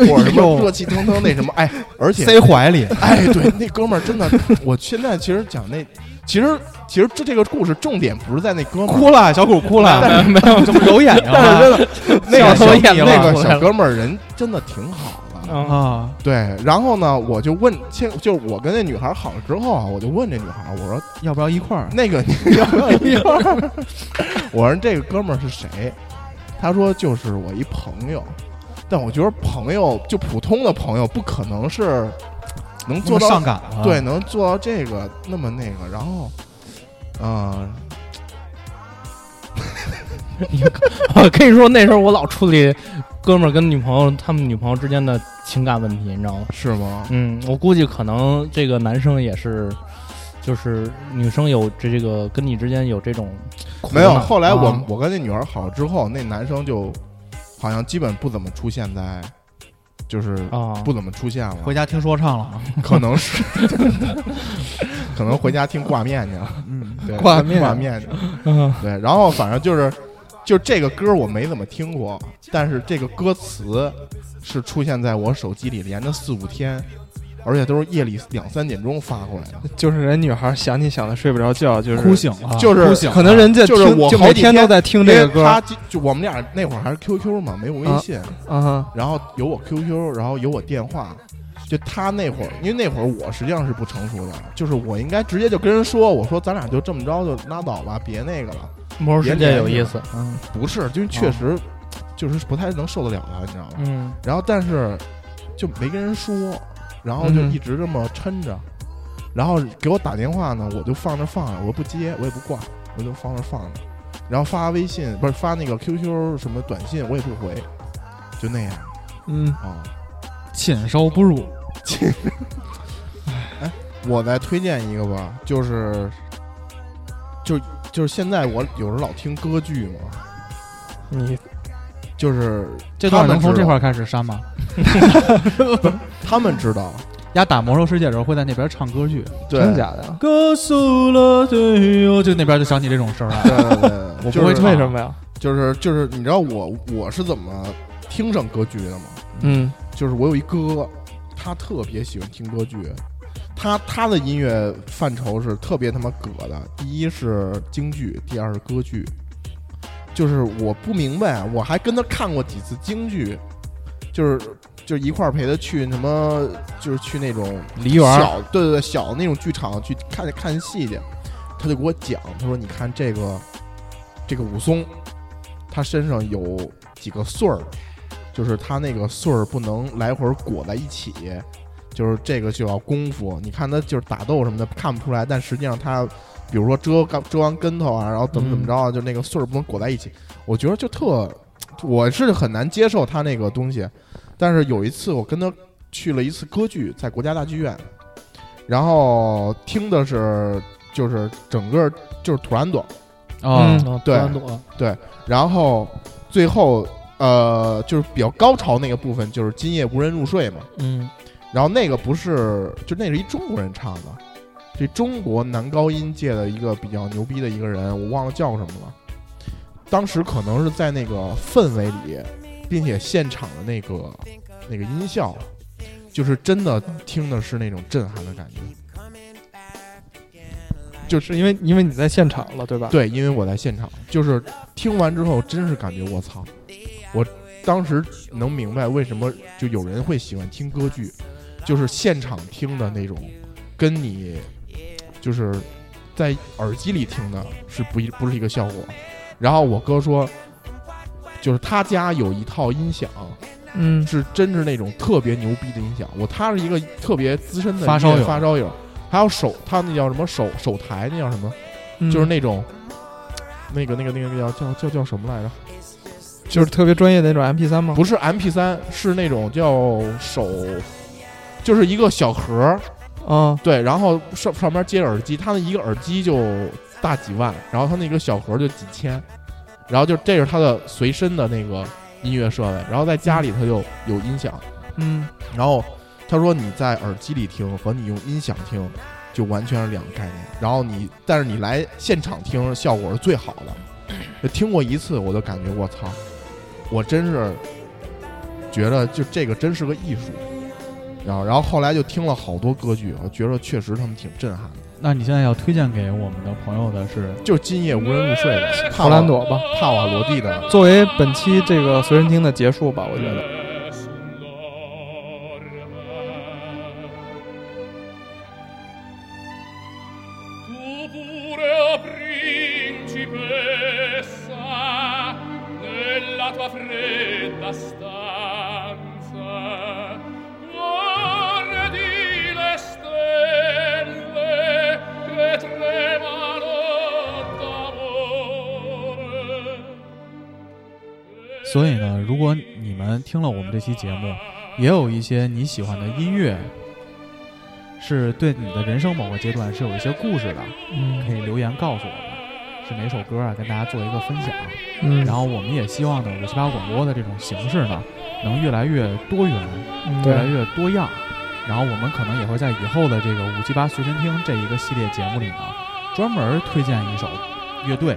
Speaker 6: 或者什么热气腾腾那什么，哎，而且
Speaker 3: 塞怀里，
Speaker 6: <laughs> 哎，对，那哥们儿真的，我现在其实讲那，其实其实这这个故事重点不是在那哥们儿，
Speaker 3: 哭了，小谷哭了，没有，这不揉眼
Speaker 7: <laughs>
Speaker 3: 睛
Speaker 6: 但是
Speaker 3: 了
Speaker 6: 真的那
Speaker 3: 笑
Speaker 6: 个
Speaker 3: 死
Speaker 6: 小
Speaker 3: 我眼泪
Speaker 6: 那个
Speaker 7: 出来
Speaker 6: 小
Speaker 7: 了
Speaker 6: 哥们儿人真的挺好的，
Speaker 3: 啊？
Speaker 6: 对。然后呢，我就问，先就是我跟那女孩好了之后啊，我就问这女孩，我说
Speaker 3: 要不要一块儿？
Speaker 6: 那个你要不要一块
Speaker 3: <laughs>
Speaker 6: 儿？我说这个哥们儿是谁？他说就是我一朋友，但我觉得朋友就普通的朋友不可能是能
Speaker 3: 那么
Speaker 6: 做到
Speaker 3: 上啊赶了，
Speaker 6: 对，能做到这个那么那个，然后，嗯、
Speaker 7: <laughs> 我跟你说，那时候我老处理哥们儿跟女朋友他们女朋友之间的情感问题，你知道吗？
Speaker 6: 是吗？
Speaker 7: 嗯，我估计可能这个男生也是，就是女生有这这个跟你之间有这种苦
Speaker 6: 没有。
Speaker 7: 恼
Speaker 6: 后来我、
Speaker 7: 啊
Speaker 6: 我跟那女孩好了之后，那男生就好像基本不怎么出现在就是
Speaker 4: 啊，
Speaker 6: 不怎么出现了，
Speaker 3: 回家听说唱了，
Speaker 6: 可能是， <laughs> 可能回家听挂面去了，
Speaker 3: 嗯，
Speaker 6: 对
Speaker 3: 挂面
Speaker 6: 挂面去了，
Speaker 4: 嗯
Speaker 6: 对，然后反正就是，就这个歌我没怎么听过，但是这个歌词是出现在我手机里连着四五天，而且都是夜里两三点钟发过来的，
Speaker 4: 就是人女孩想你想的睡不着觉，就是
Speaker 3: 哭醒
Speaker 7: 啊
Speaker 3: 了，
Speaker 6: 就是
Speaker 3: 哭醒了，
Speaker 4: 可能人家
Speaker 6: 就是
Speaker 4: 听
Speaker 6: 我
Speaker 4: 就
Speaker 6: 好
Speaker 4: 每
Speaker 6: 几
Speaker 4: 天
Speaker 6: 天
Speaker 4: 都在听这个歌
Speaker 6: 因为他
Speaker 4: 啊
Speaker 6: 就就我们俩那会儿还是 QQ 嘛，没有微信，
Speaker 4: 哈，
Speaker 6: 然后有我 QQ，然后有我电话。就他那会儿，因为那会儿我实际上是不成熟的，就是我应该直接就跟人说，我说咱俩就这么着就拉倒吧，别那个了。
Speaker 7: 魔兽世界有意思，
Speaker 3: 嗯
Speaker 6: 不是，就是确实，就是不太能受得了啊他，你知道吗？
Speaker 7: 嗯，
Speaker 6: 然后但是就没跟人说，然后就
Speaker 4: 嗯
Speaker 6: 一直这么抻着，然后给我打电话呢，我就放着放着，我不接，我也不挂，我就放着放着，然后发微信不是发那个 QQ 什么短信，我也不回，就那样
Speaker 4: 嗯，
Speaker 6: 啊、
Speaker 3: 禽兽不如，
Speaker 6: 我再推荐一个吧，就是就就是现在我有时候老听歌剧嘛，
Speaker 4: 你
Speaker 6: 就是
Speaker 3: 这
Speaker 6: 他
Speaker 3: 段
Speaker 6: 们
Speaker 3: 能从
Speaker 6: 知
Speaker 3: 这
Speaker 6: 道
Speaker 3: 块儿开始删吗？
Speaker 6: 他们知道，
Speaker 3: 丫打魔兽世界的时候会在那边唱歌剧，
Speaker 6: 对
Speaker 4: 真的假的？
Speaker 3: 告诉了队友，就那边就想起这种声儿来
Speaker 6: 对对对，对
Speaker 3: <laughs> 我
Speaker 6: 就
Speaker 3: 不会
Speaker 6: 是
Speaker 3: 唱
Speaker 4: 为什么呀？
Speaker 6: 就是就是，你知道我我是怎么听上歌剧的吗？
Speaker 4: 嗯
Speaker 6: 就是我有一哥，他特别喜欢听歌剧，他他的音乐范畴是特别他妈葛的，第一是京剧，第二是歌剧。就是我不明白，啊我还跟他看过几次京剧，就是就是一块儿陪他去什么，就是去那种
Speaker 3: 梨园儿
Speaker 6: 小对对对小那种剧场去看看戏去，他就给我讲，他说你看这个这个武松，他身上有几个穗儿，就是他那个穗儿不能来回裹在一起，就是这个就要功夫。你看他就是打斗什么的看不出来，但实际上他比如说遮刚遮完跟头啊，然后怎么怎么着啊，就那个穗儿不能裹在一起。我觉得就特，我是很难接受他那个东西。但是有一次我跟他去了一次歌剧，在国家大剧院，然后听的是就是整个就是土兰朵，
Speaker 3: 啊，
Speaker 7: 哦
Speaker 6: 对
Speaker 7: 突然躲
Speaker 6: 然后最后呃就是比较高潮那个部分就是今夜无人入睡嘛，
Speaker 7: 嗯
Speaker 6: 然后那个不是就那是一中国人唱的，这中国男高音界的一个比较牛逼的一个人，我忘了叫什么了。当时可能是在那个氛围里，并且现场的那个那个音效，就是真的听的是那种震撼的感觉。
Speaker 4: 就是因为因为你在现场了，对吧？
Speaker 6: 对，因为我在现场，就是听完之后，真是感觉我操，我当时能明白为什么就有人会喜欢听歌剧，就是现场听的那种，跟你就是在耳机里听的是不一不是一个效果。然后我哥说，就是他家有一套音响，
Speaker 4: 嗯，
Speaker 6: 是真是那种特别牛逼的音响。我他是一个特别资深的
Speaker 3: 发烧
Speaker 6: 音乐
Speaker 3: 友
Speaker 6: 发烧友，还有手他那叫什么手手台那叫什么？
Speaker 4: 嗯
Speaker 6: 就是那种，那个那个那个那个叫叫叫叫什么来着？
Speaker 4: 就是特别专业的那种 MP 三吗？
Speaker 6: 不是 M P 三，是那种叫手，就是一个小盒儿，
Speaker 4: 啊，
Speaker 6: 对，然后上上边接着耳机，它那一个耳机就大几万，然后它那个小盒儿就几千，然后就这是它的随身的那个音乐设备，然后在家里它就有音响，
Speaker 4: 嗯，
Speaker 6: 然后他说你在耳机里听和你用音响听就完全是两个概念。然后你，但是你来现场听效果是最好的。就听过一次，我就感觉我操，我真是觉得就这个真是个艺术。然后，然后后来就听了好多歌剧，我觉得确实他们挺震撼的。
Speaker 3: 那你现在要推荐给我们的朋友的是
Speaker 6: 就是今夜无人入睡的帕
Speaker 4: 弗兰朵吧，
Speaker 6: 帕瓦罗蒂的
Speaker 4: 作为本期这个随身听的结束吧，我觉得。
Speaker 13: Tu pure, o principessa, nella tua fredda stanza, guardi le stelle che tremano d'amore.
Speaker 3: 所以呢，如果你们听了我们这期节目，也有一些你喜欢的音乐，
Speaker 7: 嗯
Speaker 3: 是对你的人生某个阶段是有一些故事的，可以留言告诉我们。是哪首歌啊，跟大家做一个分享。啊
Speaker 4: 嗯
Speaker 3: 然后我们也希望呢，五七八广播的这种形式呢，能越来越多元，
Speaker 7: 嗯
Speaker 3: 越来
Speaker 4: 对，
Speaker 3: 越多样。然后我们可能也会在以后的这个五七八随身听这一个系列节目里呢，专门推荐一首乐队，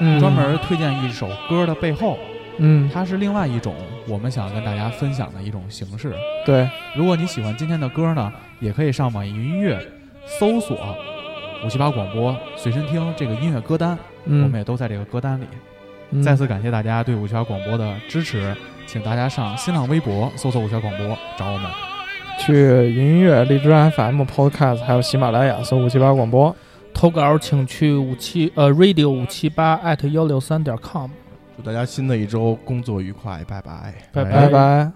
Speaker 4: 嗯
Speaker 3: 专门推荐一首歌的背后，
Speaker 4: 嗯，
Speaker 3: 它是另外一种我们想跟大家分享的一种形式。
Speaker 4: 对，
Speaker 3: 如果你喜欢今天的歌呢，也可以上网易云音乐搜索“五七八广播随身听”这个音乐歌单，
Speaker 4: 嗯，
Speaker 3: 我们也都在这个歌单里。
Speaker 4: 嗯
Speaker 3: 再次感谢大家对五七八广播的支持，请大家上新浪微博搜索“五七八广播”找我们。
Speaker 4: 去云音乐、荔枝 FM、Podcast，还有喜马拉雅搜五七八广播。
Speaker 7: 投稿请去五七呃 radio 五七八 at 幺六三点 com。
Speaker 6: 祝大家新的一周工作愉快，拜拜，
Speaker 7: 拜拜
Speaker 4: 拜拜。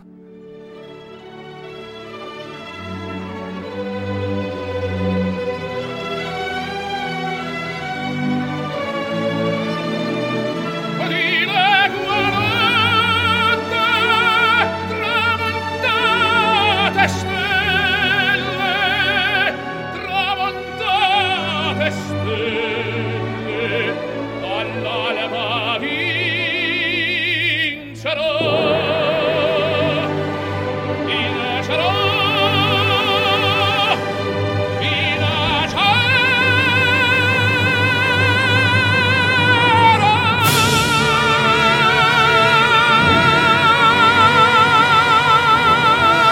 Speaker 13: Odile guarda tramontate stelle, tramontate stelle, dall'alba vincerò. Vincerò,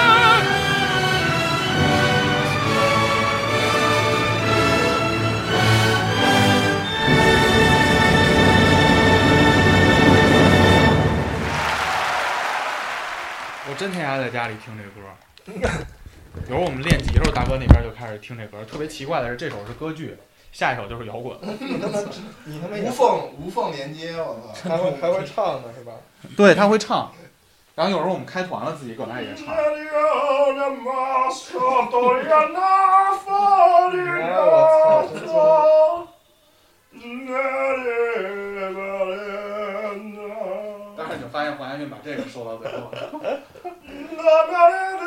Speaker 13: vincerò.
Speaker 3: 我真天天在家里听这歌。有时候我们练级的时候，大哥那边就开始听这歌。特别奇怪的是，这首是歌剧，下一首就是摇滚。
Speaker 4: 你他妈
Speaker 6: 无缝无缝连接，我操！
Speaker 4: 还会还会唱呢是吧？
Speaker 3: <laughs> 对他会唱，然后有时候我们开团了，自己搁那儿也唱。
Speaker 4: 我操！
Speaker 3: 但是你就发现黄家俊把这个收到最后了。
Speaker 13: La